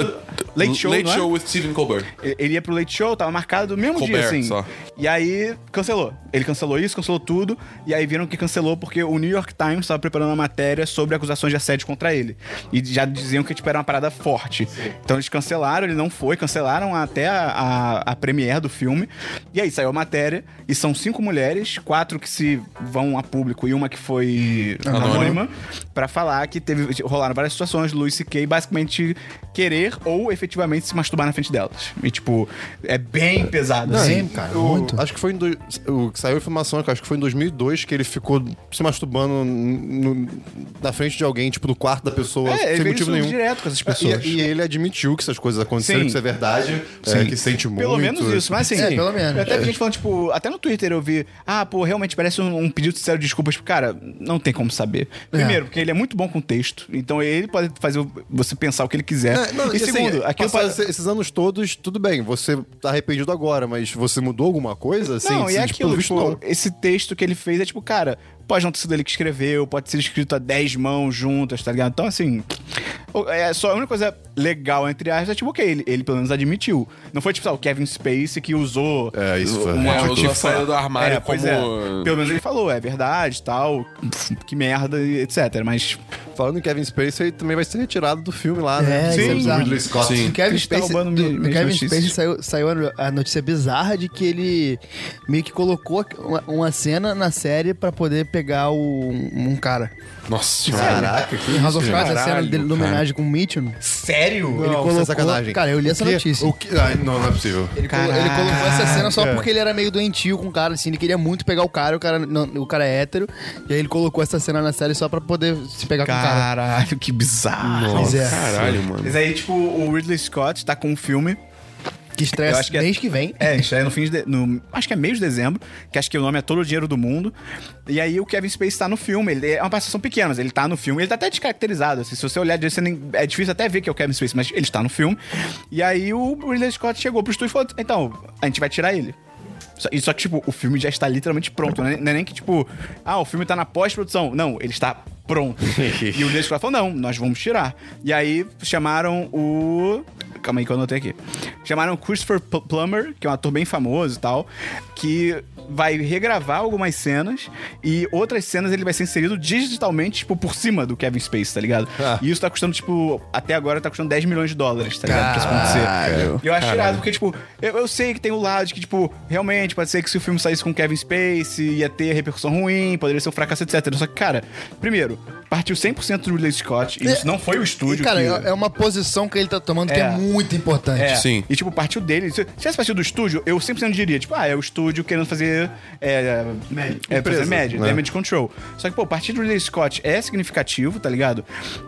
[SPEAKER 1] Late Show.
[SPEAKER 2] Late
[SPEAKER 1] não é?
[SPEAKER 2] Show with Stephen Colbert.
[SPEAKER 1] Ele ia pro late show, tava marcado no mesmo
[SPEAKER 2] Colbert,
[SPEAKER 1] dia, assim.
[SPEAKER 2] só.
[SPEAKER 1] E aí, cancelou. Ele cancelou isso, cancelou tudo. E aí viram que cancelou porque o New York Times tava preparando uma matéria sobre acusações de assédio contra ele. E já diziam que, tipo, era uma parada forte. Então eles cancelaram, ele não foi. Cancelaram até a, a, a premiere do filme. E aí saiu a matéria. E são cinco mulheres, quatro que se vão a público e uma que foi
[SPEAKER 2] Anônima.
[SPEAKER 1] anônima programa pra falar que teve rolaram várias situações do Louis C.K. basicamente querer ou efetivamente se masturbar na frente delas. E tipo, é bem pesado. assim.
[SPEAKER 3] Sim, cara,
[SPEAKER 4] Eu-
[SPEAKER 3] Ah, muito.
[SPEAKER 4] Acho que foi em. Do, o que saiu a informação, que eu acho que foi em 2002 que ele ficou se masturbando no- no- na frente de alguém, tipo, do quarto da pessoa,
[SPEAKER 1] É, ele
[SPEAKER 4] sem
[SPEAKER 1] vem isso
[SPEAKER 4] motivo nenhum.
[SPEAKER 1] direto com essas pessoas.
[SPEAKER 4] E, e ele admitiu que essas coisas aconteceram,
[SPEAKER 1] Sim.
[SPEAKER 4] que isso é verdade, é, que sente muito.
[SPEAKER 1] Pelo menos isso, mas assim.
[SPEAKER 3] É, pelo menos.
[SPEAKER 1] Até vi gente falando, tipo, até no Twitter eu vi, ah, pô, realmente parece um, um pedido sincero de desculpas. Tipo, Cara, não tem como saber. Primeiro, porque ele é muito bom com texto, então ele pode fazer você pensar o que ele quiser.
[SPEAKER 4] É, não,
[SPEAKER 1] e
[SPEAKER 4] assim,
[SPEAKER 1] segundo, aquilo
[SPEAKER 4] passaram
[SPEAKER 1] parece.
[SPEAKER 4] esse- esses anos todos, tudo bem, você tá arrependido agora, mas você mudou alguma coisa? Assim,
[SPEAKER 1] não,
[SPEAKER 4] Sim,
[SPEAKER 1] e é
[SPEAKER 4] tipo,
[SPEAKER 1] aquilo,
[SPEAKER 4] pelo visto, não.
[SPEAKER 1] tipo, esse texto que ele fez é tipo, cara, pode não ter sido ele que escreveu, pode ser escrito a 10 mãos juntas, tá ligado? Então, assim, o- é só a única coisa legal, entre aspas, é tipo, ok, ele, ele pelo menos admitiu. Não foi tipo, sei lá, o Kevin Spacey que usou
[SPEAKER 4] É, isso foi
[SPEAKER 2] É,
[SPEAKER 1] atitude
[SPEAKER 2] usou a saída
[SPEAKER 1] fora.
[SPEAKER 2] do armário
[SPEAKER 1] É, pois
[SPEAKER 2] como-
[SPEAKER 1] é. Pelo menos ele falou, é verdade, tal, que merda, e etc. Mas
[SPEAKER 4] Falando em Kevin Spacey, ele também vai ser retirado do filme lá,
[SPEAKER 3] É,
[SPEAKER 4] né?
[SPEAKER 3] isso é
[SPEAKER 4] Sim.
[SPEAKER 3] bizarro.
[SPEAKER 4] Ridley Scott.
[SPEAKER 3] Do Kevin
[SPEAKER 1] Ele tá
[SPEAKER 3] Spacey,
[SPEAKER 1] roubando
[SPEAKER 3] do-
[SPEAKER 1] minhas-
[SPEAKER 3] do
[SPEAKER 1] minhas
[SPEAKER 3] Kevin
[SPEAKER 1] notícias.
[SPEAKER 3] Spacey saiu, saiu a notícia bizarra de que ele meio que colocou uma, uma cena na série pra poder pegar o, um, um cara.
[SPEAKER 2] Nossa
[SPEAKER 4] Caraca,
[SPEAKER 3] Em
[SPEAKER 4] que
[SPEAKER 3] House of
[SPEAKER 4] isso,
[SPEAKER 3] Cards,
[SPEAKER 4] gente.
[SPEAKER 3] a cena dele na homenagem com o Mitchell.
[SPEAKER 1] sério?
[SPEAKER 3] ele
[SPEAKER 4] Não, isso
[SPEAKER 3] colocou-
[SPEAKER 4] é sacanagem.
[SPEAKER 3] Cara, eu li
[SPEAKER 4] O
[SPEAKER 3] essa
[SPEAKER 4] quê?
[SPEAKER 3] notícia.
[SPEAKER 4] O quê? Ai, não, não é possível.
[SPEAKER 3] Ele, colo- ele colocou essa cena só porque ele era meio doentio com o cara, assim, ele queria muito pegar o cara, o cara, não- o cara é hétero, e aí ele colocou essa cena na série só pra poder se pegar com o cara.
[SPEAKER 1] Caralho, que bizarro.
[SPEAKER 3] Pois é.
[SPEAKER 2] Caralho, mano.
[SPEAKER 1] Mas aí, tipo, o Ridley Scott tá com um filme
[SPEAKER 3] Que
[SPEAKER 1] Eu
[SPEAKER 3] estresse
[SPEAKER 1] acho que é-
[SPEAKER 3] mês que vem.
[SPEAKER 1] É, isso aí no fim de, no- Acho que é meio de dezembro, que acho que o nome é Todo o Dinheiro do Mundo. E aí o Kevin Spacey tá no filme. Ele é uma participação pequena, mas ele tá no filme. Ele tá até descaracterizado. Assim, se você olhar direito, você nem, é difícil até ver que é o Kevin Spacey, mas ele está no filme. E aí o Ridley Scott chegou pro estúdio e falou: Então, a gente vai tirar ele. Só, e só que, tipo, o filme já está literalmente pronto. Não é, não é nem que, tipo, ah, o filme tá na pós-produção. Não, ele está pronto. e o Ridley Scott falou: não, nós vamos tirar. E aí chamaram o. Calma aí que eu anotei aqui. Chamaram o Christopher P- Plummer, que é um ator bem famoso e tal, que vai regravar algumas cenas e outras cenas ele vai ser inserido digitalmente, tipo, por cima do Kevin Space, tá ligado?
[SPEAKER 3] Ah.
[SPEAKER 1] E isso tá custando, tipo, até agora tá custando 10 milhões de dólares, tá ligado? Pra isso acontecer. E eu acho irado, porque, tipo, eu, eu sei que tem o lado de que, tipo, realmente pode ser que se o filme saísse com Kevin Space, ia ter repercussão ruim, poderia ser um fracasso, etc. Só que, cara, primeiro, partiu 100% do Ridley Scott, e isso não foi o
[SPEAKER 3] É. E,
[SPEAKER 1] estúdio
[SPEAKER 3] cara,
[SPEAKER 1] que...
[SPEAKER 3] é é uma posição que ele tá tomando que é
[SPEAKER 1] É.
[SPEAKER 3] muito importante.
[SPEAKER 1] É.
[SPEAKER 2] Sim.
[SPEAKER 1] E, tipo, partiu dele. Se se tivesse partido do estúdio, eu 100% diria, tipo, ah, é o estúdio querendo fazer. É, é,
[SPEAKER 4] Empresa,
[SPEAKER 1] fazer média,
[SPEAKER 4] né?
[SPEAKER 1] damage control. Só que, pô, partir do Ridley Scott é significativo, tá ligado?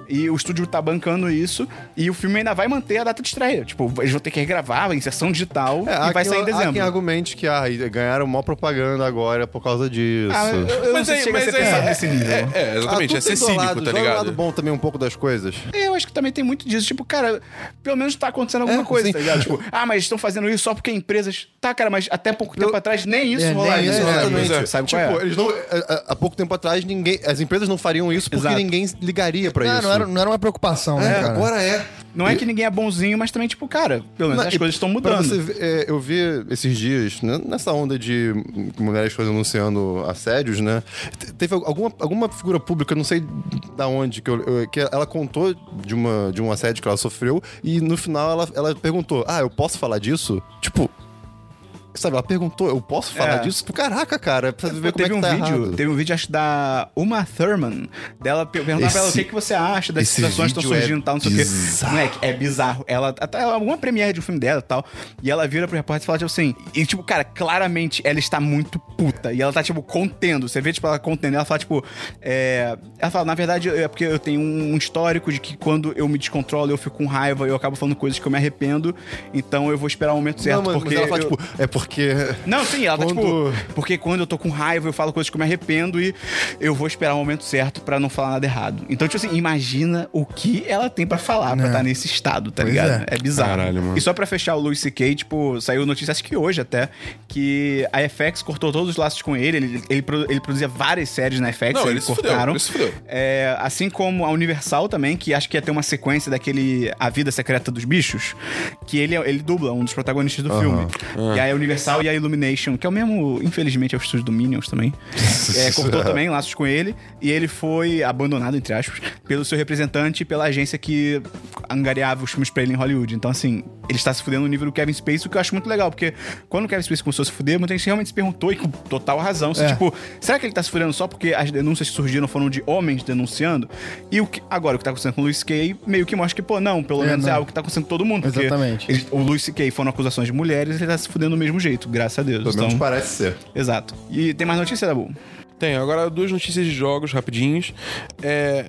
[SPEAKER 1] E o estúdio tá bancando isso. E o filme ainda vai manter a data de estreia. Tipo, eles vão ter que regravar a inserção digital
[SPEAKER 4] É,
[SPEAKER 1] e
[SPEAKER 4] há
[SPEAKER 1] vai
[SPEAKER 4] quem-
[SPEAKER 1] sair em
[SPEAKER 4] há
[SPEAKER 1] dezembro.
[SPEAKER 4] quem argumente que ah, ganharam maior propaganda agora por causa disso.
[SPEAKER 1] Ah, eu, eu não
[SPEAKER 2] Mas
[SPEAKER 1] sei
[SPEAKER 2] aí-
[SPEAKER 1] se chega a
[SPEAKER 2] mas
[SPEAKER 1] ser
[SPEAKER 2] aí-
[SPEAKER 1] pensado nesse nível.
[SPEAKER 2] É, é, exatamente.
[SPEAKER 4] Ah,
[SPEAKER 2] é ser
[SPEAKER 4] tudo tem
[SPEAKER 2] cínico,
[SPEAKER 4] dois lados,
[SPEAKER 2] tá
[SPEAKER 4] joga o
[SPEAKER 2] ligado?
[SPEAKER 4] lado bom também um pouco das coisas.
[SPEAKER 1] Eu acho que também tem muito disso. Tipo, cara, pelo menos tá acontecendo
[SPEAKER 4] É,
[SPEAKER 1] alguma coisa, tá ligado? Tipo, ah, mas estão fazendo isso só porque empresas. Tá, cara, mas até pouco tempo atrás nem isso
[SPEAKER 3] É,
[SPEAKER 1] rolava.
[SPEAKER 3] nem isso,
[SPEAKER 1] rolava.
[SPEAKER 4] Exatamente.
[SPEAKER 1] Sabe
[SPEAKER 4] tipo,
[SPEAKER 1] qual é?
[SPEAKER 4] eles não, há- há- há pouco tempo atrás, ninguém, as empresas não fariam isso porque
[SPEAKER 1] Exato.
[SPEAKER 4] ninguém ligaria
[SPEAKER 3] Ah,
[SPEAKER 4] pra
[SPEAKER 3] Não,
[SPEAKER 4] isso.
[SPEAKER 3] não era, não era uma preocupação, né, cara?
[SPEAKER 4] Agora é.
[SPEAKER 1] Não é que ninguém é bonzinho, mas também, tipo, cara, pelo menos
[SPEAKER 4] Não,
[SPEAKER 1] as
[SPEAKER 4] e
[SPEAKER 1] coisas estão
[SPEAKER 4] pra
[SPEAKER 1] mudando.
[SPEAKER 4] você ver, é, eu vi esses dias, né, nessa onda de mulheres foram anunciando assédios, né? te- Teve alguma, alguma figura pública, eu não sei da onde, que, eu- eu- que ela contou de, uma, de um assédio que ela sofreu e no final ela, ela perguntou: Ah, eu posso falar disso? Tipo. Sabe, ela perguntou, eu posso falar
[SPEAKER 1] É.
[SPEAKER 4] disso? Tipo, Caraca, cara, pra
[SPEAKER 1] Pô,
[SPEAKER 4] ver como é
[SPEAKER 1] teve
[SPEAKER 4] que
[SPEAKER 1] um
[SPEAKER 4] tá
[SPEAKER 1] vídeo,
[SPEAKER 4] errado.
[SPEAKER 1] teve um vídeo acho da Uma Thurman, dela pe- perguntar pra ela o
[SPEAKER 4] Esse-
[SPEAKER 1] que, que você acha das
[SPEAKER 4] esse
[SPEAKER 1] situações que estão
[SPEAKER 4] vídeo é
[SPEAKER 1] surgindo e tal, não sei o quê.
[SPEAKER 4] bizarro.
[SPEAKER 1] Moleque, é bizarro. Ela, até alguma premiere de um filme dela e tal, e ela vira pro repórter e fala tipo assim, e tipo, cara, claramente ela está muito puta, e ela tá tipo contendo, você vê tipo ela contendo, ela fala tipo, é, ela fala, na verdade é porque eu tenho um histórico de que quando eu me descontrolo, eu fico com raiva, eu acabo falando coisas que eu me arrependo, então eu vou esperar o momento certo,
[SPEAKER 4] não, mas, mas
[SPEAKER 1] porque
[SPEAKER 4] ela fala,
[SPEAKER 1] eu-
[SPEAKER 4] tipo, é porque.
[SPEAKER 1] não, sim, ela
[SPEAKER 4] Quando-
[SPEAKER 1] tá tipo. Porque quando eu tô com raiva, eu falo coisas que eu me arrependo e eu vou esperar o momento certo pra não falar nada errado. Então, tipo assim, imagina o que ela tem pra falar pra estar nesse estado, tá
[SPEAKER 3] É. Pois
[SPEAKER 1] ligado?
[SPEAKER 3] é.
[SPEAKER 1] É, bizarro.
[SPEAKER 2] Caralho, mano.
[SPEAKER 1] E só pra fechar o Louis C.K., tipo, saiu notícia, acho que hoje até, que a FX cortou todos os laços com ele. Ele, ele, pro- ele produzia várias séries na FX,
[SPEAKER 2] Não,
[SPEAKER 1] eles
[SPEAKER 2] ele se fudeu,
[SPEAKER 1] cortaram.
[SPEAKER 2] ele se fudeu.
[SPEAKER 1] É, assim como a Universal também, que acho que ia ter uma sequência daquele A Vida Secreta dos Bichos, que ele, ele dubla um dos protagonistas do filme. E aí a Universal e a Illumination, que é o mesmo, infelizmente, é o estúdio do Minions também, é, cortou também laços com ele, e ele foi abandonado, entre aspas, pelo seu representante e pela agência que angariava os filmes pra ele em Hollywood. Então, assim, ele está se fudendo no nível do Kevin Spacey, o que eu acho muito legal, porque quando o Kevin Spacey começou a se fuder, muita gente realmente se perguntou, e com total razão,
[SPEAKER 3] É.
[SPEAKER 1] se, tipo, será que ele tá se fudendo só porque as denúncias que surgiram foram de homens denunciando? E o que, agora, o que tá acontecendo com o Luis C.K. meio que mostra que, pô, não, pelo
[SPEAKER 3] É,
[SPEAKER 1] menos é
[SPEAKER 3] não.
[SPEAKER 1] algo que tá acontecendo com todo mundo. porque
[SPEAKER 3] Exatamente.
[SPEAKER 1] eles- o Luis C.K. foram acusações de mulheres, ele tá se fudendo do mesmo jeito, graças a Deus.
[SPEAKER 4] Pelo menos
[SPEAKER 1] Então,
[SPEAKER 4] parece ser.
[SPEAKER 1] exato. E tem mais notícia, Dabu?
[SPEAKER 2] Tem, agora duas notícias de jogos rapidinhos. É,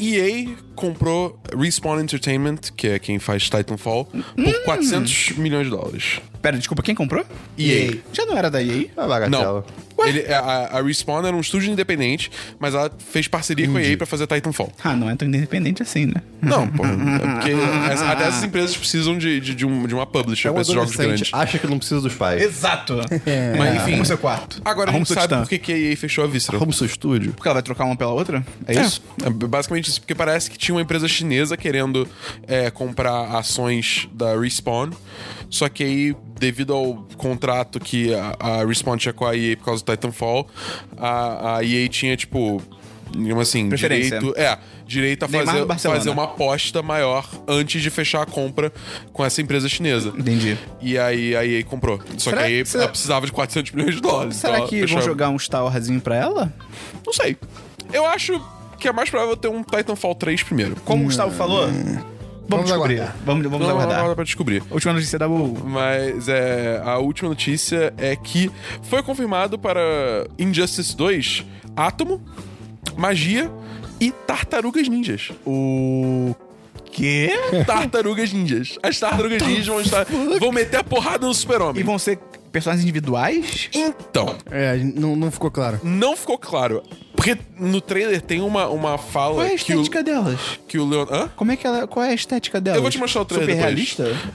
[SPEAKER 2] EA comprou Respawn Entertainment, que é quem faz Titanfall, por 400 milhões de dólares.
[SPEAKER 1] Pera, desculpa, quem comprou?
[SPEAKER 2] EA.
[SPEAKER 1] Já não era da EA?
[SPEAKER 4] É uma bagatela.
[SPEAKER 2] Não. Ele, a, a Respawn era um estúdio independente, mas ela fez parceria com a EA pra fazer Titanfall.
[SPEAKER 1] Ah, não é tão independente assim, né?
[SPEAKER 2] Não, pô. É porque as- até essas empresas precisam de, de, de um- de uma publisher
[SPEAKER 4] É um
[SPEAKER 2] pra esses jogos
[SPEAKER 4] adolescente,
[SPEAKER 2] grandes.
[SPEAKER 4] acha que não precisa dos pais.
[SPEAKER 1] Exato! É.
[SPEAKER 2] Mas enfim,
[SPEAKER 1] seu quarto.
[SPEAKER 2] agora a
[SPEAKER 1] Arruma
[SPEAKER 2] gente
[SPEAKER 1] seu
[SPEAKER 4] um
[SPEAKER 2] sabe
[SPEAKER 1] titã.
[SPEAKER 2] por que que a EA fechou a Visceral.
[SPEAKER 4] Como seu estúdio.
[SPEAKER 1] Porque ela vai trocar uma pela outra? É isso?
[SPEAKER 2] É, basicamente isso, porque parece que tinha uma empresa chinesa querendo é, comprar ações da Respawn, só que aí, devido ao contrato que a, a Respawn tinha com a EA por causa do Titanfall, a, a EA tinha, tipo, digamos assim,
[SPEAKER 1] Preferência.
[SPEAKER 2] direito... É, direito a
[SPEAKER 1] Neymar no
[SPEAKER 2] fazer,
[SPEAKER 1] Barcelona.
[SPEAKER 2] fazer uma aposta maior antes de fechar a compra com essa empresa chinesa.
[SPEAKER 1] Entendi.
[SPEAKER 2] E aí a EA comprou. Só
[SPEAKER 1] Será-
[SPEAKER 2] que aí
[SPEAKER 1] será-
[SPEAKER 2] ela precisava de 400 milhões de dólares.
[SPEAKER 1] Será
[SPEAKER 2] então
[SPEAKER 1] que
[SPEAKER 2] ela
[SPEAKER 1] vão
[SPEAKER 2] fechou-
[SPEAKER 1] jogar um Star Warzinho pra ela?
[SPEAKER 2] Não sei. Eu acho que é mais provável ter um Titanfall 3 primeiro.
[SPEAKER 1] Como o Gustavo falou, Hum. vamos, descobrir.
[SPEAKER 3] aguardar.
[SPEAKER 1] Vamos, vamos
[SPEAKER 2] Não,
[SPEAKER 1] aguardar.
[SPEAKER 2] não dá pra descobrir.
[SPEAKER 1] Última notícia é da Dabu.
[SPEAKER 2] Mas é, a última notícia é que foi confirmado para Injustice 2 Átomo, Magia e Tartarugas Ninjas.
[SPEAKER 1] O quê?
[SPEAKER 2] Tartarugas Ninjas. As Tartarugas Ninjas vão estar. Vão meter a porrada no
[SPEAKER 1] E
[SPEAKER 2] Super-Homem.
[SPEAKER 1] vão ser personagens individuais?
[SPEAKER 2] Então,
[SPEAKER 3] É, não, não ficou claro.
[SPEAKER 2] não ficou claro. Porque no trailer tem uma, uma fala
[SPEAKER 1] Qual é a
[SPEAKER 2] que, o,
[SPEAKER 1] estética delas?
[SPEAKER 2] que o Leon. Hã?
[SPEAKER 1] Como é que ela. Qual é a estética delas?
[SPEAKER 2] Eu vou te mostrar o trailer
[SPEAKER 1] Super
[SPEAKER 2] depois.
[SPEAKER 1] realista?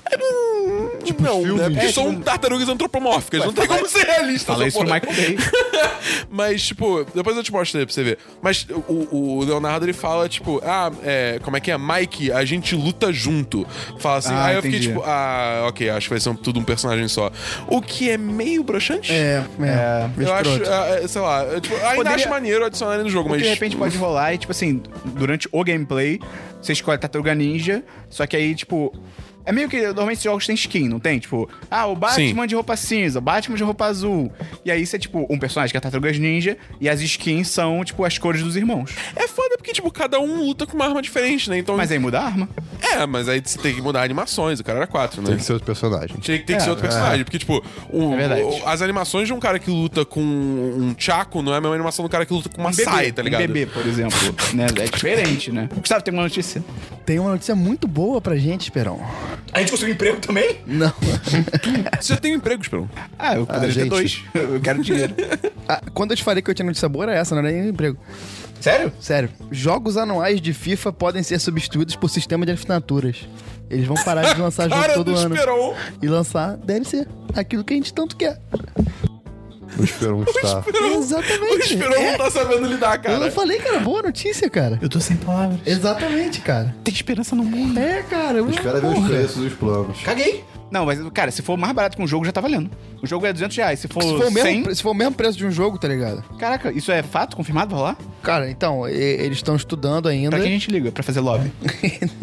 [SPEAKER 2] Tipo, não, né? Porque
[SPEAKER 1] É,
[SPEAKER 2] são
[SPEAKER 1] tipo-
[SPEAKER 2] tartarugas antropomórficas. não tem como ser realista.
[SPEAKER 1] Fala
[SPEAKER 2] essa
[SPEAKER 1] isso pro
[SPEAKER 2] porra.
[SPEAKER 1] Michael Bay.
[SPEAKER 2] Mas, tipo, depois eu te mostro aí pra você ver. Mas o, o Leonardo, ele fala, tipo, ah, é, como é que é? Mike, a gente luta junto. Fala assim,
[SPEAKER 1] Ah,
[SPEAKER 2] aí eu
[SPEAKER 1] entendi.
[SPEAKER 2] fiquei, tipo, ah, ok, acho que vai ser um- tudo um personagem só. O que é meio broxante.
[SPEAKER 3] É,
[SPEAKER 1] É,
[SPEAKER 3] é. meio
[SPEAKER 2] Eu acho,
[SPEAKER 3] escroto.
[SPEAKER 2] ah, sei lá, eu, tipo, ainda
[SPEAKER 1] Poderia-
[SPEAKER 2] acho maneiro adicionar ele no jogo,
[SPEAKER 1] Porque
[SPEAKER 2] mas.
[SPEAKER 1] de repente pode rolar e, tipo assim, durante o gameplay, você escolhe Tartaruga Ninja, só que aí, tipo. É meio que normalmente esses jogos têm skin, não tem? Tipo, ah, o Batman de roupa cinza, o Batman de roupa azul. E aí você é, tipo, um personagem que é Tartarugas Ninja e as skins são, tipo, as cores dos irmãos.
[SPEAKER 2] É foda porque, tipo, cada um luta com uma arma diferente, né? Então.
[SPEAKER 1] Mas aí muda a arma.
[SPEAKER 2] É, mas aí você tem que mudar animações, o cara era quatro, né?
[SPEAKER 4] Tem que ser outro personagem.
[SPEAKER 2] Tinha que ter que ser outro personagem, porque, tipo, o-
[SPEAKER 1] É verdade.
[SPEAKER 2] o- as animações de um cara que luta com um Chaco não é a mesma animação do cara que luta com uma
[SPEAKER 1] bebê,
[SPEAKER 2] saia, tá ligado?
[SPEAKER 1] Um bebê, por exemplo. né? É diferente, né? Gustavo, tem uma notícia?
[SPEAKER 3] Tem uma notícia muito boa pra gente, Esperão.
[SPEAKER 1] A gente conseguiu emprego também?
[SPEAKER 3] Não.
[SPEAKER 2] Você tem um emprego, Esperão.
[SPEAKER 1] Ah, eu poderia ter
[SPEAKER 4] gente.
[SPEAKER 1] dois. Eu quero dinheiro.
[SPEAKER 3] Ah, quando eu te falei que eu tinha notícia boa, era essa, não era nem emprego.
[SPEAKER 1] Sério?
[SPEAKER 3] Sério, jogos anuais de FIFA podem ser substituídos por sistema de assinaturas. Eles vão parar de lançar jogo
[SPEAKER 2] Cara
[SPEAKER 3] todo
[SPEAKER 2] do
[SPEAKER 3] ano.
[SPEAKER 2] Esperon.
[SPEAKER 3] E lançar DLC. Aquilo que a gente tanto quer.
[SPEAKER 4] O Esperon está.
[SPEAKER 2] O
[SPEAKER 3] Exatamente.
[SPEAKER 2] Esperon
[SPEAKER 3] É,
[SPEAKER 2] não tá sabendo lidar,
[SPEAKER 3] Eu
[SPEAKER 2] cara.
[SPEAKER 3] não falei que era boa notícia, cara.
[SPEAKER 1] Eu tô sem palavras.
[SPEAKER 3] Exatamente, cara.
[SPEAKER 1] Tem esperança no mundo.
[SPEAKER 3] É, cara. uma
[SPEAKER 4] Espera ver os
[SPEAKER 3] porra.
[SPEAKER 4] preços e os planos.
[SPEAKER 3] Caguei.
[SPEAKER 1] Não, mas, cara, se for mais barato que um jogo, já tá valendo. O jogo é 200 reais. Se for,
[SPEAKER 3] Se for,
[SPEAKER 1] 100...
[SPEAKER 3] o mesmo, pre- se for o mesmo preço de um jogo, tá ligado?
[SPEAKER 1] Caraca, isso é fato? Confirmado? Vai lá?
[SPEAKER 3] Cara, então, e- eles estão estudando ainda
[SPEAKER 1] Pra quem a gente liga? Pra fazer lobby.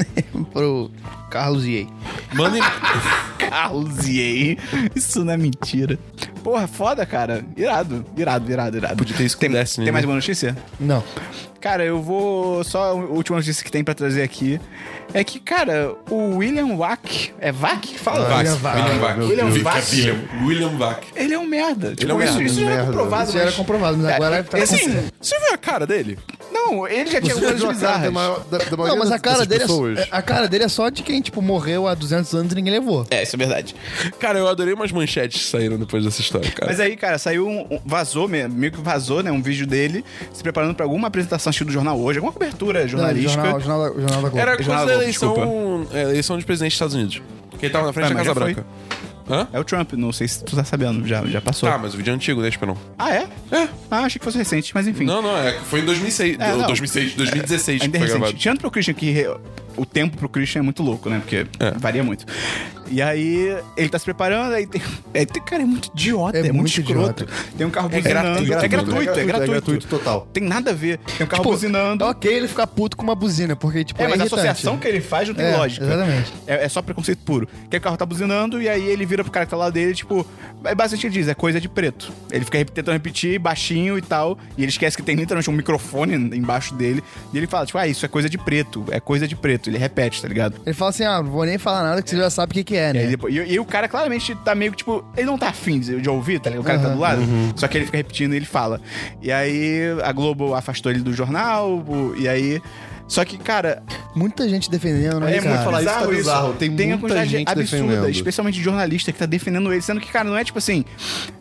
[SPEAKER 3] pro Carlos EA.
[SPEAKER 2] Manda em...
[SPEAKER 1] Carlos EA. Isso não é mentira. Porra, foda, cara. Irado, irado, irado, irado.
[SPEAKER 2] Podia ter isso com
[SPEAKER 1] tem,
[SPEAKER 2] Destiny,
[SPEAKER 1] tem mais
[SPEAKER 2] né?
[SPEAKER 1] uma notícia?
[SPEAKER 3] Não.
[SPEAKER 1] Cara, eu vou. Só a última notícia que tem pra trazer aqui. É que, cara, o William Wack. É Wack que fala?
[SPEAKER 2] Vac.
[SPEAKER 3] Vac.
[SPEAKER 2] William Vac.
[SPEAKER 1] William
[SPEAKER 2] Fica
[SPEAKER 1] Vac.
[SPEAKER 2] William. William Vac.
[SPEAKER 1] Ele é um merda.
[SPEAKER 2] é um
[SPEAKER 1] isso,
[SPEAKER 2] merda.
[SPEAKER 1] isso já era
[SPEAKER 4] Merda.
[SPEAKER 1] comprovado.
[SPEAKER 3] Isso já era
[SPEAKER 1] mas-
[SPEAKER 3] comprovado, mas agora tá
[SPEAKER 1] é,
[SPEAKER 3] com-
[SPEAKER 1] assim,
[SPEAKER 2] Você viu a cara dele?
[SPEAKER 1] Não, ele já tinha algumas bizarras.
[SPEAKER 3] Não, mas a cara dele é, só-
[SPEAKER 4] Pessoas.
[SPEAKER 3] é- a cara dele é só de quem, tipo, morreu há 200 anos e ninguém levou.
[SPEAKER 1] É, isso é verdade.
[SPEAKER 2] Cara, eu adorei umas manchetes que saíram depois dessa história, cara.
[SPEAKER 1] Mas aí, cara, saiu um. um- Vazou, me- meio que vazou, né? Um vídeo dele se preparando pra alguma apresentação estilo do jornal hoje, alguma cobertura jornalística.
[SPEAKER 3] Jornal, jornal, da- jornal da Globo. Tipo,
[SPEAKER 2] Era
[SPEAKER 1] Jornal
[SPEAKER 2] coisa
[SPEAKER 1] Globo,
[SPEAKER 2] da eleição, é, eleição de presidente dos Estados Unidos. Quem tava na frente
[SPEAKER 1] Ah,
[SPEAKER 2] da
[SPEAKER 1] mas
[SPEAKER 2] Casa
[SPEAKER 1] já foi.
[SPEAKER 2] Branca. Hã?
[SPEAKER 1] É o Trump, não sei se tu tá sabendo, já, já passou.
[SPEAKER 2] Tá, mas o vídeo é antigo, né, Esperão?
[SPEAKER 1] Ah, é? É. Ah, achei que fosse recente, mas enfim.
[SPEAKER 2] Não, não, é, que foi em 2006,
[SPEAKER 1] É,
[SPEAKER 2] do-
[SPEAKER 1] não.
[SPEAKER 2] 2006 2016 que
[SPEAKER 1] Ainda é
[SPEAKER 2] foi
[SPEAKER 1] recente.
[SPEAKER 2] gravado.
[SPEAKER 1] Tirando pro Christian, que re- o tempo pro Christian é muito louco, né? Porque varia muito. E aí, ele tá se preparando, aí tem. é, tem- cara, é muito idiota, é,
[SPEAKER 3] É
[SPEAKER 1] muito,
[SPEAKER 3] muito
[SPEAKER 1] escroto. Tem um carro buzinando.
[SPEAKER 2] gratuito.
[SPEAKER 1] É gratuito, é gratuito.
[SPEAKER 4] total.
[SPEAKER 1] Tem nada a ver. Tem um carro
[SPEAKER 3] Tipo,
[SPEAKER 1] buzinando.
[SPEAKER 3] ok ele ficar puto com uma buzina, porque, tipo,
[SPEAKER 1] É, mas a
[SPEAKER 3] irritante.
[SPEAKER 1] associação que ele faz não tem
[SPEAKER 3] É,
[SPEAKER 1] lógica.
[SPEAKER 3] exatamente.
[SPEAKER 1] É, é só preconceito puro. Que o carro tá buzinando e aí ele vira pro cara que tá lá dele, tipo, é basicamente ele diz, é coisa de preto. Ele fica rep- tentando repetir baixinho e tal, e ele esquece que tem literalmente um microfone embaixo dele, e ele fala, tipo, ah, isso é coisa de preto, é coisa de preto. Ele repete, tá ligado?
[SPEAKER 3] Ele fala assim, ah, não vou nem falar nada que você já sabe o que que é,
[SPEAKER 1] E,
[SPEAKER 3] né?
[SPEAKER 1] aí depois- e- e o cara claramente tá meio que, tipo, ele não tá afim de, de ouvir, tá ligado? O cara que tá do lado. Só que ele fica repetindo e ele fala. E aí a Globo afastou ele do jornal, o- e aí. Só que, cara,
[SPEAKER 3] Muita gente defendendo, né,
[SPEAKER 1] É
[SPEAKER 3] cara?
[SPEAKER 1] muito falar
[SPEAKER 4] isso tá
[SPEAKER 1] bizarro isso.
[SPEAKER 4] bizarro. Tem
[SPEAKER 1] uma
[SPEAKER 4] muita
[SPEAKER 1] quantidade
[SPEAKER 4] gente
[SPEAKER 1] absurda,
[SPEAKER 4] defendendo.
[SPEAKER 1] especialmente de jornalista que tá defendendo ele. Sendo que, cara, não é tipo assim,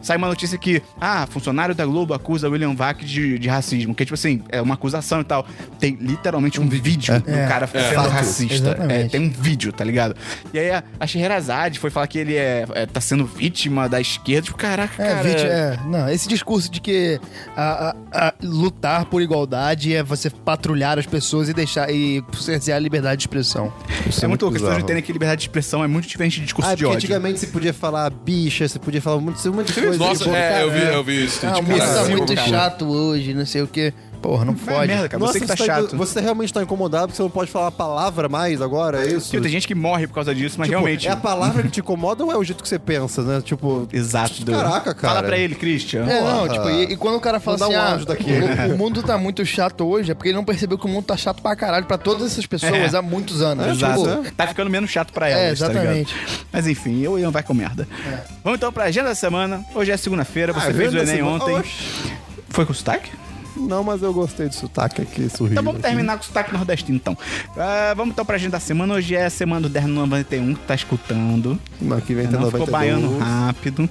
[SPEAKER 1] sai uma notícia que, ah, funcionário da Globo acusa William Vac de, de racismo. Que é tipo assim, é uma acusação e tal. Tem literalmente um vídeo do
[SPEAKER 3] É.
[SPEAKER 1] cara sendo
[SPEAKER 3] Fato.
[SPEAKER 1] racista.
[SPEAKER 3] Exatamente.
[SPEAKER 1] É, tem um vídeo, tá ligado? E aí a, a Scheherazade foi falar que ele é, é, tá sendo vítima da esquerda. Tipo, caraca,
[SPEAKER 3] É,
[SPEAKER 1] cara.
[SPEAKER 3] vítima- é, não, esse discurso de que a- a- a lutar por igualdade é você patrulhar as pessoas e deixar e cercear a liberdade de expressão.
[SPEAKER 1] Isso é muito louco. As pessoas
[SPEAKER 4] bizarro.
[SPEAKER 1] não entendem que liberdade de expressão é muito diferente de discurso
[SPEAKER 8] Ah,
[SPEAKER 1] de
[SPEAKER 8] porque
[SPEAKER 1] ódio.
[SPEAKER 8] antigamente você podia falar bicha, você podia falar muito, um monte de coisa.
[SPEAKER 2] Nossa,
[SPEAKER 8] Pô,
[SPEAKER 2] é,
[SPEAKER 8] cara,
[SPEAKER 2] eu vi, eu vi isso.
[SPEAKER 1] É,
[SPEAKER 3] Ah, o
[SPEAKER 2] tweet,
[SPEAKER 3] mundo
[SPEAKER 2] cara,
[SPEAKER 3] tá
[SPEAKER 2] eu
[SPEAKER 3] muito
[SPEAKER 2] vi.
[SPEAKER 3] chato hoje, não sei o quê. Porra, não
[SPEAKER 1] Vai,
[SPEAKER 3] pode.
[SPEAKER 1] merda, cara.
[SPEAKER 8] Nossa,
[SPEAKER 1] você que tá
[SPEAKER 8] indo-
[SPEAKER 1] chato.
[SPEAKER 8] você realmente tá incomodado porque você não pode falar a palavra mais agora, é isso?
[SPEAKER 1] Tipo, Tem gente que morre por causa disso, mas
[SPEAKER 8] Tipo,
[SPEAKER 1] realmente.
[SPEAKER 8] É a palavra que te incomoda ou é o jeito que você pensa, né? Tipo,
[SPEAKER 1] Exato.
[SPEAKER 8] Caraca, cara.
[SPEAKER 1] Fala pra ele, Christian.
[SPEAKER 3] É, não, tipo, e, e quando o cara fala
[SPEAKER 8] Vou
[SPEAKER 3] assim,
[SPEAKER 8] dar um
[SPEAKER 3] ah,
[SPEAKER 8] áudio daqui."
[SPEAKER 3] o, o mundo tá muito chato hoje, é porque ele não percebeu que o mundo tá chato pra caralho pra todas essas pessoas
[SPEAKER 1] É.
[SPEAKER 3] há muitos anos.
[SPEAKER 1] Exato.
[SPEAKER 3] Tipo,
[SPEAKER 1] Tá ficando menos chato pra elas,
[SPEAKER 3] É, exatamente.
[SPEAKER 1] tá ligado? Mas enfim, eu e Ian vai com merda. Vamos então pra agenda da semana. Hoje é segunda-feira, você
[SPEAKER 8] Ah,
[SPEAKER 1] fez o
[SPEAKER 8] agenda da
[SPEAKER 1] Enem
[SPEAKER 8] semana.
[SPEAKER 1] ontem.
[SPEAKER 8] Oxi.
[SPEAKER 1] Foi com sotaque?
[SPEAKER 8] não, mas eu gostei do sotaque aqui, sorriso.
[SPEAKER 1] Então vamos terminar com o sotaque nordestino, então. Ah, vamos então pra agenda da semana. Hoje é a semana do 10 no 91, que tá escutando.
[SPEAKER 8] Semana que vem tem
[SPEAKER 1] Não ficou
[SPEAKER 8] 92.
[SPEAKER 1] baiano rápido.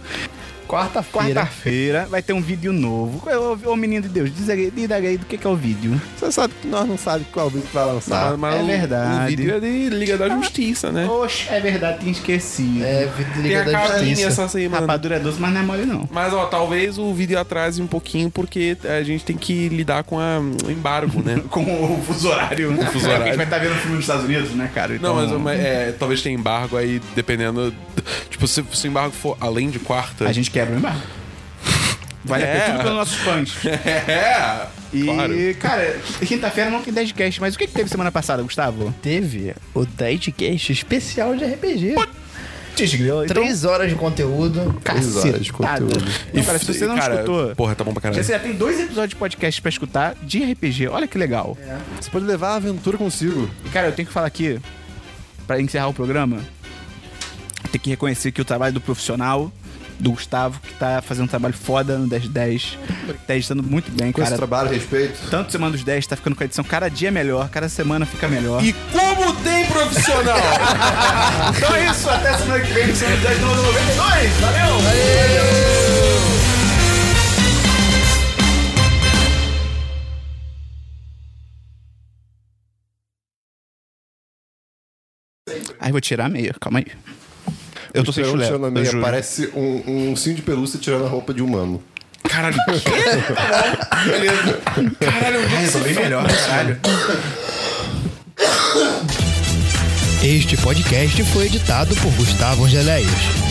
[SPEAKER 3] Quarta-feira.
[SPEAKER 1] Quarta-feira vai ter um vídeo novo. Ô, ô menino de Deus, diz aí, diz aí do que, que é o vídeo.
[SPEAKER 8] Você sabe que nós não sabe qual vídeo vai lançar.
[SPEAKER 2] Mas
[SPEAKER 1] É
[SPEAKER 2] o-
[SPEAKER 1] verdade.
[SPEAKER 2] O vídeo é de Liga da Justiça, né?
[SPEAKER 1] Oxe, é verdade, tinha esquecido.
[SPEAKER 3] É,
[SPEAKER 2] Tem
[SPEAKER 3] Liga
[SPEAKER 2] a assim,
[SPEAKER 3] da
[SPEAKER 2] carinha
[SPEAKER 3] Justiça.
[SPEAKER 2] essa semana.
[SPEAKER 1] Rapadura é doce, mas não é mole, não.
[SPEAKER 2] Mas, ó, talvez o vídeo atrase um pouquinho, porque a gente tem que lidar com a- o embargo, né?
[SPEAKER 1] com o fuso horário. O
[SPEAKER 2] fuso horário.
[SPEAKER 1] A gente vai estar vendo filme nos Estados Unidos, né, cara?
[SPEAKER 2] Não,
[SPEAKER 1] Então-
[SPEAKER 2] mas mas, é, talvez tenha embargo aí, dependendo. Tipo, se, se o embargo for além de quarta.
[SPEAKER 1] A gente quebra o embargo. Vale a
[SPEAKER 2] É.
[SPEAKER 1] pena tudo pelos nossos fãs.
[SPEAKER 2] É!
[SPEAKER 1] E,
[SPEAKER 2] Claro.
[SPEAKER 1] cara, quinta-feira não tem 10 cast, mas o que, que teve semana passada, Gustavo?
[SPEAKER 3] Teve o Deadcast especial de RPG.
[SPEAKER 1] Desgrila.
[SPEAKER 3] Três horas de conteúdo.
[SPEAKER 1] Cacetada. Então, cara, se você não
[SPEAKER 2] cara,
[SPEAKER 1] escutou...
[SPEAKER 2] Porra, tá bom pra caralho.
[SPEAKER 1] Você já tem dois episódios de podcast pra escutar de RPG. Olha que legal.
[SPEAKER 8] Você pode levar a aventura consigo.
[SPEAKER 1] E, Cara, eu tenho que falar aqui, pra encerrar o programa, tem que reconhecer que o trabalho do profissional, do Gustavo, que tá fazendo um trabalho foda no 1010, tá editando muito bem,
[SPEAKER 4] Com esse
[SPEAKER 1] cara.
[SPEAKER 4] trabalho, respeito.
[SPEAKER 1] Tanto Semana dos 10 tá ficando com a edição cada dia melhor, cada semana fica melhor.
[SPEAKER 2] E como tem profissional!
[SPEAKER 1] Então é isso, até semana que vem, Semana dos 10 número 92. Valeu! Aí vou tirar a meia, calma aí. Eu tô sem
[SPEAKER 4] Esperão
[SPEAKER 1] chulé,
[SPEAKER 4] tirando a
[SPEAKER 1] eu
[SPEAKER 4] meia,
[SPEAKER 1] juro.
[SPEAKER 4] Parece um, um ursinho de pelúcia tirando a roupa de humano.
[SPEAKER 1] Caralho, que? tá bom. Beleza. Caralho, onde é que
[SPEAKER 9] Tô
[SPEAKER 1] você
[SPEAKER 9] bem
[SPEAKER 1] foi?
[SPEAKER 9] melhor, caralho.
[SPEAKER 3] Este podcast foi editado por Gustavo Angeléias.